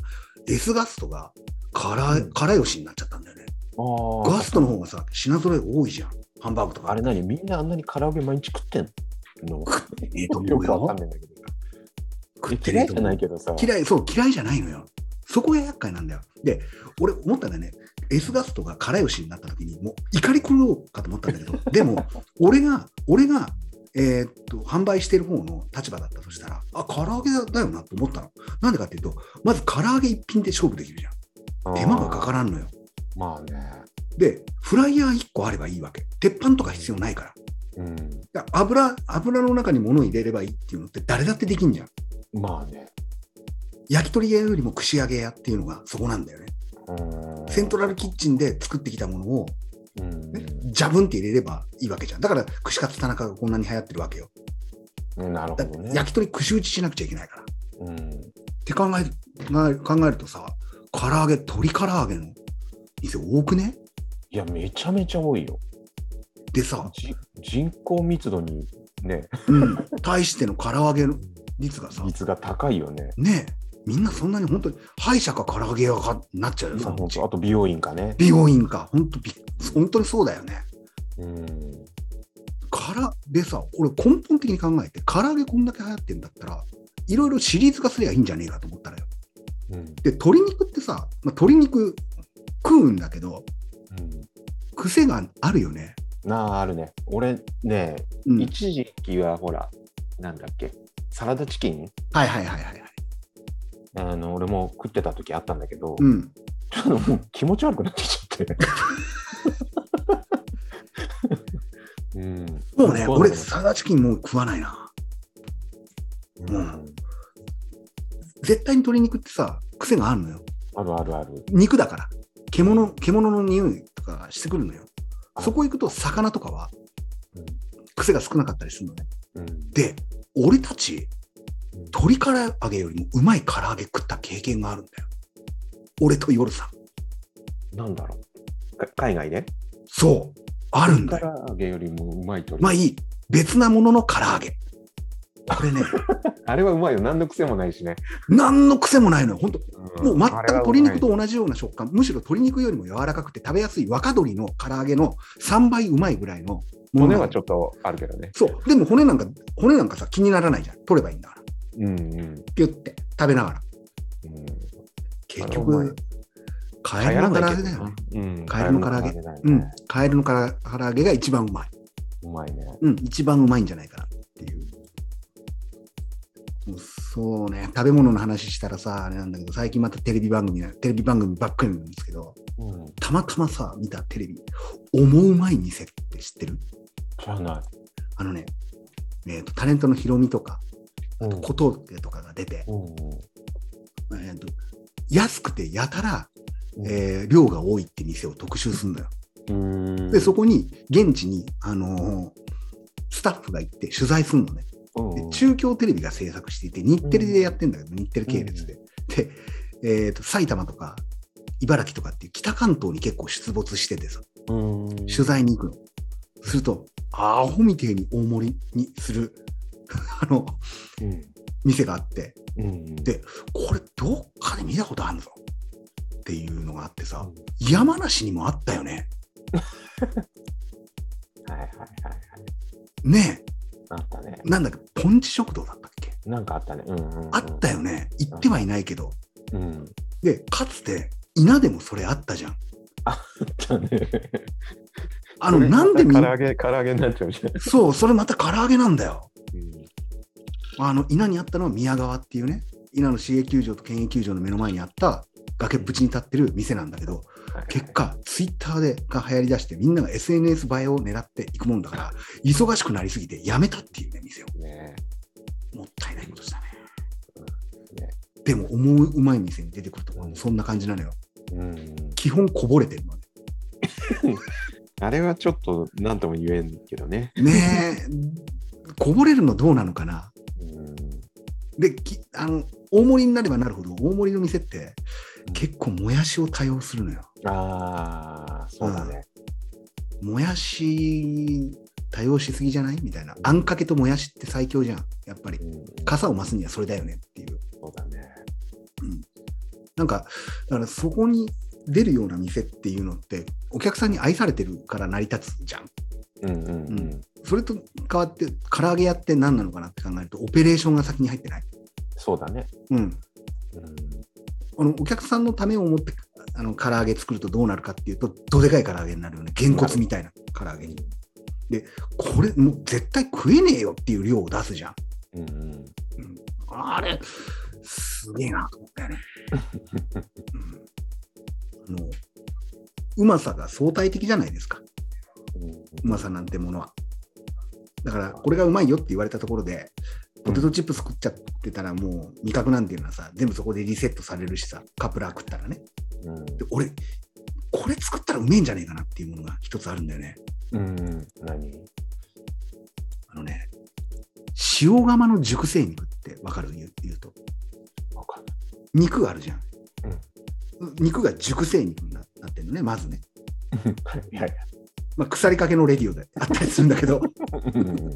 Speaker 1: デスガストがから、
Speaker 3: うん
Speaker 1: からよしになっちゃったんだよね。
Speaker 3: あ
Speaker 1: ガストの方がさ、品揃え多いじゃん。ハンバーグとか。
Speaker 3: あれ何みんなあんなに唐揚げ毎日食ってんの
Speaker 1: ええと思うよ
Speaker 3: よくわかんないんだけど。
Speaker 1: 食って
Speaker 3: 嫌
Speaker 1: ねえ
Speaker 3: い
Speaker 1: と
Speaker 3: じ
Speaker 1: 思
Speaker 3: ゃな
Speaker 1: う
Speaker 3: いけどさ。
Speaker 1: 嫌い、そう、嫌いじゃないのよ。そこが厄介なんだよ。で、俺、思ったんだよね。S ガストがからよしになった時に、もう怒り狂おうかと思ったんだけ ど、でも、俺が、俺が、えーっと、販売してる方の立場だったとしたら、あ、唐揚げだよなと思ったの。なんでかっていうと、まず唐揚げ一品で勝負できるじゃん。手間がかからんのよ。
Speaker 3: る。まあね。
Speaker 1: で、フライヤー1個あればいいわけ。鉄板とか必要ないから。
Speaker 3: う
Speaker 1: だから油、油の中に物入れればいいっていうのって誰だってできんじゃん。
Speaker 3: ん。まあね。
Speaker 1: 焼き鳥屋よりも串揚げ屋っていうのがそこなんだよね。
Speaker 3: うん
Speaker 1: セントラルキッチンで作ってきたものを、
Speaker 3: うん
Speaker 1: ね、ジャブンって入れればいいわけじゃん。だから、串カツ田中がこんなに流行ってるわけよ。
Speaker 3: うんなる
Speaker 1: だ
Speaker 3: ほ
Speaker 1: っ
Speaker 3: ど
Speaker 1: て
Speaker 3: ね。
Speaker 1: 焼き鳥串打ちしなくちゃいけないから。っ
Speaker 3: うん
Speaker 1: て考える考え考えるとさ、唐揚げ、鶏唐揚げの店多くね
Speaker 3: いや、めちゃめちゃ多いよ。
Speaker 1: でさ、
Speaker 3: じ人口密度にね、
Speaker 1: うん、対しての唐揚げの率がさ、
Speaker 3: 率が高いよね。
Speaker 1: ねえ、みんなそんなに本当に歯医者か唐揚げ屋かなっちゃうよ、
Speaker 3: ま
Speaker 1: そ
Speaker 3: あ
Speaker 1: のう
Speaker 3: 本
Speaker 1: ち
Speaker 3: 当あと美容院かね。
Speaker 1: 美容院か、本当びっ本当にそうだよね。
Speaker 3: うん。
Speaker 1: からでさ、俺根本的に考えて、唐揚げこんだけ流行ってんだったら、いろいろシリーズ化すればいいんじゃねえかと思ったのよ。
Speaker 3: うん
Speaker 1: で、鶏肉ってさ、まあ、鶏肉食うんだけど、
Speaker 3: うん
Speaker 1: 癖があるよね。
Speaker 3: なあ、あるね。俺ね、
Speaker 1: うん、はい
Speaker 3: 一時期はほら、なんだっけ、サラダチキン
Speaker 1: はいはいはいはい。
Speaker 3: あの俺も食ってた時あったんだけど、
Speaker 1: うん。
Speaker 3: ちょっともう気持ち悪くなってきちゃって。うん、
Speaker 1: もうね、
Speaker 3: こ
Speaker 1: 俺、サラダチキンもう食わないな。
Speaker 3: うん、
Speaker 1: 絶対に鶏肉ってさ、癖があるのよ。
Speaker 3: あるあるある。
Speaker 1: 肉だから。獣、獣の匂いとかしてくるのよ。
Speaker 3: あ
Speaker 1: そこ行くと、魚とかは
Speaker 3: うん
Speaker 1: 癖が少なかったりするのね。
Speaker 3: うん
Speaker 1: で、俺たち、
Speaker 3: うん
Speaker 1: 鶏唐揚げよりもうまい唐揚げ食った経験があるんだよ。俺と夜さん。
Speaker 3: なんだろう。か海外で
Speaker 1: そう。あるんだ
Speaker 3: 唐
Speaker 1: よ。
Speaker 3: 揚げよりもうまいと
Speaker 1: まあいい。別なものの唐揚げ。これね、
Speaker 3: あれはうまいよ。何の癖もないしね。
Speaker 1: 何の癖もないのよ。本当もう全く鶏肉
Speaker 3: と。
Speaker 1: と同じような食感。むしろ鶏肉よりも柔らかくて食べやすい若鶏の唐揚げの3倍うまいぐらいの
Speaker 3: 骨はちょっとあるけどね。
Speaker 1: そう。でも骨なんか、骨なんかさ、気にならないじゃん。取ればいいんだから。
Speaker 3: うんうん。うん
Speaker 1: ピュって食べながら。結
Speaker 3: あれう
Speaker 1: 局
Speaker 3: まい、
Speaker 1: カエルの唐揚げだよね。
Speaker 3: ね
Speaker 1: カエルの唐揚げ。うん。カエルのから唐揚げが一番うまい。
Speaker 3: うまいね。
Speaker 1: うん。一番うまいんじゃないかなっていう。もうそうね。食べ物の話したらさ、あれなんだけど、最近またテレビ番組な、テレビ番組ばっかりなんですけど、
Speaker 3: うん。
Speaker 1: たまたまさ、見たテレビ、思うまい店って知ってる
Speaker 3: 知らない。
Speaker 1: あのね、えっ、と、タレントのヒロミとか、
Speaker 3: うん
Speaker 1: 小峠とかが出て、
Speaker 3: うん
Speaker 1: えーと安くてやたら、
Speaker 3: うん
Speaker 1: えー量が多いって店を特集するのよ。
Speaker 3: うん。
Speaker 1: で、そ
Speaker 3: こ、
Speaker 1: こに現地に、あのースタッフが行って取材するのね。で中京テレビが制作していて、日テレでやってんだけど、日テレ系列で。で、えーと、埼玉とか茨城とかっていう北関東に結構出没しててさ、
Speaker 3: うん、
Speaker 1: 取材に行くの。すると、アホみてえに大盛りにする、 あの、
Speaker 3: うん。
Speaker 1: 店があって、
Speaker 3: うん。
Speaker 1: でこれどっかで見たことあるぞっていうのがあってさ、
Speaker 3: うん
Speaker 1: 山梨にもあったよね。
Speaker 3: はいはいはいはい。
Speaker 1: ね
Speaker 3: あったね。
Speaker 1: え、なんだっけ、ポンチ食堂だったっけ、
Speaker 3: なんかあったね。うんうん、うん。
Speaker 1: あったよね。行ってはいないけど。
Speaker 3: うん。
Speaker 1: で、かつて、稲でもそれあったじゃん。
Speaker 3: だね。
Speaker 1: あの、なんでみ
Speaker 3: 唐揚げ、唐揚げになっちゃうじゃん。
Speaker 1: そう、それまた唐揚げなんだよ。
Speaker 3: うん
Speaker 1: あの、稲にあったのは宮川っていうね、稲の市営球場と県営球場の目の前にあった崖っぷちに立ってる店なんだけど、結果、ツイッターでが流行りだして、みんなが SNS 映えを狙っていくもんだから、忙しくなりすぎてやめたっていうね、店を。
Speaker 3: ね
Speaker 1: もったいないことしたね。
Speaker 3: ね
Speaker 1: でも、思ううまい店に出てくると、
Speaker 3: うん
Speaker 1: そんな感じなのよ。
Speaker 3: うん。
Speaker 1: 基本こぼれてるのね。
Speaker 3: あれはちょっと何とも言えんけどね。
Speaker 1: ねえ、こぼれるのどうなのかな
Speaker 3: うん。
Speaker 1: で、きあの、大盛りになればなるほど、大盛りの店って
Speaker 3: うん
Speaker 1: 結構もやしを多用するのよ。
Speaker 3: ああ、そうだね。
Speaker 1: もやし多用しすぎじゃないみたいな。あんかけともやしって最強じゃん。やっぱり
Speaker 3: う。ん。
Speaker 1: 傘を増すにはそれだよねっていう。
Speaker 3: そうだね。
Speaker 1: なんか、だからそこに出るような店っていうのって、お客さんに愛されてるから成り立つじゃん。
Speaker 3: うんうんうん。
Speaker 1: それと変わって、唐揚げ屋って何なのかなって考えると、オペレーションが先に入ってない。
Speaker 3: そうだね。
Speaker 1: うん。
Speaker 3: うん。
Speaker 1: あのお客さんのためを思って、あの唐揚げ作るとどうなるかっていうと、どでかい唐揚げになるよね。げんこつみたいな唐揚げに。これ、もう絶対食えねえよっていう量を出すじゃん。
Speaker 3: うんうん。
Speaker 1: うん、あれ、すげえなと思ったよね。うん、あのうまさが相対的じゃないですか。うまさなんてものは。だから、これがうまいよって言われたところで、ポテトチップス食っちゃってたら、もう味覚なんていうのはさ、全部そこでリセットされるしさ、カプラー食ったらね。
Speaker 3: うん
Speaker 1: で、俺、これ作ったらうめえんじゃねえかなっていうものが一つあるんだよね。
Speaker 3: うんうん。何
Speaker 1: あのね、塩釜の熟成肉ってわかる言う言うと。
Speaker 3: わかん
Speaker 1: 肉があるじゃん。肉が熟成肉にななってるのね、まずね。
Speaker 3: ない。いやいや。
Speaker 1: まあ、腐りかけのレディオであったりするんだけど、
Speaker 3: うんうん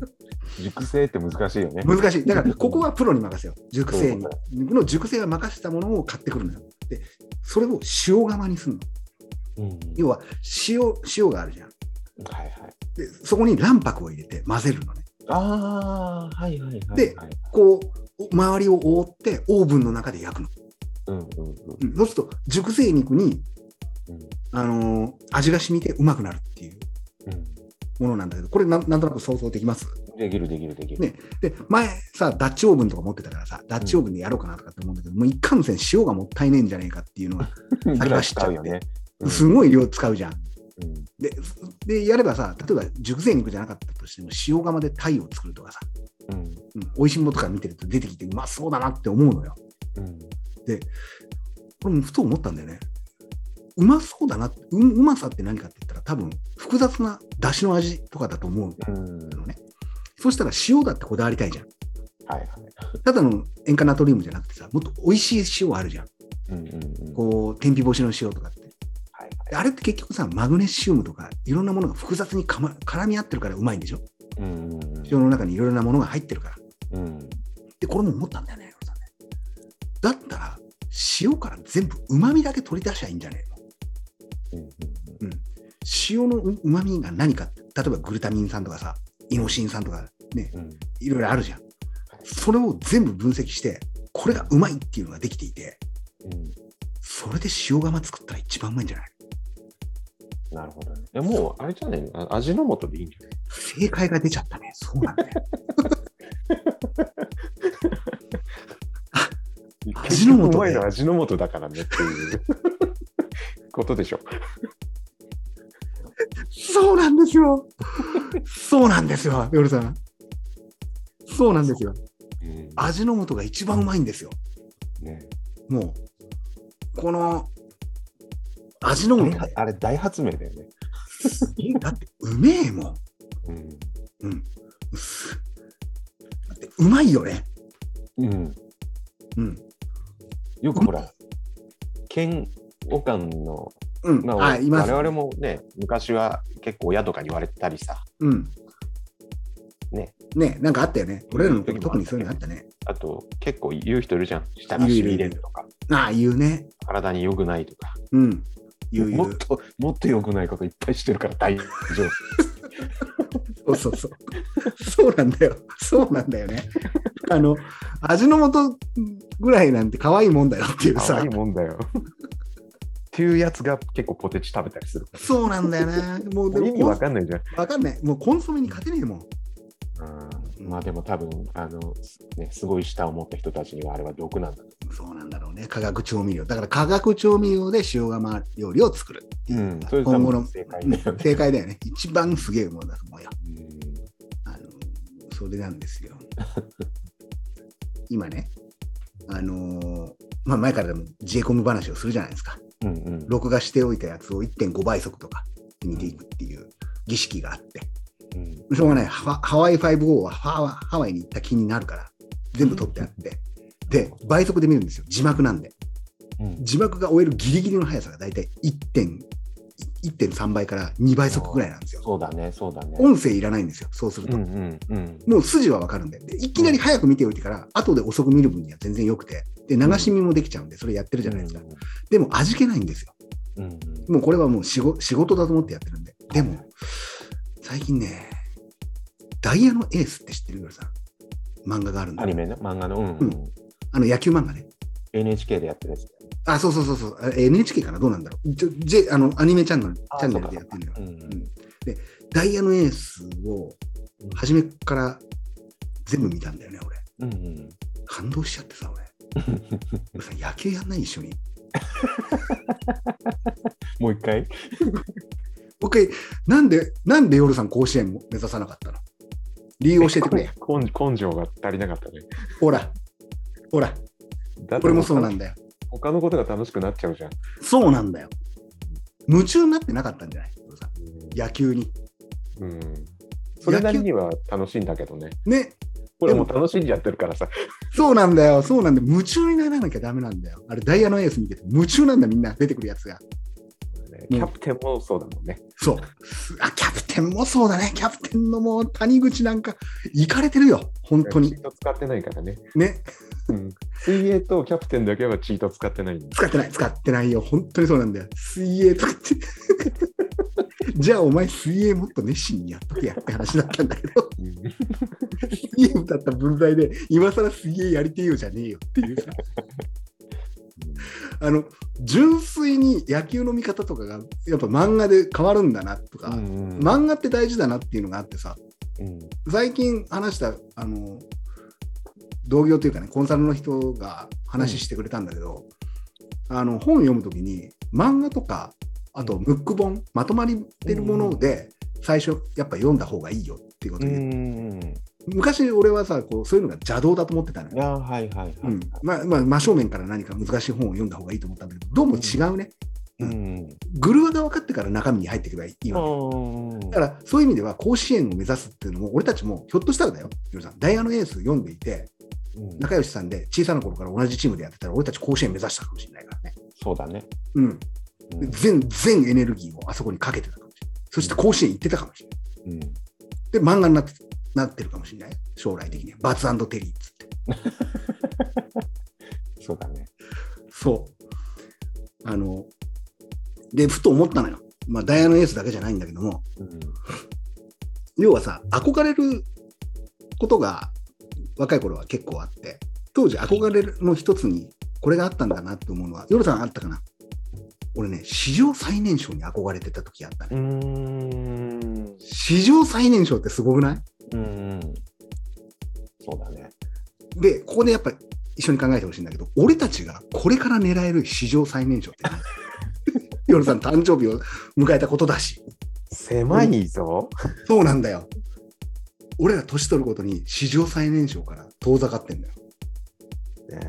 Speaker 3: 熟成って難しいよね。
Speaker 1: 難しい。だから、ここはプロに任せよう。熟成肉の熟成は任せたものを買ってくるのよ。で、それを塩釜にするの。
Speaker 3: うん
Speaker 1: 要は、塩、塩があるじゃん。
Speaker 3: はいはい。
Speaker 1: で、そこに卵白を入れて混ぜるのね。
Speaker 3: ああ、はいはいはい。
Speaker 1: で、こう、周りを覆って、オーブンの中で焼くの。
Speaker 3: うんうんうん。
Speaker 1: うんそうすると、熟成肉に、
Speaker 3: うん
Speaker 1: あのー味が染みてうまくなるっていう
Speaker 3: うん
Speaker 1: ものなんだけど、これなん、なんとなく想像できます
Speaker 3: できるできるできる。
Speaker 1: ねで、前さ、ダッチオーブンとか持ってたからさ、ダッチオーブンでやろうかなとかって思うんだけど、もう一貫せん塩がもったいねえんじゃねえかっていうのは、
Speaker 3: ぐらい使うよね。 うん
Speaker 1: すごい量使うじゃん。
Speaker 3: うん
Speaker 1: で、でやればさ、例えば熟成肉じゃなかったとしても、塩釜で鯛を作るとかさ、
Speaker 3: うん
Speaker 1: うん、美味しいものとか見てると出てきてうまそうだなって思うのよ。
Speaker 3: うん
Speaker 1: これもふと思ったんだよね。うまそうだなって、ううまさって何かって言ったら、多分複雑な出汁の味とかだと思う
Speaker 3: うん
Speaker 1: のね。そしたら塩だってこだわりたいじゃん。
Speaker 3: はいはい。
Speaker 1: ただの塩化ナトリウムじゃなくてさ、もっと美味しい塩あるじゃん。
Speaker 3: うんうんうん。
Speaker 1: こう、天日干しの塩とかって。
Speaker 3: はい
Speaker 1: であれって結局さ、マグネシウムとか、いろんなものが複雑にか、ま、絡み合ってるからうまいんでしょ
Speaker 3: はい。うんうんうん
Speaker 1: 塩の中にいろいろなものが入ってるから。
Speaker 3: うん。
Speaker 1: で、これも思ったんだよね、ヨルさんねだったら、塩から全部、うまみだけ取り出しゃいいんじゃねえの
Speaker 3: うんうんうん
Speaker 1: 塩のうまみが何かって、例えばグルタミン酸とかさ、イノシン酸とかね、
Speaker 3: うん
Speaker 1: いろいろあるじゃん。それを全部分析して、これがうまいっていうのができていて、
Speaker 3: うん
Speaker 1: それで塩釜作ったら一番うまいんじゃない
Speaker 3: なるほどね。えもう、あれじゃないのあ味の素でいいんじゃない
Speaker 1: 正解が出ちゃったね。そうなんだよ。味の素
Speaker 3: 結
Speaker 1: で
Speaker 3: 局うまいのは味の素だからねっていうことでしょ。
Speaker 1: そうなんですよ。そうなんですよ、夜さん。そうなんですよ。
Speaker 3: うん
Speaker 1: 味の素が一番うまいんですよ。
Speaker 3: ね、
Speaker 1: もう、この、味の素ね、
Speaker 3: あれ、大発明だよね。
Speaker 1: だってうめえもん。
Speaker 3: うん
Speaker 1: うん。うっすだってうまいよね。
Speaker 3: うん、
Speaker 1: うん。
Speaker 3: よくほら、嫌悪感の、
Speaker 1: うん。
Speaker 3: まあ、
Speaker 1: あ、います。
Speaker 3: 我々もね、昔は結構親とかに言われたりさ、
Speaker 1: うん。
Speaker 3: ね。
Speaker 1: ねなんかあったよね。俺らの時
Speaker 3: うん
Speaker 1: 特にそういうのあったね。
Speaker 3: あと結構言う人いるじゃん、舌がしびれるとか、
Speaker 1: ああ、言うね。
Speaker 3: 体に良くないとか、
Speaker 1: うん。言う言
Speaker 3: もっ
Speaker 1: う。
Speaker 3: ともっと良くないこといっぱいしてるから大丈 夫。
Speaker 1: そうそうそう。そうなんだよ。そうなんだよね。あの、味の素ぐらいなんて可愛いもんだよっていう
Speaker 3: 可
Speaker 1: さ
Speaker 3: 愛い。もんだよ。っていうやつが結構ポテチ食べたりするか
Speaker 1: そうなんだよね。もう、
Speaker 3: ら。
Speaker 1: で
Speaker 3: 意味
Speaker 1: も、
Speaker 3: わ
Speaker 1: わ
Speaker 3: かんないじゃん。
Speaker 1: かんない。もうコンソメに勝てねえもん。
Speaker 3: うんまあでも多分あの、ね、すごい舌を持った人たちにはあれは毒なんだ。
Speaker 1: そうなんだろうね。化学調味料。だから化学調味料で塩釜料理を作る。
Speaker 3: うん、それ多
Speaker 1: 今後の
Speaker 3: 分正解だよね。
Speaker 1: 正解だよね。一番すげえものだと思うよ。
Speaker 3: うん
Speaker 1: あの、それなんですよ。今ね、あのーまあ前からでも j イコム話をするじゃないですか。
Speaker 3: うんうん
Speaker 1: 録画しておいたやつを1.5倍速とかで見ていくっていう儀式があって、
Speaker 3: うん
Speaker 1: しょうがない、ハハワイ5-0はハワハワイに行った気になるから、全部撮ってあって、で、倍速で見るんですよ、字幕なんで。
Speaker 3: うん
Speaker 1: 字幕が終えるギリギリの速さが大体1.1 1.3倍から2倍速ぐらいなんですよ。
Speaker 3: そうだね、そうだね。
Speaker 1: 音声いらないんですよ、そうする
Speaker 3: う
Speaker 1: と。
Speaker 3: んうんうん
Speaker 1: もう筋はわかるんでで、いきなり早く見ておいてから、後で遅く見る分には全然良くて、で、流し見もできちゃうんで、それやってるじゃないですか。でも味気ないんですよ。
Speaker 3: うんうん
Speaker 1: もうこれはもう仕事仕事だと思ってやってるんで。でも、最近ね、ダイヤのエースって知ってるよさん。漫画があるんだ
Speaker 3: ア。ニメね、漫画の、うん
Speaker 1: うんあの野球漫画ね。
Speaker 3: NHK でやってるやつ。
Speaker 1: あ、そうそうそうそう。あ NHK かなどうなんだろう。ちょ J、あの、アニメチャンネルチャンネルでやってるのよ。
Speaker 3: うん
Speaker 1: ダイヤのエースを、初めから全部見たんだよね、俺。
Speaker 3: うんうん
Speaker 1: 感動しちゃってさ、俺。俺さ、野球やんない一緒に。も
Speaker 3: もう一回
Speaker 1: う一回、なんで、なんで夜さん甲子園も目指さなかったの理由教えてくれや。
Speaker 3: 根根性が足りなかったね。
Speaker 1: ほら。ほら。
Speaker 3: だって
Speaker 1: 俺もそうなんだよ。
Speaker 3: 他のことが楽しくなっちゃうじゃん。
Speaker 1: そうなんだよ。夢中になってなかったんじゃない野球に。
Speaker 3: うんそれなりには楽しいんだけどね。
Speaker 1: ね。
Speaker 3: これも楽しんじゃってるからさ。
Speaker 1: そうなんだよ。そうなんで、夢中にならなきゃダメなんだよ。あれ、ダイヤのエース見てて、夢中なんだ、みんな。出てくるやつが。
Speaker 3: キャプテンもそうだもんね。
Speaker 1: そう。あ、キャプテンもそうだね。キャプテンのもう、谷口なんか、行かれてるよ。本当
Speaker 3: チ
Speaker 1: に。
Speaker 3: ート使ってないからね。
Speaker 1: ね。
Speaker 3: うん水泳とキャプテンだけはチート使ってないんだ。
Speaker 1: 使ってない、使ってないよ。本当にそうなんだよ。水泳とかって。 じゃあ、お前、水泳もっと熱心にやっとけやって話だったんだけど、 水泳部だった分際で、今更水泳やりてえよじゃねえよっていうさ。 あの純粋に野球の見方とかがやっぱ漫画で変わるんだなとか、
Speaker 3: うん
Speaker 1: 漫画って大事だなっていうのがあってさ
Speaker 3: うん
Speaker 1: 最近話したあの同業というかねコンサルの人が話してくれたんだけど、あの本読む時に漫画とかあとムック本まとまりてるもので最初やっぱ読んだ方がいいよっていうこと
Speaker 3: う
Speaker 1: で、
Speaker 3: んうん
Speaker 1: 昔俺はさこうそういうのが邪道だと思ってたのよ
Speaker 3: い。やはいはいはい。
Speaker 1: うんまあまあ、真正面から何か難しい本を読んだ方がいいと思ったんだけどどうも違うね、
Speaker 3: うん
Speaker 1: グルワが分かってから中身に入っていけばいいわ
Speaker 3: うん
Speaker 1: けだからそういう意味では甲子園を目指すっていうのも俺たちもひょっとしたらだよヒロさんダイヤのエース読んでいて
Speaker 3: うん
Speaker 1: 仲良しさんで小さな頃から同じチームでやってたら俺たち甲子園目指したかもしれないからね、
Speaker 3: そうだね。
Speaker 1: うん、
Speaker 3: うん
Speaker 1: で全全エネルギーをあそこにかけてたかもしれないそして甲子園行ってたかもしれない
Speaker 3: うん
Speaker 1: で漫画になってなってるかもしれない将来的にはバツテリーっつって
Speaker 3: そうだね。
Speaker 1: そうあのでふと思ったのよまあ、ダイヤのエースだけじゃないんだけども、
Speaker 3: うん
Speaker 1: 要はさ、憧れることが若い頃は結構あって、当時憧れの一つにこれがあったんだなって思うのは、夜さんあったかな俺ね、史上最年少に憧れてた時あった
Speaker 3: う
Speaker 1: ね。
Speaker 3: ーん。う
Speaker 1: 史上最年少ってすごくない
Speaker 3: ーん。そうだね。
Speaker 1: で、ここでやっぱ一緒に考えてほしいんだけど、俺たちがこれから狙える史上最年少って何 夜さん誕生日を迎えたことだし。
Speaker 3: 狭いぞ。
Speaker 1: そうなんだよ。俺ら年取ることに史上最年少から遠ざかってんだよ。
Speaker 3: いや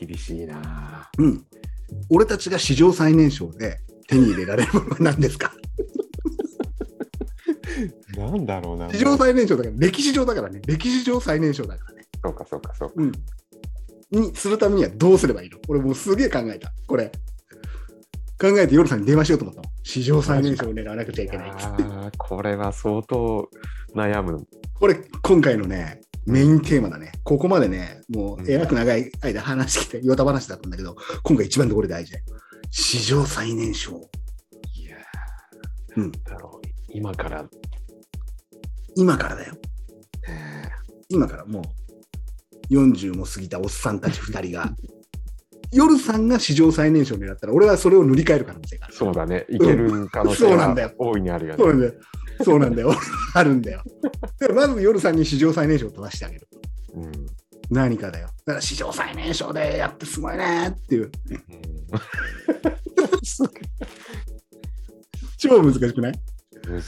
Speaker 3: ー厳しいな。
Speaker 1: うん。俺たちが史上最年少で手に入れられるものは何ですか
Speaker 3: なんだろうな。
Speaker 1: 史上
Speaker 3: そ
Speaker 1: 最年少だから、歴史上だからね。歴史上最年少だからね。
Speaker 3: うかそうかそうか。
Speaker 1: うん。にするためにはどうすればいいの俺もうすげえ考えた。これ。考えて夜さんに電話しようと思ったの。史上最年少を狙わなくちゃい
Speaker 3: い
Speaker 1: け
Speaker 3: や
Speaker 1: ない。
Speaker 3: ーこれは相当悩む。
Speaker 1: これ、今回のね、メインテーマだね。ここまでね、もう、えらく長い間話してきて、ヨタ話だったんだけど、今回一番ところで大事だよ。史上最年少。
Speaker 3: いや
Speaker 1: う
Speaker 3: ー
Speaker 1: ん
Speaker 3: だろう。今から。
Speaker 1: 今からだよ。今からもう、40も過ぎたおっさんたち2人が、 夜さんが史上最年少を狙ったら、俺はそれを塗り替える可能性がある。
Speaker 3: そうだね。いける可能
Speaker 1: そ
Speaker 3: 性
Speaker 1: うなん
Speaker 3: が
Speaker 1: だよ
Speaker 3: 大いにあるよ
Speaker 1: そ
Speaker 3: ね。
Speaker 1: うなんだよ。そうなんだよ。あるんだよ。でまず夜さんに史上最年少を取らせてあげる。
Speaker 3: うん うん
Speaker 1: 何かだよ。だから史上最年少でやってすごいねーっていう。超難しくない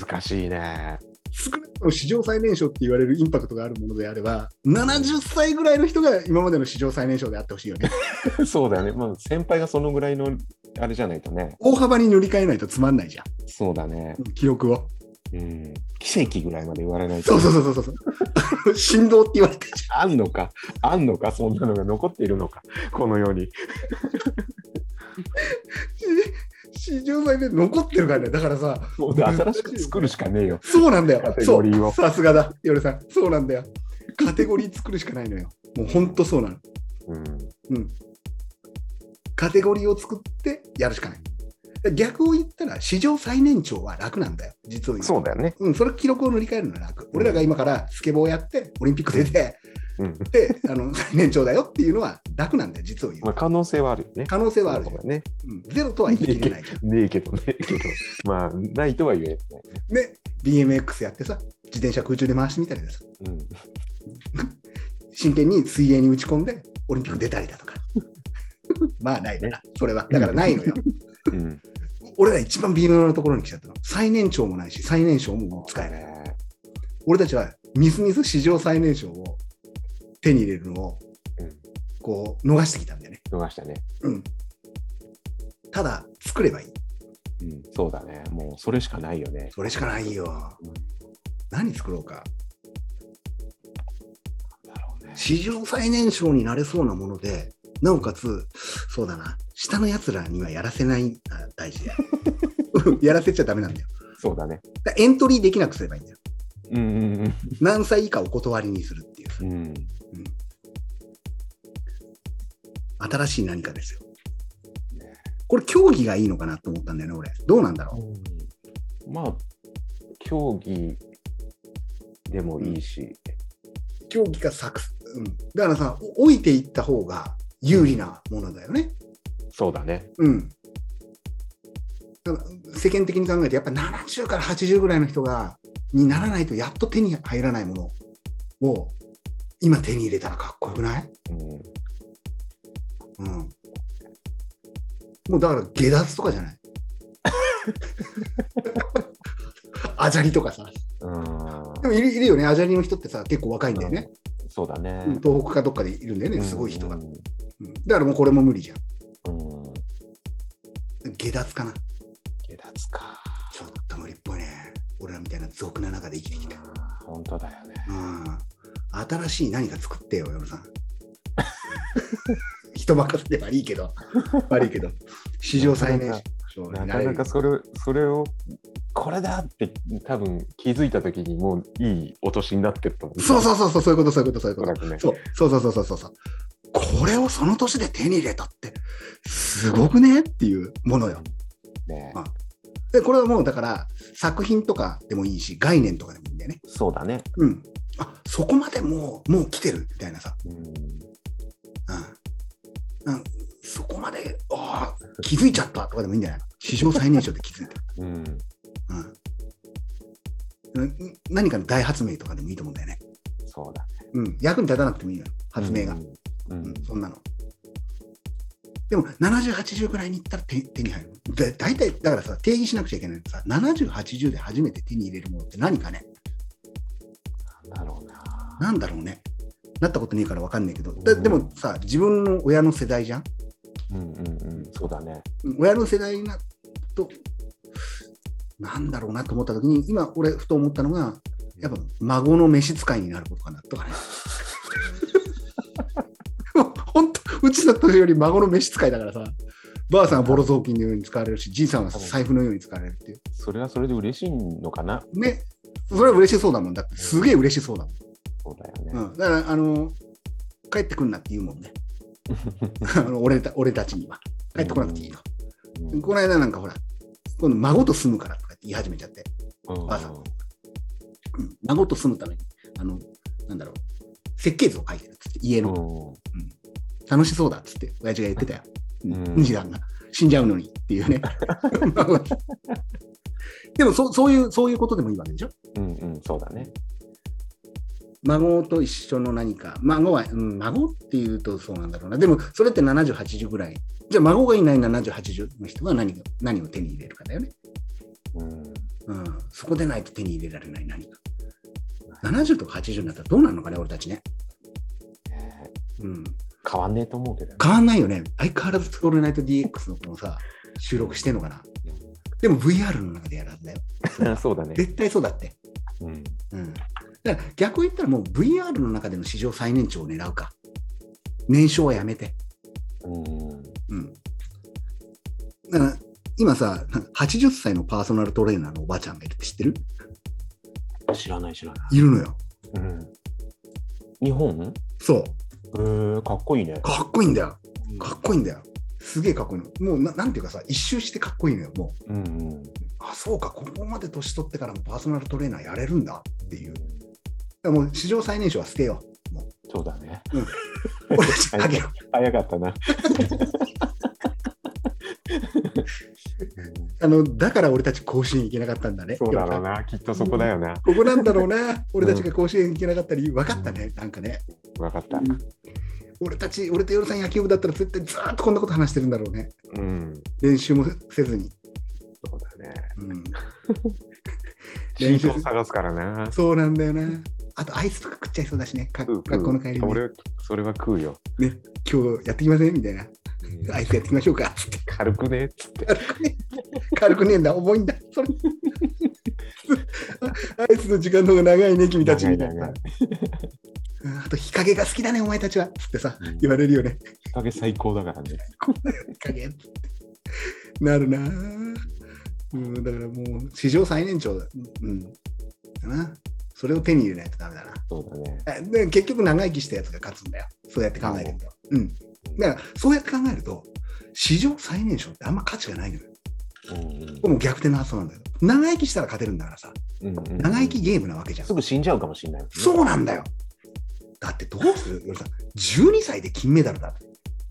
Speaker 3: 難しいね。
Speaker 1: 少なくとも史上最年少って言われるインパクトがあるものであれば、70歳ぐらいの人が今までの史上最年少であってほしいよね。
Speaker 3: そうだね。まあ先輩がそのぐらいのあれじゃないとね。
Speaker 1: 大幅に塗り替えないとつまんないじゃ
Speaker 3: そうだね。
Speaker 1: ん、記録を。
Speaker 3: うん。奇跡ぐらいまで言われないと。
Speaker 1: そうそうそうそうそう。 振動って言われてるじ
Speaker 3: あんのか、あんのか、そんなのが残っているのか、このように。
Speaker 1: ゃん。史上最年少残ってるからね。だからさ、
Speaker 3: もう新しく作るしかねえよ。
Speaker 1: そうなんだよ。
Speaker 3: カテゴリーを
Speaker 1: そうさすがだ、夜さん。そうなんだよ。カテゴリー作るしかないのよ。もうほんとそうなの。
Speaker 3: うん、
Speaker 1: うん。カテゴリーを作ってやるしかない。逆を言ったら、史上最年長は楽なんだよ、実を言うと
Speaker 3: そうだよね。
Speaker 1: うん、それ記録を塗り替えるのは楽。俺らが今からスケボーやって、オリンピック出て、
Speaker 3: うん
Speaker 1: で、あの、最年長だよっていうのは楽なんだよ、実を言
Speaker 3: まあ、
Speaker 1: う。
Speaker 3: 可能性はあるよね。
Speaker 1: 可能性はあるよ
Speaker 3: そうだね。
Speaker 1: うん、ゼロとは言い切れないじゃん。
Speaker 3: ねえけ どねえけど、まあ、ないとは言えない。
Speaker 1: で、BMX やってさ、自転車空中で回してみたりでさ、
Speaker 3: うん、
Speaker 1: 真剣に水泳に打ち込んで、オリンピック出た りだとか。まあ、ないな、それは。だからないのよ。
Speaker 3: うん、
Speaker 1: 俺ら一番微妙なところに来ちゃったの。最年長もないし、最年少も使えない。
Speaker 3: ない。
Speaker 1: 俺たちは、みすみす史上最年少を手に入れるのを、
Speaker 3: うん、
Speaker 1: こう、逃してきたんだよね。
Speaker 3: 逃したね。
Speaker 1: うん。ただ、作ればいい。
Speaker 3: うん、そうだね。もう、それしかないよね。
Speaker 1: それしかないよ。何作ろうか。
Speaker 3: だろうね。
Speaker 1: 史上最年少になれそうなもので、なおかつ、そうだな、下のやつらにはやらせないが大事だよ。 やらせちゃダメなんだよ。
Speaker 3: そうだね。
Speaker 1: だエントリーできなくすればいいんだよ。
Speaker 3: うん、うん、
Speaker 1: 何歳以下お断りにするっていう、
Speaker 3: うん。うん、
Speaker 1: 新しい何かですよ。これ、競技がいいのかなと思ったんだよね、俺。どうなんだろ
Speaker 3: まあ、競技でもいいし、
Speaker 1: う。競技が作、うん。だからさ、置いていった方が有利なものだよね。
Speaker 3: そうだね。
Speaker 1: うん。だから世間的に考えて、やっぱ70から80ぐらいの人が、にならないとやっと手に入らないものを、今手に入れたらかっこよくない
Speaker 3: うん、
Speaker 1: うん。もうだから、下脱とかじゃないアジャリとかさ。
Speaker 3: うん
Speaker 1: でもいるいるよね、アジャリの人ってさ、結構若いんだよね。
Speaker 3: そうだね。
Speaker 1: うん東北かどっかでいるんだよね、すごい人が。
Speaker 3: う
Speaker 1: うんんだからもうこれも無理じゃ
Speaker 3: うん、
Speaker 1: ん。下脱かな。
Speaker 3: 下脱か。
Speaker 1: ちょっと無理っぽいね。俺らみたいな俗な中で生きてきた。
Speaker 3: 本当だよね。
Speaker 1: うん新しい何か作ってよ、夜さん。 人任せではいいけど、悪いけど、史上最年少
Speaker 3: な
Speaker 1: にな
Speaker 3: か
Speaker 1: れ
Speaker 3: な
Speaker 1: る
Speaker 3: か。それそれをこれだって多分気づいた時にもういい落としになってると思う。
Speaker 1: そう
Speaker 3: う。
Speaker 1: そうそうそう、そういうこと、そういうこと、そういう
Speaker 3: お
Speaker 1: こ
Speaker 3: そら
Speaker 1: と。
Speaker 3: くね。
Speaker 1: そうそうそうそうそうそう。これをその年で手に入れたって、すごくねっていうものよ。
Speaker 3: ね
Speaker 1: あ。で、これはもうだから、作品とかでもいいし、概念とかでもいいんだよね。
Speaker 3: そうだね。
Speaker 1: うん。あそこまでもう、もう来てるみたいなさ。
Speaker 3: うん。
Speaker 1: うん。なんそこまで、ああ、気づいちゃったとかでもいいんじゃないの史上最年少で気づいた。
Speaker 3: うん。
Speaker 1: うん。ん何かの大発明とかでもいいと思うんだよね。
Speaker 3: そうだ。
Speaker 1: うん。役に立たなくてもいいのよ、発明が。
Speaker 3: うん。う
Speaker 1: うんん、そんなの。でも、70、80ぐらいに行ったら手手に入る。で大体、だからさ、定義しなくちゃいけないのさ、70、80で初めて手に入れるものって何かね、
Speaker 3: なんだろうな。
Speaker 1: なんだろうね。なったことねえから分かんないけど、だでもさ、自分の親の世代じゃん
Speaker 3: うんうんうん。そうだね。
Speaker 1: うん親の世代なと、なんだろうなと思ったときに、今、俺、ふと思ったのが、やっぱ孫の召使いになることかなとかね。 本当、うちの年より孫の召使いだからさ、ばあさんはボロ雑巾のように使われるし、じいさんは財布のように使われるっていう。
Speaker 3: それはそれで嬉しいのかな。
Speaker 1: ね、それは嬉しそうだもんだって、すげえ嬉しそうだもん。
Speaker 3: そうだよね。
Speaker 1: うん、だから、あの、帰ってくんなって言うもんね。 あの俺た俺たちには。帰ってこなくていいと。
Speaker 3: うん
Speaker 1: この間なんかほら、今度孫と住むからとかって言い始めちゃって。
Speaker 3: うん
Speaker 1: ばあさんうん孫と住むために、あの、なんだろう、設計図を書いてるっつって、家の、
Speaker 3: う
Speaker 1: 楽しそうだっつって、親父が言ってたよ。う
Speaker 3: うんん、
Speaker 1: 二次が死んじゃうのにっていうね。 孫がでもそう、そういう、そういうことでもいいわけでしょ
Speaker 3: んうんうん。そうだね。
Speaker 1: 孫と一緒の何か、孫は、うん、孫っていうとそうなんだろうな。でも、それって70、80ぐらい。じゃあ、孫がいない70、80の人が何が何を手に入れるかだよね。
Speaker 3: うん。
Speaker 1: うん、そこでないと手に入れられない何か。70とか80になったらどうなるのかね、俺たちね。
Speaker 3: ね
Speaker 1: うん、
Speaker 3: 変わんねえと思うけどね。
Speaker 1: 変わんないよね。相変わらず「オールナイト DX」のこのさ、収録してんのかな。でも VR の中でやるはずだ よ。
Speaker 3: そうだね。
Speaker 1: 絶対そうだって。
Speaker 3: うん。
Speaker 1: うん。だから逆を言ったらもう VR の中での史上最年長を狙うか。年少はやめて。
Speaker 3: うん。
Speaker 1: うん。だから今さ、なんか80歳のパーソナルトレーナーのおばあちゃんがいるって知ってる
Speaker 3: 知らない知らない。
Speaker 1: いるのよ。
Speaker 3: うん。日本
Speaker 1: そう。
Speaker 3: えー、かっこいいね。
Speaker 1: かっこいいんだよ。かっこいいんだよ。すげえかっこいいの。もうななんていうかさ、一周してかっこいいのよ。もう、
Speaker 3: うんうん。
Speaker 1: あ、そうか、ここまで年取ってからもパーソナルトレーナーやれるんだっていう。だからもう史上最年少は捨てよ
Speaker 3: そうだね。
Speaker 1: う。俺たちあげよ
Speaker 3: 早かったな。
Speaker 1: うあのだから俺たち甲子園行けなかったんだね。
Speaker 3: そうだろうな。きっとそこだよな。
Speaker 1: ここなんだろうな。俺たちが甲子園行けなかった理由、分かったね、なんかね。
Speaker 3: わかった。
Speaker 1: 俺たち、俺と夜さん野球部だったら絶対ずーっとこんなこと話してるんだろうね。
Speaker 3: うん。
Speaker 1: 練習もせずに。
Speaker 3: そうだね。
Speaker 1: うん、
Speaker 3: シートを探すからな。
Speaker 1: そうなんだよな。あとアイスとか食っちゃいそうだしね、か
Speaker 3: 食う
Speaker 1: 学校の帰り
Speaker 3: 食う
Speaker 1: に、ね、
Speaker 3: 俺それは食うよ。
Speaker 1: 今日やってきませんみたいな。アイスやってきましょうか。 つって
Speaker 3: 軽くねっつって。
Speaker 1: 軽くね、軽くねえんだ、重いんだ。それ アイスの時間の方が長いね、君たちみたいな。うんあと日陰が好きだね、お前たちは。つってさ
Speaker 3: うん、
Speaker 1: 言われるよね。
Speaker 3: 日陰最高だからね。
Speaker 1: 日陰ってなるなぁうん、だからもう、史上最年長だ。うん。だな。それを手に入れないとダメだな。
Speaker 3: そうだね。
Speaker 1: あで結局、長生きしたやつが勝つんだよ。そうやって考えるんだよ。うん。だから、そうやって考えると、史上最年少ってあんま価値がないのよ。
Speaker 3: うん
Speaker 1: これも逆転の発想なんだよ。長生きしたら勝てるんだからさ、
Speaker 3: うんうんうん
Speaker 1: 長生きゲームなわけじゃん。
Speaker 3: すぐ死んじゃうかもしれないもんね。
Speaker 1: そうなんだよ。だってどうする俺さ、12歳で金メダルだって。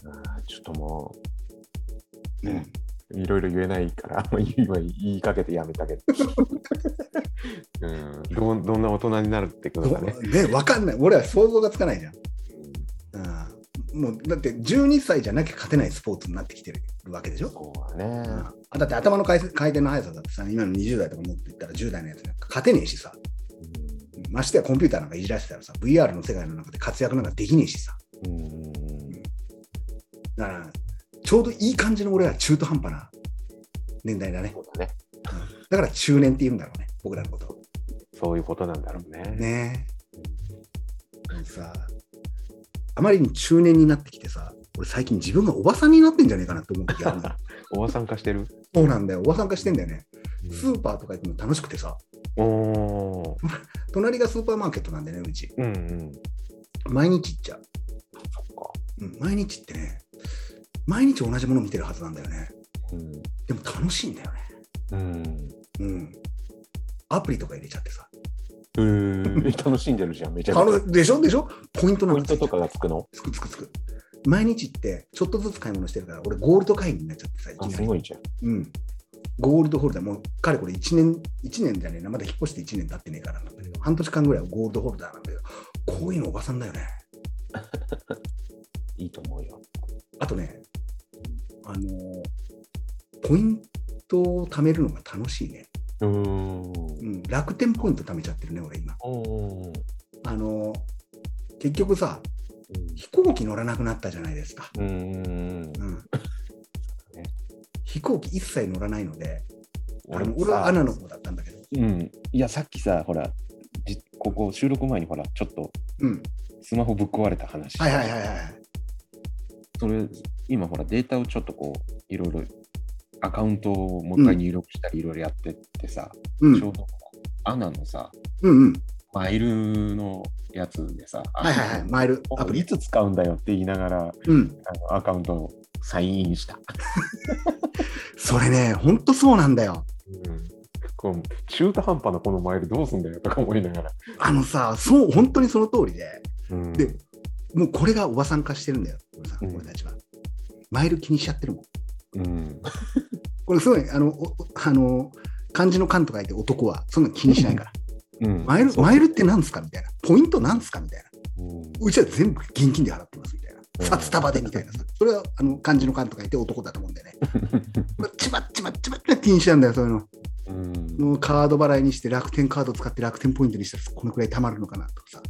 Speaker 3: あーちょっとも
Speaker 1: う
Speaker 3: ね
Speaker 1: ん
Speaker 3: ういろいろ言えないから、 あんまり今言いかけてやめたけど。うん、どんどんな大人になるってことだね。
Speaker 1: ね、わかんない。俺は想像がつかないじゃん。うん、もうだって12歳じゃなきゃ勝てないスポーツになってきてるわけでしょ。
Speaker 3: そうだ
Speaker 1: う
Speaker 3: ね。
Speaker 1: んあだって頭の回転回転の速さだってさ、今の20代とか持っていったら10代のやつなんか勝てねえしさ、ましてやコンピューターなんかいじらせてたらさ、VR の世界の中で活躍なんかできねえしさ、
Speaker 3: うんうん
Speaker 1: だからちょうどいい感じの俺は中途半端な年代だね
Speaker 3: そ。うだね。
Speaker 1: だから中年って言うんだろうね、僕らのこと。
Speaker 3: そういうことなんだろうね。
Speaker 1: ねえ。でもさ、あまりに中年になってきてさ、俺最近自分がおばさんになってんじゃねえかなって思う時あるの
Speaker 3: おばさん化してる。
Speaker 1: そうなんだよ、おばさん化してんだよね。スーパーとか行くの楽しくてさ、
Speaker 3: おおー。
Speaker 1: 隣がスーパーマーケットなんでね、うち。
Speaker 3: うんうん。
Speaker 1: 毎日行っちゃう。
Speaker 3: そっか。
Speaker 1: うん、毎日行ってね、毎日同じもの見てるはずなんだよね。
Speaker 3: うん。
Speaker 1: でもた楽しいんだよね。
Speaker 3: うん。
Speaker 1: うん。アプリとか入れちゃってさ。
Speaker 3: えー、楽しんでるじゃん、めちゃ
Speaker 1: あ
Speaker 3: くち
Speaker 1: のでしょでしょポイント
Speaker 3: ゃ。
Speaker 1: な
Speaker 3: ポイ
Speaker 1: ん
Speaker 3: ン
Speaker 1: かつ
Speaker 3: ト
Speaker 1: いて
Speaker 3: とかがつくの
Speaker 1: つくつくつく。毎日って、ちょっとずつ買い物してるから、俺、ゴールド会員になっちゃってさ、いき
Speaker 3: あ、
Speaker 1: な
Speaker 3: す
Speaker 1: り。
Speaker 3: ごいじゃん。
Speaker 1: うん。ゴールドホルダー、もう、彼これ1年、一年じゃねえな、まだ引っ越して1年経ってねえからなんだけど、半年間ぐらいはゴールドホルダーなんだけど、こういうのおばさんだよね。
Speaker 3: いいと思うよ。
Speaker 1: あとね、あのーポイントを貯めるのが楽しいね。
Speaker 3: うーん。
Speaker 1: うん、楽天ポイント貯めちゃってるね、俺今。
Speaker 3: おー
Speaker 1: あのー結局さ、飛行機乗らなくなったじゃないですか。
Speaker 3: うん。うん。
Speaker 1: うん
Speaker 3: ね
Speaker 1: 飛行機一切乗らないので、あ
Speaker 3: 俺
Speaker 1: の
Speaker 3: も
Speaker 1: 俺は
Speaker 3: さ
Speaker 1: アナの方だったんだけど、
Speaker 2: うん。いや、さっきさ、ほら、じここ収録前にほら、ちょっと
Speaker 1: うん、
Speaker 2: スマホぶっ壊れた話。
Speaker 1: はいはいはいはい、
Speaker 2: それ、今ほら、データをちょっとこう、いろいろ、アカウントをもう一回入力したり、いろいろやってってさ、
Speaker 1: うん、
Speaker 2: ちょうど、アナのさ、
Speaker 1: うん、うん、
Speaker 2: マイルのやつでさ、
Speaker 1: はいはいはい、マイルア
Speaker 2: ア
Speaker 1: プ
Speaker 2: プ
Speaker 1: リ
Speaker 2: リい、つ使うんだよって言いながら、
Speaker 1: うん、
Speaker 2: あのアカウントをサインインした。
Speaker 1: それね、本当そうなんだよ。
Speaker 3: うんこう中途半端なこのマイルどうすんだよとか思いながら。
Speaker 1: あのさ、そう、本当にその通りで、
Speaker 3: うん
Speaker 1: でもうこれがおばさん化してるんだよ、俺さ
Speaker 3: うん
Speaker 1: 俺たちは。マイル気にしちゃってるもん。
Speaker 3: うん
Speaker 1: これすごい、あの、おおあの、漢字の漢と書いて男は、そんな気にしないから。
Speaker 3: うん
Speaker 1: マイル、
Speaker 3: そう
Speaker 1: マイルって何すかみたいな。ポイント何すかみたいな。
Speaker 3: うん
Speaker 1: うちは全部現金で払ってますみたいな。
Speaker 3: うん
Speaker 1: 札束でみたいなさ。それは、あの、漢字の漢と書いて男だと思うん だよね。これちばっちばっちばって気にしちゃうんだよ、そういうの。
Speaker 3: うん
Speaker 1: もうカード払いにして楽天カード使って楽天ポイントにしたら、このくらい貯まるのかなとかさ。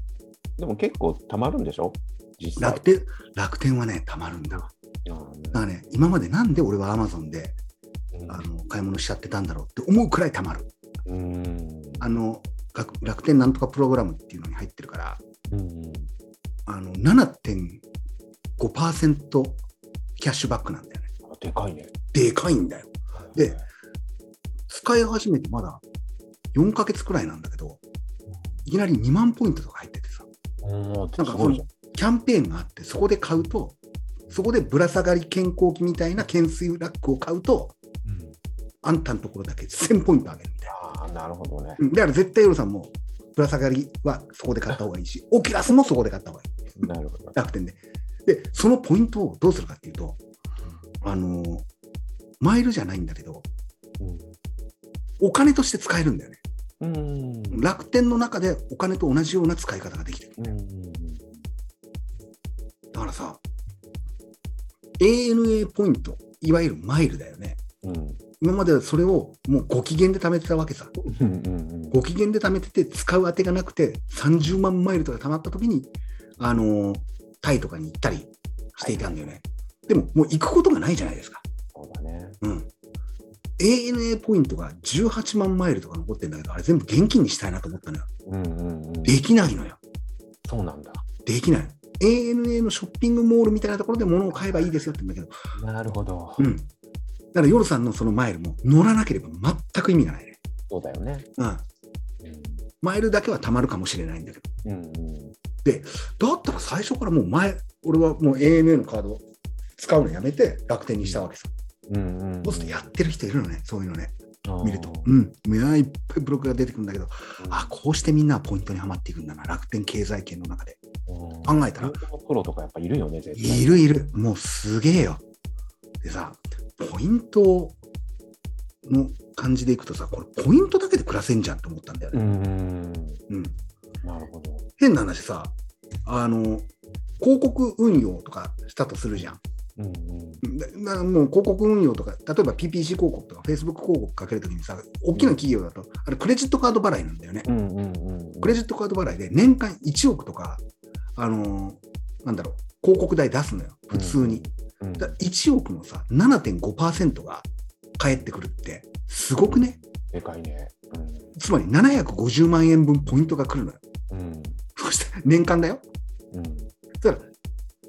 Speaker 2: でも結構たまるんでしょ実際
Speaker 1: 楽。天、楽天はね、貯まるんだわ。だからね、今までなんで俺はアマゾンで、あの、買い物しちゃってたんだろうって思うくらい貯まる。
Speaker 3: うん
Speaker 1: あの、楽楽天なんとかプログラムっていうのに入ってるから、
Speaker 3: うん
Speaker 1: あの、7.5%キャッシュバックなんだよね。
Speaker 2: あでかいね。
Speaker 1: でかいんだよ。で、使い始めてまだ4ヶ月くらいなんだけど、いきなり2万ポイントとか入っててさ、
Speaker 3: うん
Speaker 1: なんかそのキャンペーンがあって、そこで買うと、そこでぶら下がり健康器みたいな懸垂ラックを買うと、
Speaker 3: うん
Speaker 1: あんたのところだけ1000ポイントあげるみたいな。
Speaker 2: ああ、なるほどね。
Speaker 1: うんだから絶対、ヨルさんも、ぶら下がりはそこで買った方がいいし、オキュラスもそこで買った方がいい。
Speaker 2: なるほど。
Speaker 1: 楽天で。で、そのポイントをどうするかっていうと、あのーマイルじゃないんだけど、お金として使えるんだよね。
Speaker 2: うん。
Speaker 1: 楽天の中でお金と同じような使い方ができてる。
Speaker 2: うん。
Speaker 1: だからさ、ANA ポイント、いわゆるマイルだよね。
Speaker 2: うん。
Speaker 1: 今まではそれをもうご機嫌で貯めてたわけさ。
Speaker 3: うん
Speaker 1: ご機嫌で貯めてて、使うあてがなくて、30万マイルとか貯まった時に、あのータイとかに行ったりしていたんだよね。でも、もう行くことがないじゃないですか。
Speaker 2: そうだね。
Speaker 1: うん。ANA ポイントが18万マイルとか残ってんだけど、あれ全部現金にしたいなと思ったのよ。
Speaker 3: うんうんうん
Speaker 1: できないのよ。
Speaker 3: そうなんだ。
Speaker 1: できない。ANA のショッピングモールみたいなところで物を買えばいいですよって言うんだけど、
Speaker 3: なるほど
Speaker 1: う。ん。だから、夜さんのそのマイルも乗らなければ全く意味がないね。
Speaker 2: そうだよね。
Speaker 1: うん。マイルだけは貯まるかもしれないんだけ
Speaker 2: うん。うん。
Speaker 1: ど。だったら最初からもう前、俺はもう ANA のカード使うのやめて楽天にしたわけさ。
Speaker 3: うんうん
Speaker 1: そうするとやってる人いるのね、そういうのね。見ると。
Speaker 3: う
Speaker 1: うんん。いやいっぱいブロックが出てくるんだけど、あ、こうしてみんなはポイントにはまっていくんだな、楽天経済圏の中で。
Speaker 3: うん
Speaker 1: 考えたら、
Speaker 2: プロとかやっぱいるよね、絶対。
Speaker 1: いるいる、もうすげえよ。でさ、ポイントの感じでいくとさ、これポイントだけで暮らせんじゃんと思ったんだよ
Speaker 3: う
Speaker 1: ね。
Speaker 3: ん
Speaker 1: うん
Speaker 2: なるほど。
Speaker 1: 変な話さ、あの、広告運用とかしたとするじゃん。
Speaker 3: うんうん
Speaker 1: だだもう広告運用とか、例えば PPC 広告とか Facebook 広告かけるときにさ、大きな企業だと、あれクレジットカード払いなんだよね。
Speaker 3: うんうんうん
Speaker 1: クレジットカード払いで年間1億とか、あのーなんだろう、広告代出すのよ、普通に。
Speaker 3: うん
Speaker 1: だ1億のさ、7.5%が返ってくるって、すごくね。
Speaker 3: でかいね。
Speaker 1: つまり750万円分ポイントが来るのよ。
Speaker 3: うんうん
Speaker 1: そして年間だよ。
Speaker 3: うん
Speaker 1: だから、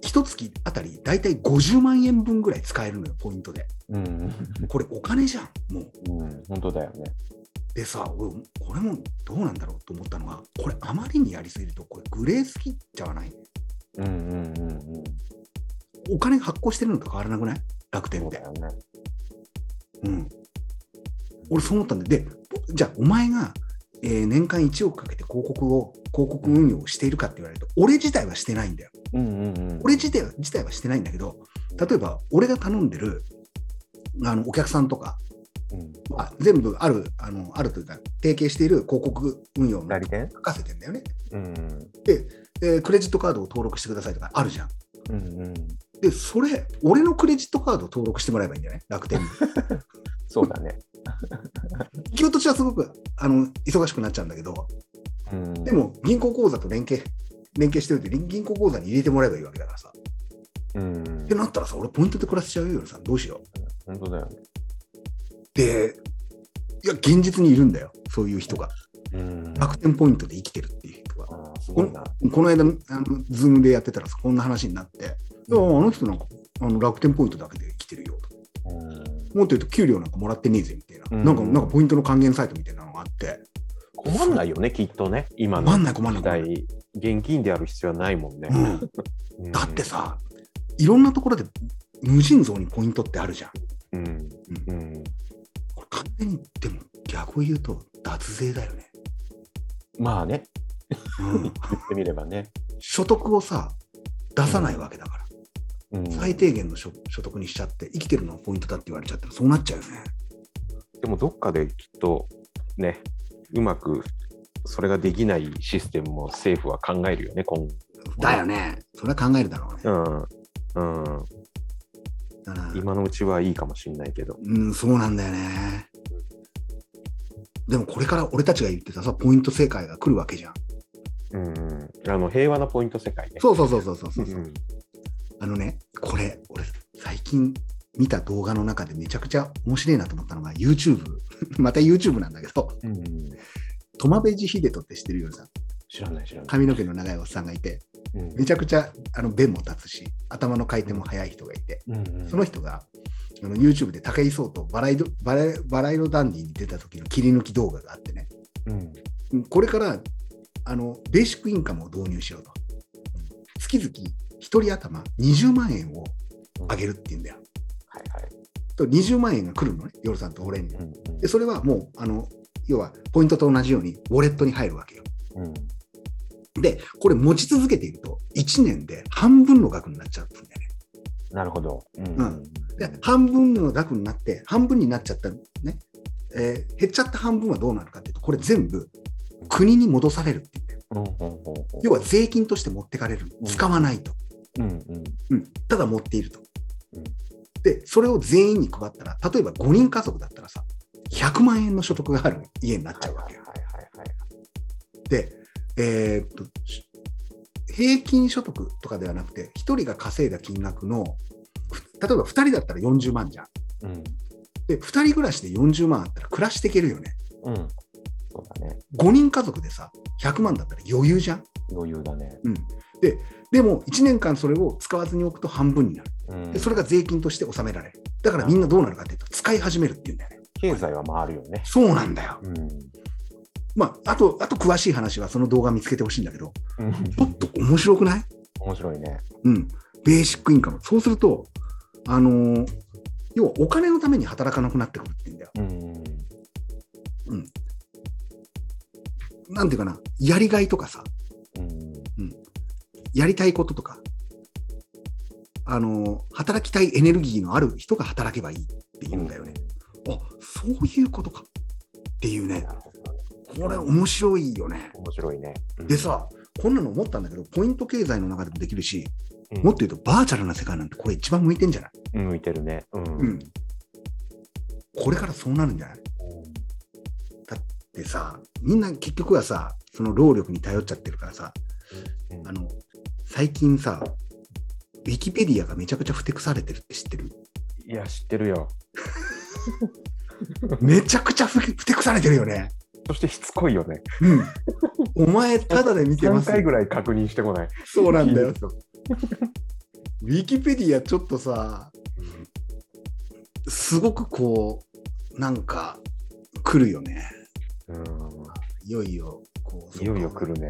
Speaker 1: 一月あたり大体50万円分ぐらい使えるのよ、ポイントで。
Speaker 3: うん
Speaker 1: これお金じゃん、もう。
Speaker 2: うん。本当だよね。
Speaker 1: でさ、俺、これもどうなんだろうと思ったのが、これあまりにやりすぎると、これグレースキッチャーない。
Speaker 3: うんうんうんうん
Speaker 1: お金発行してるのと変わらなくない楽天
Speaker 2: そう
Speaker 1: っ
Speaker 2: だ
Speaker 1: て。
Speaker 2: よね。
Speaker 1: うん。俺そう思ったんで、で、じゃあお前が、えー年間1億かけて広告を、広告運用をしているかって言われると、俺自体はしてないんだよ。
Speaker 2: うんうんうん。
Speaker 1: 俺自体は自体はしてないんだけど、例えば俺が頼んでるあのお客さんとか、
Speaker 2: うん、
Speaker 1: まあ、全部ある、あのあるというか、提携している広告運用の
Speaker 3: 代理店
Speaker 1: 任せてんだよね。
Speaker 2: うん
Speaker 1: えークレジットカードを登録してくださいとかあるじゃん。
Speaker 2: うんうん。
Speaker 1: で、それ、俺のクレジットカードを登録してもらえばいいんだよね、楽 天に。
Speaker 3: そうだね。
Speaker 1: 企業としてはすごくあの忙しくなっちゃうんだけど、
Speaker 2: うん
Speaker 1: で、も銀行口座と連携、連携しておいて、銀行口座に入れてもらえばいいわけだからさ。
Speaker 3: うん
Speaker 1: って。なったらさ、俺、ポイントで暮らしちゃうよ、さん、どうしよう。
Speaker 3: 本当だよね。
Speaker 1: で、いや、現実にいるんだよ、そういう人が。
Speaker 2: うん、
Speaker 1: 楽天ポイントで生きてるっていう人が。
Speaker 3: ああ、すごいな。
Speaker 1: この間、あのズームでやってたらさ、こんな話になって、いやあの人なんかあの楽天ポイントだけで生きてるよと。
Speaker 2: うん
Speaker 1: もっと言うと、給料なんかもらってねえぜみたいな、
Speaker 2: うん
Speaker 1: なんか、なんかポイントの還元サイトみたいなのがあって、
Speaker 3: 困んないよね、きっとね。今
Speaker 1: 困ん
Speaker 3: の
Speaker 1: ない、困んない
Speaker 3: 時
Speaker 1: 困んない。
Speaker 3: 代、現金である必要はないもんね。
Speaker 1: うん
Speaker 3: うん
Speaker 1: だって、さ、いろんなところで無尽蔵にポイントってあるじゃん。
Speaker 3: うん。
Speaker 1: う
Speaker 3: うん。
Speaker 1: これ完全に、でも逆を言うと、脱税だよね。
Speaker 3: まあね、
Speaker 1: うん、
Speaker 3: 言ってみればね。
Speaker 1: 所得をさ、出さないわけだから、
Speaker 3: うん
Speaker 1: 最低限の所所得にしちゃって、生きてるのがポイントだって言われちゃったら、そうなっちゃうよね。
Speaker 3: でもどっかできっとね、うまくそれができないシステムも政府は考えるよね、今後。
Speaker 1: だよね。それは考えるだろうね。
Speaker 3: うん。うん。
Speaker 1: だな
Speaker 3: 今のうちはいいかもしれないけど。
Speaker 1: うん、そうなんだよね。でもこれから俺たちが言ってたさ、ポイント世界が来るわけじゃん。
Speaker 3: うん。あの、平和なポイント世界ね。
Speaker 1: そうそうそうそうそうそう、
Speaker 3: うん。
Speaker 1: あのね、これ、俺、最近見た動画の中でめちゃくちゃ面白いなと思ったのが YouTube。ま た YouTube なんだけど、
Speaker 3: うん。
Speaker 1: トマベジヒデトって知ってるよさん。
Speaker 3: 知らない、知らない。
Speaker 1: 髪の毛の長いおっさんがいて、
Speaker 3: うん
Speaker 1: めちゃくちゃあの弁も立つし、頭の回転も速い人がいて、
Speaker 3: うんうん
Speaker 1: その人が、あの YouTube で武井壮とバラ色バラバラ色ダンディに出た時の切り抜き動画があってね、
Speaker 3: うん
Speaker 1: これからあのベーシックインカムを導入しようと。月々1人頭20万円を上げるっていうんだよ。
Speaker 3: はいはい。
Speaker 1: と20万円が来るのね、夜さんと俺に
Speaker 3: う。ん
Speaker 1: で、それはもう、あの要はポイントと同じようにウォレットに入るわけよ。
Speaker 3: うんうん
Speaker 1: で、これ持ち続けていると、1年で半分の額になっちゃうんだよね。
Speaker 3: なるほど。うん
Speaker 1: んで半分の額になって、半分になっちゃったね、えー減っちゃった半分はどうなるかっていうと、これ全部国に戻されるって言うんだよ。
Speaker 3: うんうんうんうん
Speaker 1: 要は税金として持ってかれる、使わないと。
Speaker 3: うんうん
Speaker 1: うん、ただ持っていると
Speaker 3: うん。
Speaker 1: で、それを全員に配ったら、例えば5人家族だったらさ、100万円の所得がある家になっちゃうわけよ。
Speaker 3: はいはいはい
Speaker 1: で、えーっと、し平均所得とかではなくて、1人が稼いだ金額の、ふ例えば2人だったら40万じゃん。
Speaker 3: はい。
Speaker 1: で、2人暮らしで40万あったら暮らしていけるよね。
Speaker 3: うん。うん。そうだね。
Speaker 1: 5人家族でさ、100万だったら余裕じゃん。
Speaker 3: 余裕だね。
Speaker 1: うん。で、でも1年間それを使わずに置くと半分になる。
Speaker 3: うん
Speaker 1: で、それが税金として納められる。だからみんなどうなるかっていうと、使い始めるっていうんだよね。
Speaker 3: 経済は回るよね。
Speaker 1: そうなんだよ。
Speaker 3: うん。
Speaker 1: まあ、あと、あと詳しい話はその動画見つけてほしいんだけど、
Speaker 3: うん
Speaker 1: ちょっと面白くない
Speaker 3: 面白いね。
Speaker 1: うん。ベーシックインカム。そうすると、あのー要はお金のために働かなくなってくるって言うんだよ。
Speaker 3: うん。
Speaker 1: なんていうかな、やりがいとかさ、
Speaker 3: うん。
Speaker 1: やりたいこととか、あのー働きたいエネルギーのある人が働けばいいって言うんだよね。あ、そういうことか。っていうね
Speaker 3: な、るほどね
Speaker 1: これ面白いよね。
Speaker 3: 面白いね。うん
Speaker 1: で、さ、こんなの思ったんだけど、ポイント経済の中でもできるし、
Speaker 3: うん
Speaker 1: もっと言うとバーチャルな世界なんてこれ一番向いてんじゃない
Speaker 3: うん向いてるね。うん
Speaker 1: うんこれからそうなるんじゃないでさみんな結局はさその労力に頼っちゃってるからさ
Speaker 3: うん
Speaker 1: あの最近さウィキペディアがめちゃくちゃふてくされてるって知ってる
Speaker 3: いや、知ってるよ。
Speaker 1: めちゃくちゃふふてくされてるよね
Speaker 3: そしてしつこいよね。
Speaker 1: うん お前ただで見てま
Speaker 3: 3
Speaker 1: す
Speaker 3: 回ぐらい確認してこない。
Speaker 1: そうなんだよ
Speaker 3: 聞いてる
Speaker 1: ウィキペディアちょっとさすごくこうなんか来るよね
Speaker 3: とうん。
Speaker 1: いよいよこう
Speaker 3: いよいよ来るね。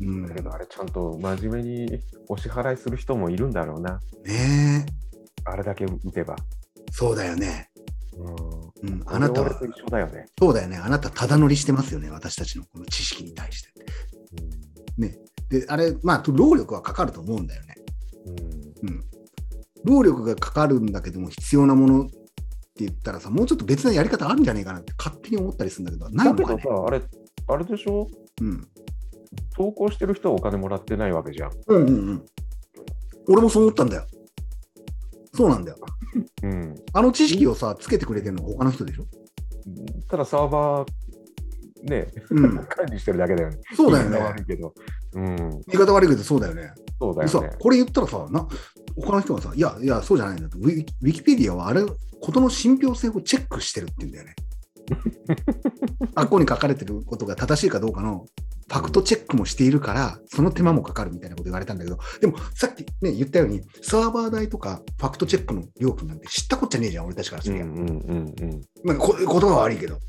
Speaker 1: うん
Speaker 3: だけ
Speaker 1: ね
Speaker 3: ど、あれ、ちゃんと真面目にお支払いする人もいるんだろうな。
Speaker 1: え
Speaker 3: あれだけ打てば。
Speaker 1: そうだよね
Speaker 3: うん
Speaker 1: うん、あなた
Speaker 3: 俺
Speaker 1: は
Speaker 3: と、一緒だよね。
Speaker 1: そうだよね。あなた、ただ乗りしてますよね。私たちのこの知識に対して。で、あれ、まあ、労力はかかると思うんだよね。
Speaker 3: うん
Speaker 1: 労力がかかるんだけども、必要なものって言ったらさ、もうちょっと別なやり方あるんじゃないかなって勝手に思ったりするんだけど、ない
Speaker 3: だ
Speaker 1: の
Speaker 3: け
Speaker 1: か
Speaker 3: ど
Speaker 1: ね
Speaker 3: さ。、あれ、あれでしょ
Speaker 1: うん。
Speaker 3: 投稿してる人はお金もらってないわけじゃん。
Speaker 1: うんうんうん。俺もそう思ったんだよ。そうなんだよ。
Speaker 3: うん、
Speaker 1: あの知識をさ、つけてくれてるのは他の人でしょ。
Speaker 3: ただサーバー、ね、
Speaker 1: うん。
Speaker 3: 管理してるだけだよね。
Speaker 1: そうだよ
Speaker 3: 言い方
Speaker 1: ね。
Speaker 3: 悪いけど。うん、
Speaker 1: 言い方悪いけど、そうだよね。
Speaker 3: そうだ
Speaker 1: でさ
Speaker 3: よね。
Speaker 1: これ言ったらさな他の人がさ「いやいやそうじゃないんだ」とウィウィキペディアはあれことの信憑性をチェックしてるって言うんだよ ね。あっこに書かれてることが正しいかどうかのファクトチェックもしているからその手間もかかるみたいなこと言われたんだけどでもさっきね言ったようにサーバー代とかファクトチェックの料金なんて知ったこっちゃねえじゃん俺たちからす
Speaker 3: うん
Speaker 1: る
Speaker 3: う
Speaker 1: や、
Speaker 3: んうんうん
Speaker 1: まあ、こ言葉は悪いけど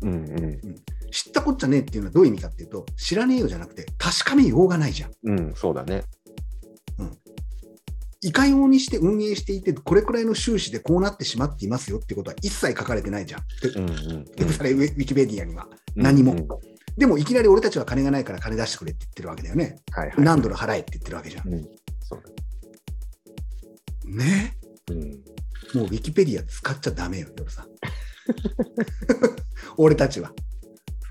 Speaker 3: うんうん
Speaker 1: 知ったこっちゃねえっていうのはどういう意味かっていうと知らねえよじゃなくて確かめようがないじゃん。
Speaker 3: うん、そうだね。
Speaker 1: いかようにして運営していて、これくらいの収支でこうなってしまっていますよってことは一切書かれてないじゃん。
Speaker 3: うんうん
Speaker 1: で、それウィウィキペディアには。 何も。でも、いきなり俺たちは金がないから金出してくれって言ってるわけだよね。
Speaker 3: はいはい。
Speaker 1: 何ドル払えって言ってるわけじゃん。
Speaker 3: そうだ
Speaker 1: ね
Speaker 3: うん
Speaker 1: もうウィキペディア使っちゃダメよ、夜さん。 俺たちは。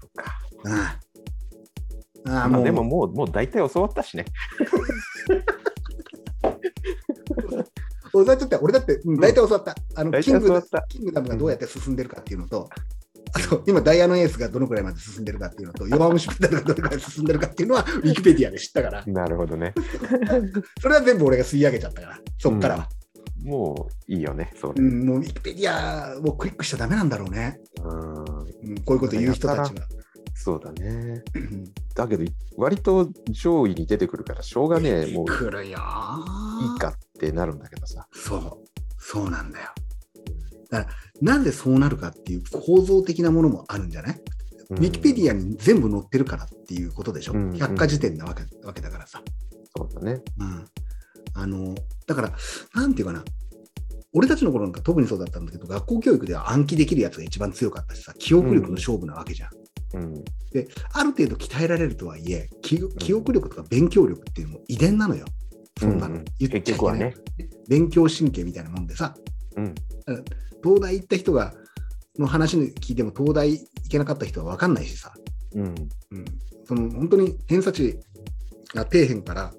Speaker 1: そっか。ああ。ああ、
Speaker 3: ま
Speaker 1: も
Speaker 3: あ
Speaker 1: う。
Speaker 3: でももう、もう大体教わったしね。
Speaker 1: 俺だって、俺だって、うん大体教わった。あの、
Speaker 3: 大
Speaker 1: キ
Speaker 3: 体
Speaker 1: ング
Speaker 3: 教わ
Speaker 1: ダ
Speaker 3: った。
Speaker 1: キングダムがどうやって進んでるかっていうのと、あと今、ダイヤのエースがどのくらいまで進んでるかっていうのと、4番虫ペダルがどれくらい進んでるかっていうのは、ウィキペディアで知ったから、
Speaker 3: なるほどね。
Speaker 1: それは全部俺が吸い上げちゃったから、そっからは。
Speaker 3: もういいよね、それ。
Speaker 1: うんもうウィキペディアをクリックしちゃダメなんだろうね。
Speaker 3: うん
Speaker 1: うんこういうこと言う人たちは。
Speaker 3: そうだね。
Speaker 1: うん
Speaker 3: だけど、割と上位に出てくるから、しょうがねえ、もう
Speaker 1: 来る
Speaker 3: い
Speaker 1: よ
Speaker 3: いかってなるんだけどさ。
Speaker 1: そう、そうなんだよ。だから、なんでそうなるかっていう構造的なものもあるんじゃないウィキペデ
Speaker 3: ア。
Speaker 1: ィアに全部載ってるからっていうことでしょ、
Speaker 3: うん
Speaker 1: 百科事典なわけわけだからさ。
Speaker 3: そうだね。
Speaker 1: うん、あのだから、なんていうかな、俺たちの頃なんか特にそうだったんだけど、学校教育では暗記できるやつが一番強かったしさ、記憶力の勝負なわけじゃん。
Speaker 3: うん。
Speaker 1: で、ある程度鍛えられるとはいえ、記記憶力とか勉強力っていうのも遺伝なのよ、そんなの。
Speaker 3: うん
Speaker 1: 言っちゃいけ
Speaker 3: 結局
Speaker 1: ない
Speaker 3: はね。
Speaker 1: 勉強神経みたいなもんでさ、
Speaker 3: うん
Speaker 1: 東大行った人がの話に聞いても、東大行けなかった人は分かんないしさ。
Speaker 3: うん。
Speaker 1: うんその本当に偏差値が底辺から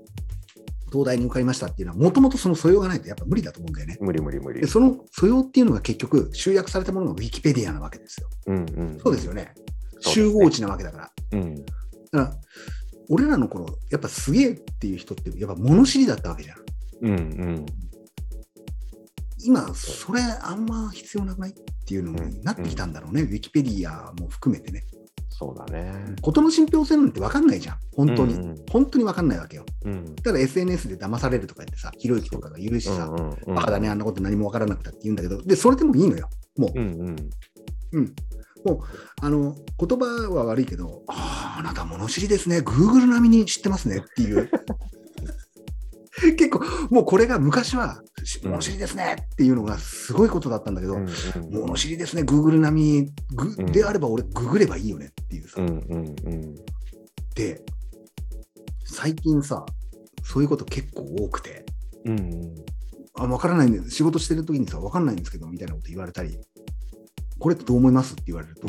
Speaker 1: 東大に受かりましたっていうのは、もともとその素養がないとやっぱ無理だと思うんだよね。
Speaker 3: 無理無理無理
Speaker 1: で、。その素養っていうのが結局集約されたものがウィキペディアなわけですよ。
Speaker 3: うんうん。
Speaker 1: そうですよ
Speaker 3: そう
Speaker 1: ね。
Speaker 3: ですね
Speaker 1: 集合値なわけだから。
Speaker 3: うん。
Speaker 1: だから、俺らの頃、やっぱすげえっていう人って、やっぱ物知りだったわけじゃん。
Speaker 3: うんうん。
Speaker 1: 今、それあんま必要なくないっていうのになってきたんだろうね。ウィキペディアも含めてね。
Speaker 3: そうだね。
Speaker 1: 事の信憑性なんて分かんないじゃん。本当
Speaker 3: うんう
Speaker 1: に
Speaker 3: ん。
Speaker 1: 本当に分かんないわけよ。
Speaker 3: うん。
Speaker 1: ただ SNS で騙されるとか言ってさ、ひろゆきとかが言うしさ、
Speaker 3: うん
Speaker 1: バカだね、あんなこと何も分からなくたって言うんだけど、で、それでもいいのよ。も
Speaker 3: うんうん。
Speaker 1: う、うん。もう、あの、言葉は悪いけど、ああ、あなた物知りですね、Google 並みに知ってますねっていう。 結構、もうこれが昔は、し
Speaker 3: うん
Speaker 1: 物知りですねっていうのがすごいことだったんだけど、
Speaker 3: うん
Speaker 1: 物知りですね、Google 並みに、グ
Speaker 3: うん
Speaker 1: であれば俺、ググればいいよねっていうさ。
Speaker 3: うんうんうん。
Speaker 1: で、最近さ、そういうこと結構多くて。
Speaker 3: うんうん。
Speaker 1: あ、わからないんです。仕事してる時にさ、わかんないんですけど、みたいなこと言われたり、これってどう思いますって言われると、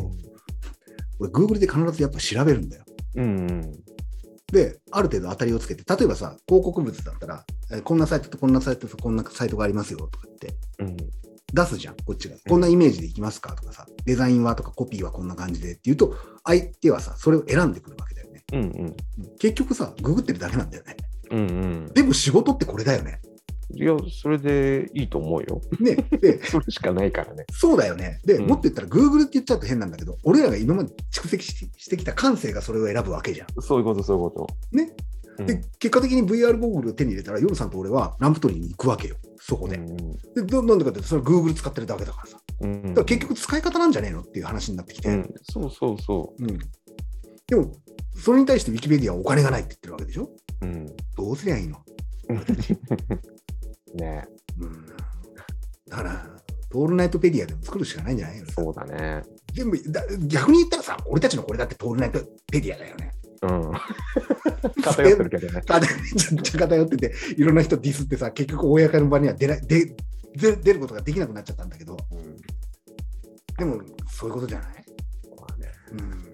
Speaker 1: 俺、Google で必ずやっぱ調べるんだよ。
Speaker 3: うんうん。
Speaker 1: で、ある程度当たりをつけて、例えばさ、広告物だったら、えーこんなサイトとこんなサイトとこんなサイトがありますよとかって
Speaker 3: うん
Speaker 1: 出すじゃん、こっちが。こんなイメージでいきますかとかさ、デザインはとかコピーはこんな感じでっていうと、相手はさ、それを選んでくるわけだよね。
Speaker 3: うんうん。
Speaker 1: 結局さ、ググってるだけなんだよね。
Speaker 3: うんうん。
Speaker 1: でも仕事ってこれだよね。
Speaker 3: いや、それでいいと思うよ。
Speaker 1: ね。で、
Speaker 3: それしかないからね。
Speaker 1: そうだよね。で、
Speaker 3: うん
Speaker 1: もっと言ったら、Google って言っちゃうと変なんだけど、俺らが今まで蓄積ししてきた感性がそれを選ぶわけじゃん。
Speaker 3: そういうこと、そういうこと。
Speaker 1: ね。
Speaker 3: うん、
Speaker 1: で、結果的に VR ゴーグルを手に入れたら、ヨルさんと俺はランプ取りに行くわけよ、そこで。
Speaker 3: うん
Speaker 1: でどなんでかっていうと、それは Google 使ってるだけだからさ。だ
Speaker 3: うん。うん
Speaker 1: から結、局、使い方なんじゃねえのっていう話になってきて、
Speaker 3: うん、そうそうそ
Speaker 1: うんでも、それに対して Wikipedia はお金がないって言ってるわけでしょ。
Speaker 3: う。うん。
Speaker 1: どうすりゃいいの
Speaker 3: ね
Speaker 1: うんだから、オールナイトペディアでも作るしかないんじゃないの
Speaker 3: そうだね。
Speaker 1: 全部だ、逆に言ったらさ、俺たちのこれだってオールナイトペディアだよね。
Speaker 3: うん。偏ってるけどね。
Speaker 1: あでめっちゃ偏ってて、いろんな人ディスってさ、結局、公の場には出ないでで出ることができなくなっちゃったんだけど、でも、そういうことじゃないうん。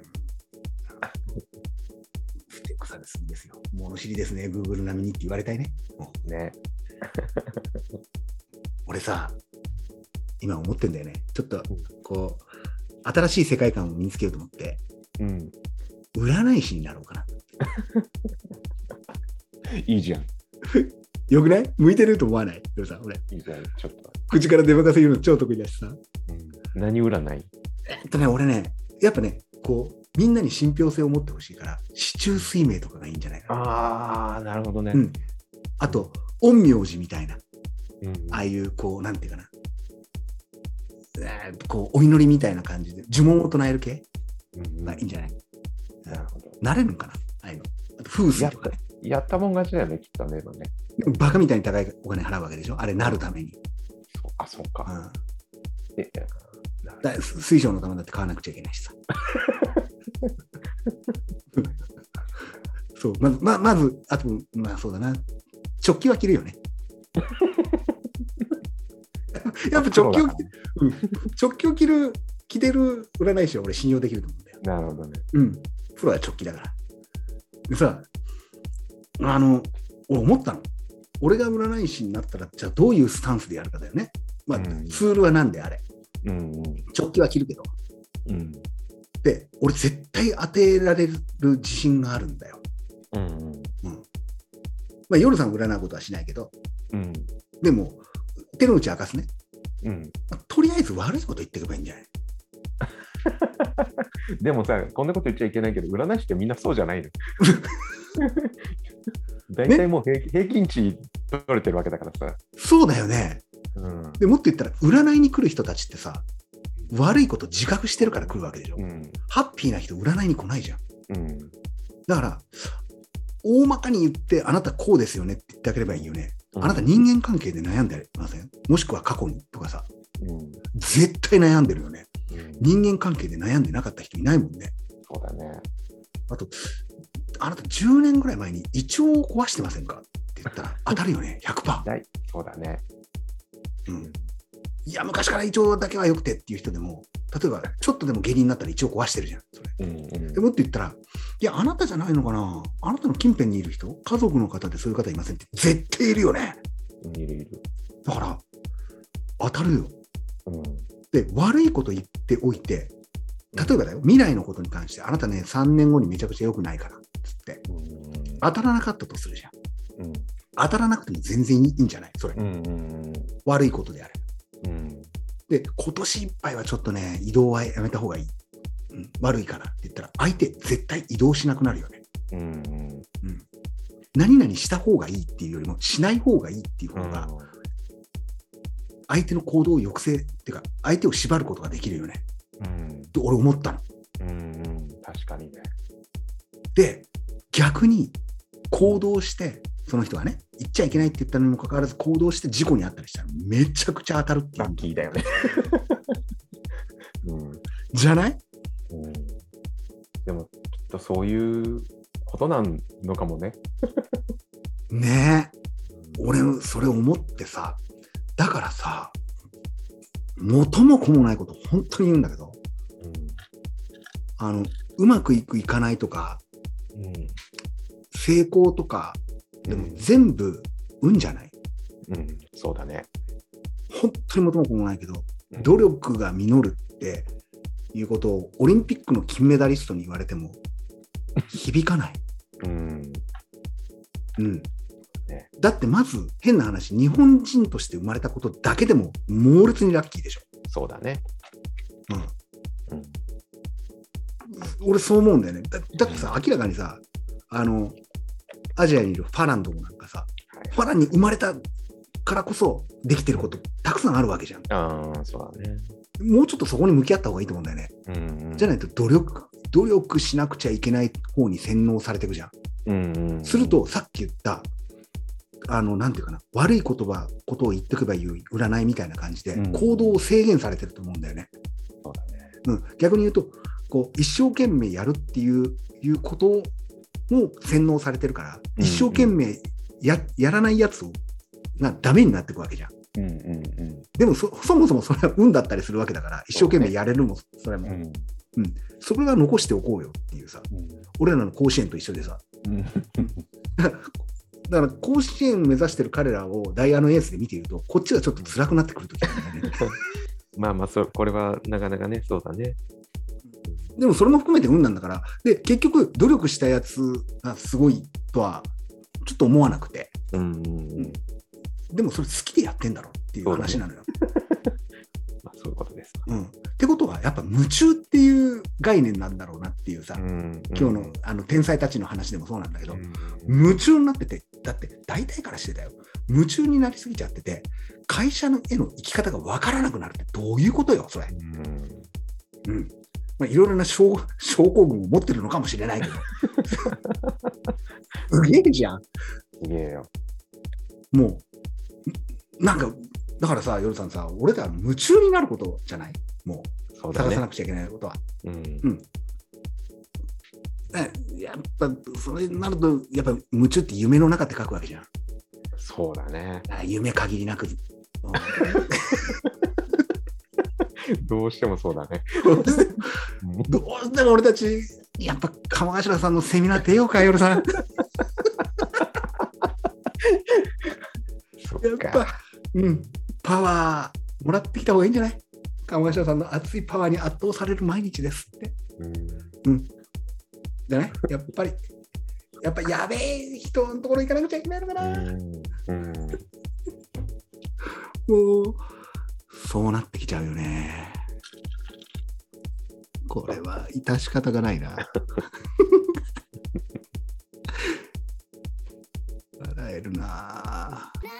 Speaker 1: ふてくさですんですよ。物知りですね、Google 並みにって言われたいね。
Speaker 3: ね。
Speaker 1: 俺さ、今思ってんだよね。ちょっと
Speaker 3: うん、
Speaker 1: こう、新しい世界観を身につけようと思って、
Speaker 3: うん。
Speaker 1: 占い師になろうかな。
Speaker 3: いいじゃん。い
Speaker 1: よくない向いてると思わないでもさ、俺、
Speaker 3: いじゃん。ちょっと。
Speaker 1: 口から出任せ言うの超得意だしさ。
Speaker 3: 何占い
Speaker 1: えっとね、俺ね、やっぱね、こう、みんなに信憑性を持ってほしいから、市中水明とかがいいんじゃないかな。
Speaker 3: ああ、なるほどね
Speaker 1: うん。あと、陰陽師みたいな、
Speaker 3: うん
Speaker 1: ああいう、こう、なんていうかな。えーこう、お祈りみたいな感じで、呪文を唱える系
Speaker 3: うん
Speaker 1: がいいんじゃない
Speaker 3: なるほど。
Speaker 1: なれるのかなああいうの。あと、風水とかね。
Speaker 3: やったもん勝ちだよね、きっとね。今ね
Speaker 1: でもバカみたいに高いお金払うわけでしょあれ、なるために。
Speaker 3: そうあ、そう
Speaker 1: う
Speaker 3: か。
Speaker 1: ん。
Speaker 3: え
Speaker 1: だ水晶のためだって買わなくちゃいけない しさ。そうまずままず、あと、まあそうだな、食器は着る よね。やっぱ直球
Speaker 3: 黒
Speaker 1: を
Speaker 3: だか
Speaker 1: 直球を着る、着てる占い師は俺信用できると思うんだよ。
Speaker 3: らなるほどね。
Speaker 1: うん。プロは直球だから。でさ、あの、俺思ったの。俺が占い師になったら、じゃあどういうスタンスでやるかだよね。まあ、
Speaker 3: うん
Speaker 1: ツールは何であれ。
Speaker 3: うんうん。
Speaker 1: 直球は着るけど。
Speaker 3: うん。
Speaker 1: で俺絶対当てられる自信があるんだよ。
Speaker 3: うん。
Speaker 1: うんまあ、夜さん占うことはしないけど
Speaker 3: うん。
Speaker 1: でも手の内明かすね、
Speaker 3: うん。
Speaker 1: まあとりあえず悪いこと言ってけばいいんじゃない
Speaker 3: でもさ、こんなこと言っちゃいけないけど、占い師ってみんなそうじゃない の。大体もう平平均値取れてるわけだからさ。
Speaker 1: そうだよね
Speaker 3: うん。
Speaker 1: でもっと言ったら占いに来る人たちってさ悪いこと自覚してるから来るわけでしょ、
Speaker 3: うん。
Speaker 1: ハッピーな人占いに来ないじゃん
Speaker 3: うん。
Speaker 1: だから大まかに言ってあなたこうですよねって言ってあげればいいよ
Speaker 3: う
Speaker 1: ね、
Speaker 3: ん
Speaker 1: あなた人間関係で悩んでませんもしくは過去にとかさ
Speaker 3: うん。うん
Speaker 1: 絶対悩んでるよね人間関係で悩んでなかった人いないもんね
Speaker 3: そうだね。
Speaker 1: あと、あなた10年ぐらい前に胃腸を壊してませんかって言ったら当たるよね、100%。
Speaker 3: 大そうだね。
Speaker 1: うん、いや、昔から胃腸だけは良くてっていう人でも、例えばちょっとでも下痢になったら胃腸壊してるじゃん。それ
Speaker 3: うんうん
Speaker 1: でもっと言ったら、いや、あなたじゃないのかな、あなたの近辺にいる人、家族の方でそういう方いませんって絶対いるよね。
Speaker 3: うんいるいる。
Speaker 1: だから、当たるよ。
Speaker 3: うん。
Speaker 1: で、悪いこと言っておいて、例えばだよ、未来のことに関して、あなたね、3年後にめちゃくちゃ良くないから、つって、
Speaker 3: うん
Speaker 1: 当たらなかったとするじゃん。
Speaker 3: うん
Speaker 1: 当たらなくても全然いいんじゃないそれ、
Speaker 3: うんうん
Speaker 1: 悪いことであれ
Speaker 3: うん
Speaker 1: で今年いっぱいはちょっとね移動はやめた方がいい、うん、悪いからって言ったら相手絶対移動しなくなるよね
Speaker 3: うんうん
Speaker 1: 何々した方がいいっていうよりもしない方がいいっていう方が相手の行動を抑制っていうか相手を縛ることができるよね
Speaker 3: うん
Speaker 1: と俺思ったの
Speaker 3: うん確かにね。
Speaker 1: で逆に行動してその人がね言っちゃいけないって言ったのにもかかわらず行動して事故に遭ったりしたらめちゃくちゃ当たるってい
Speaker 3: ラッ
Speaker 1: う
Speaker 3: キーだよね。 うん
Speaker 1: じゃない
Speaker 3: うんでもきっとそういうことなんのかもね。
Speaker 1: ねえ俺それ思ってさだからさ元も子もないこと本当に言うんだけどあのうまくいくいかないとか
Speaker 3: うん
Speaker 1: 成功とかで
Speaker 3: う
Speaker 1: も
Speaker 3: ん
Speaker 1: 全部運じゃない
Speaker 3: うんそうだね。
Speaker 1: 本当に元も子もないけど
Speaker 3: うん
Speaker 1: 努力が実るっていうことをオリンピックの金メダリストに言われても響かない、
Speaker 3: うん
Speaker 1: うん
Speaker 3: ね、
Speaker 1: だってまず変な話日本人として生まれたことだけでも猛烈にラッキーでしょ、
Speaker 3: そうだね。
Speaker 1: うん、
Speaker 3: うん
Speaker 1: 俺そう思うんだよね。だだってさ、明らかにさ、あの、アジアにいるファランともなんかさ、
Speaker 3: はい
Speaker 1: ファランに生まれたからこそできてることたくさんあるわけじゃん。
Speaker 3: ああそうだね。
Speaker 1: もうちょっとそこに向き合った方がいいと思うんだよね。
Speaker 3: うんうん
Speaker 1: じゃないと努力、努力しなくちゃいけない方に洗脳されていくじゃん。
Speaker 3: うんうん
Speaker 1: すると、さっき言った、あの、なんていうかな、悪い言葉、ことを言っておけばいい占いみたいな感じで、
Speaker 2: うん
Speaker 1: 行動を制限されてると思うんだよね。
Speaker 2: そうだね。
Speaker 1: うん、逆に言うと、こう、一生懸命やるっていう、いうことも洗脳されてるから、
Speaker 2: うん
Speaker 1: 一生懸命や、やらないやつを、がダメになっていくわけじゃん。
Speaker 2: うんうん
Speaker 1: でもそ、そもそもそれは運だったりするわけだから、一生懸命やれるも、それ
Speaker 2: うん。
Speaker 1: も、
Speaker 2: うん
Speaker 1: それは残しておこうよっていうさ、俺らの甲子園と一緒でさ、
Speaker 2: うん
Speaker 1: だから甲子園目指してる彼らをダイヤのエースで見ていると、こっちがちょっと辛くなってくる ときなんだよね。
Speaker 3: まあまあそう、これはなかなかね、そうだね。
Speaker 1: でもそれも含めて運なんだから、で、結局、努力したやつがすごいとは、ちょっと思わなくて、
Speaker 3: うんうんうん、
Speaker 1: でもそれ好きでやってんだろっていう話なのよ。
Speaker 3: まあそういうことです。
Speaker 1: うん、ってことは、やっぱ夢中っていう概念なんだろうなっていうさ、
Speaker 3: ん、
Speaker 1: 今日のあの天才たちの話でもそうなんだけど、
Speaker 3: うん
Speaker 1: 夢中になってて、だって大体からしてだよ、夢中になりすぎちゃってて、会社のへの生き方が分からなくなるってどういうことよ、それ。
Speaker 3: うん
Speaker 1: うんまあ、いろいろな症症候群を持ってるのかもしれないけど。すげえじゃん。
Speaker 3: すげえよ。
Speaker 1: もう、んなんか、だからさ、ヨルさんさ、俺ら夢中になることじゃないも
Speaker 3: そう
Speaker 1: う、
Speaker 3: だ
Speaker 1: 探さな
Speaker 3: ね。
Speaker 1: くちゃいけないことは。
Speaker 3: うん
Speaker 1: ねやっぱ、それになると、やっぱ夢中って夢の中って書くわけじゃん。
Speaker 3: そうだ ね。
Speaker 1: あ夢限りなく。
Speaker 3: どうしてもそうだね。うん
Speaker 1: どうしても俺たち、やっぱ、鎌頭さんのセミナー出ようか、ヨルさん。
Speaker 3: そ
Speaker 1: やっ
Speaker 3: っか。
Speaker 1: ぱ、うん、パワーもらってきた方がいいんじゃない鴨頭さんの熱いパワーに圧倒される毎日ですって。
Speaker 3: うん
Speaker 1: じゃないやっぱり、やっぱやべえ人のところ行かなくちゃいけないのかな。
Speaker 3: うんうん
Speaker 1: もう、そうなってきちゃうよね。これは致し方がな いな。笑えるなぁ。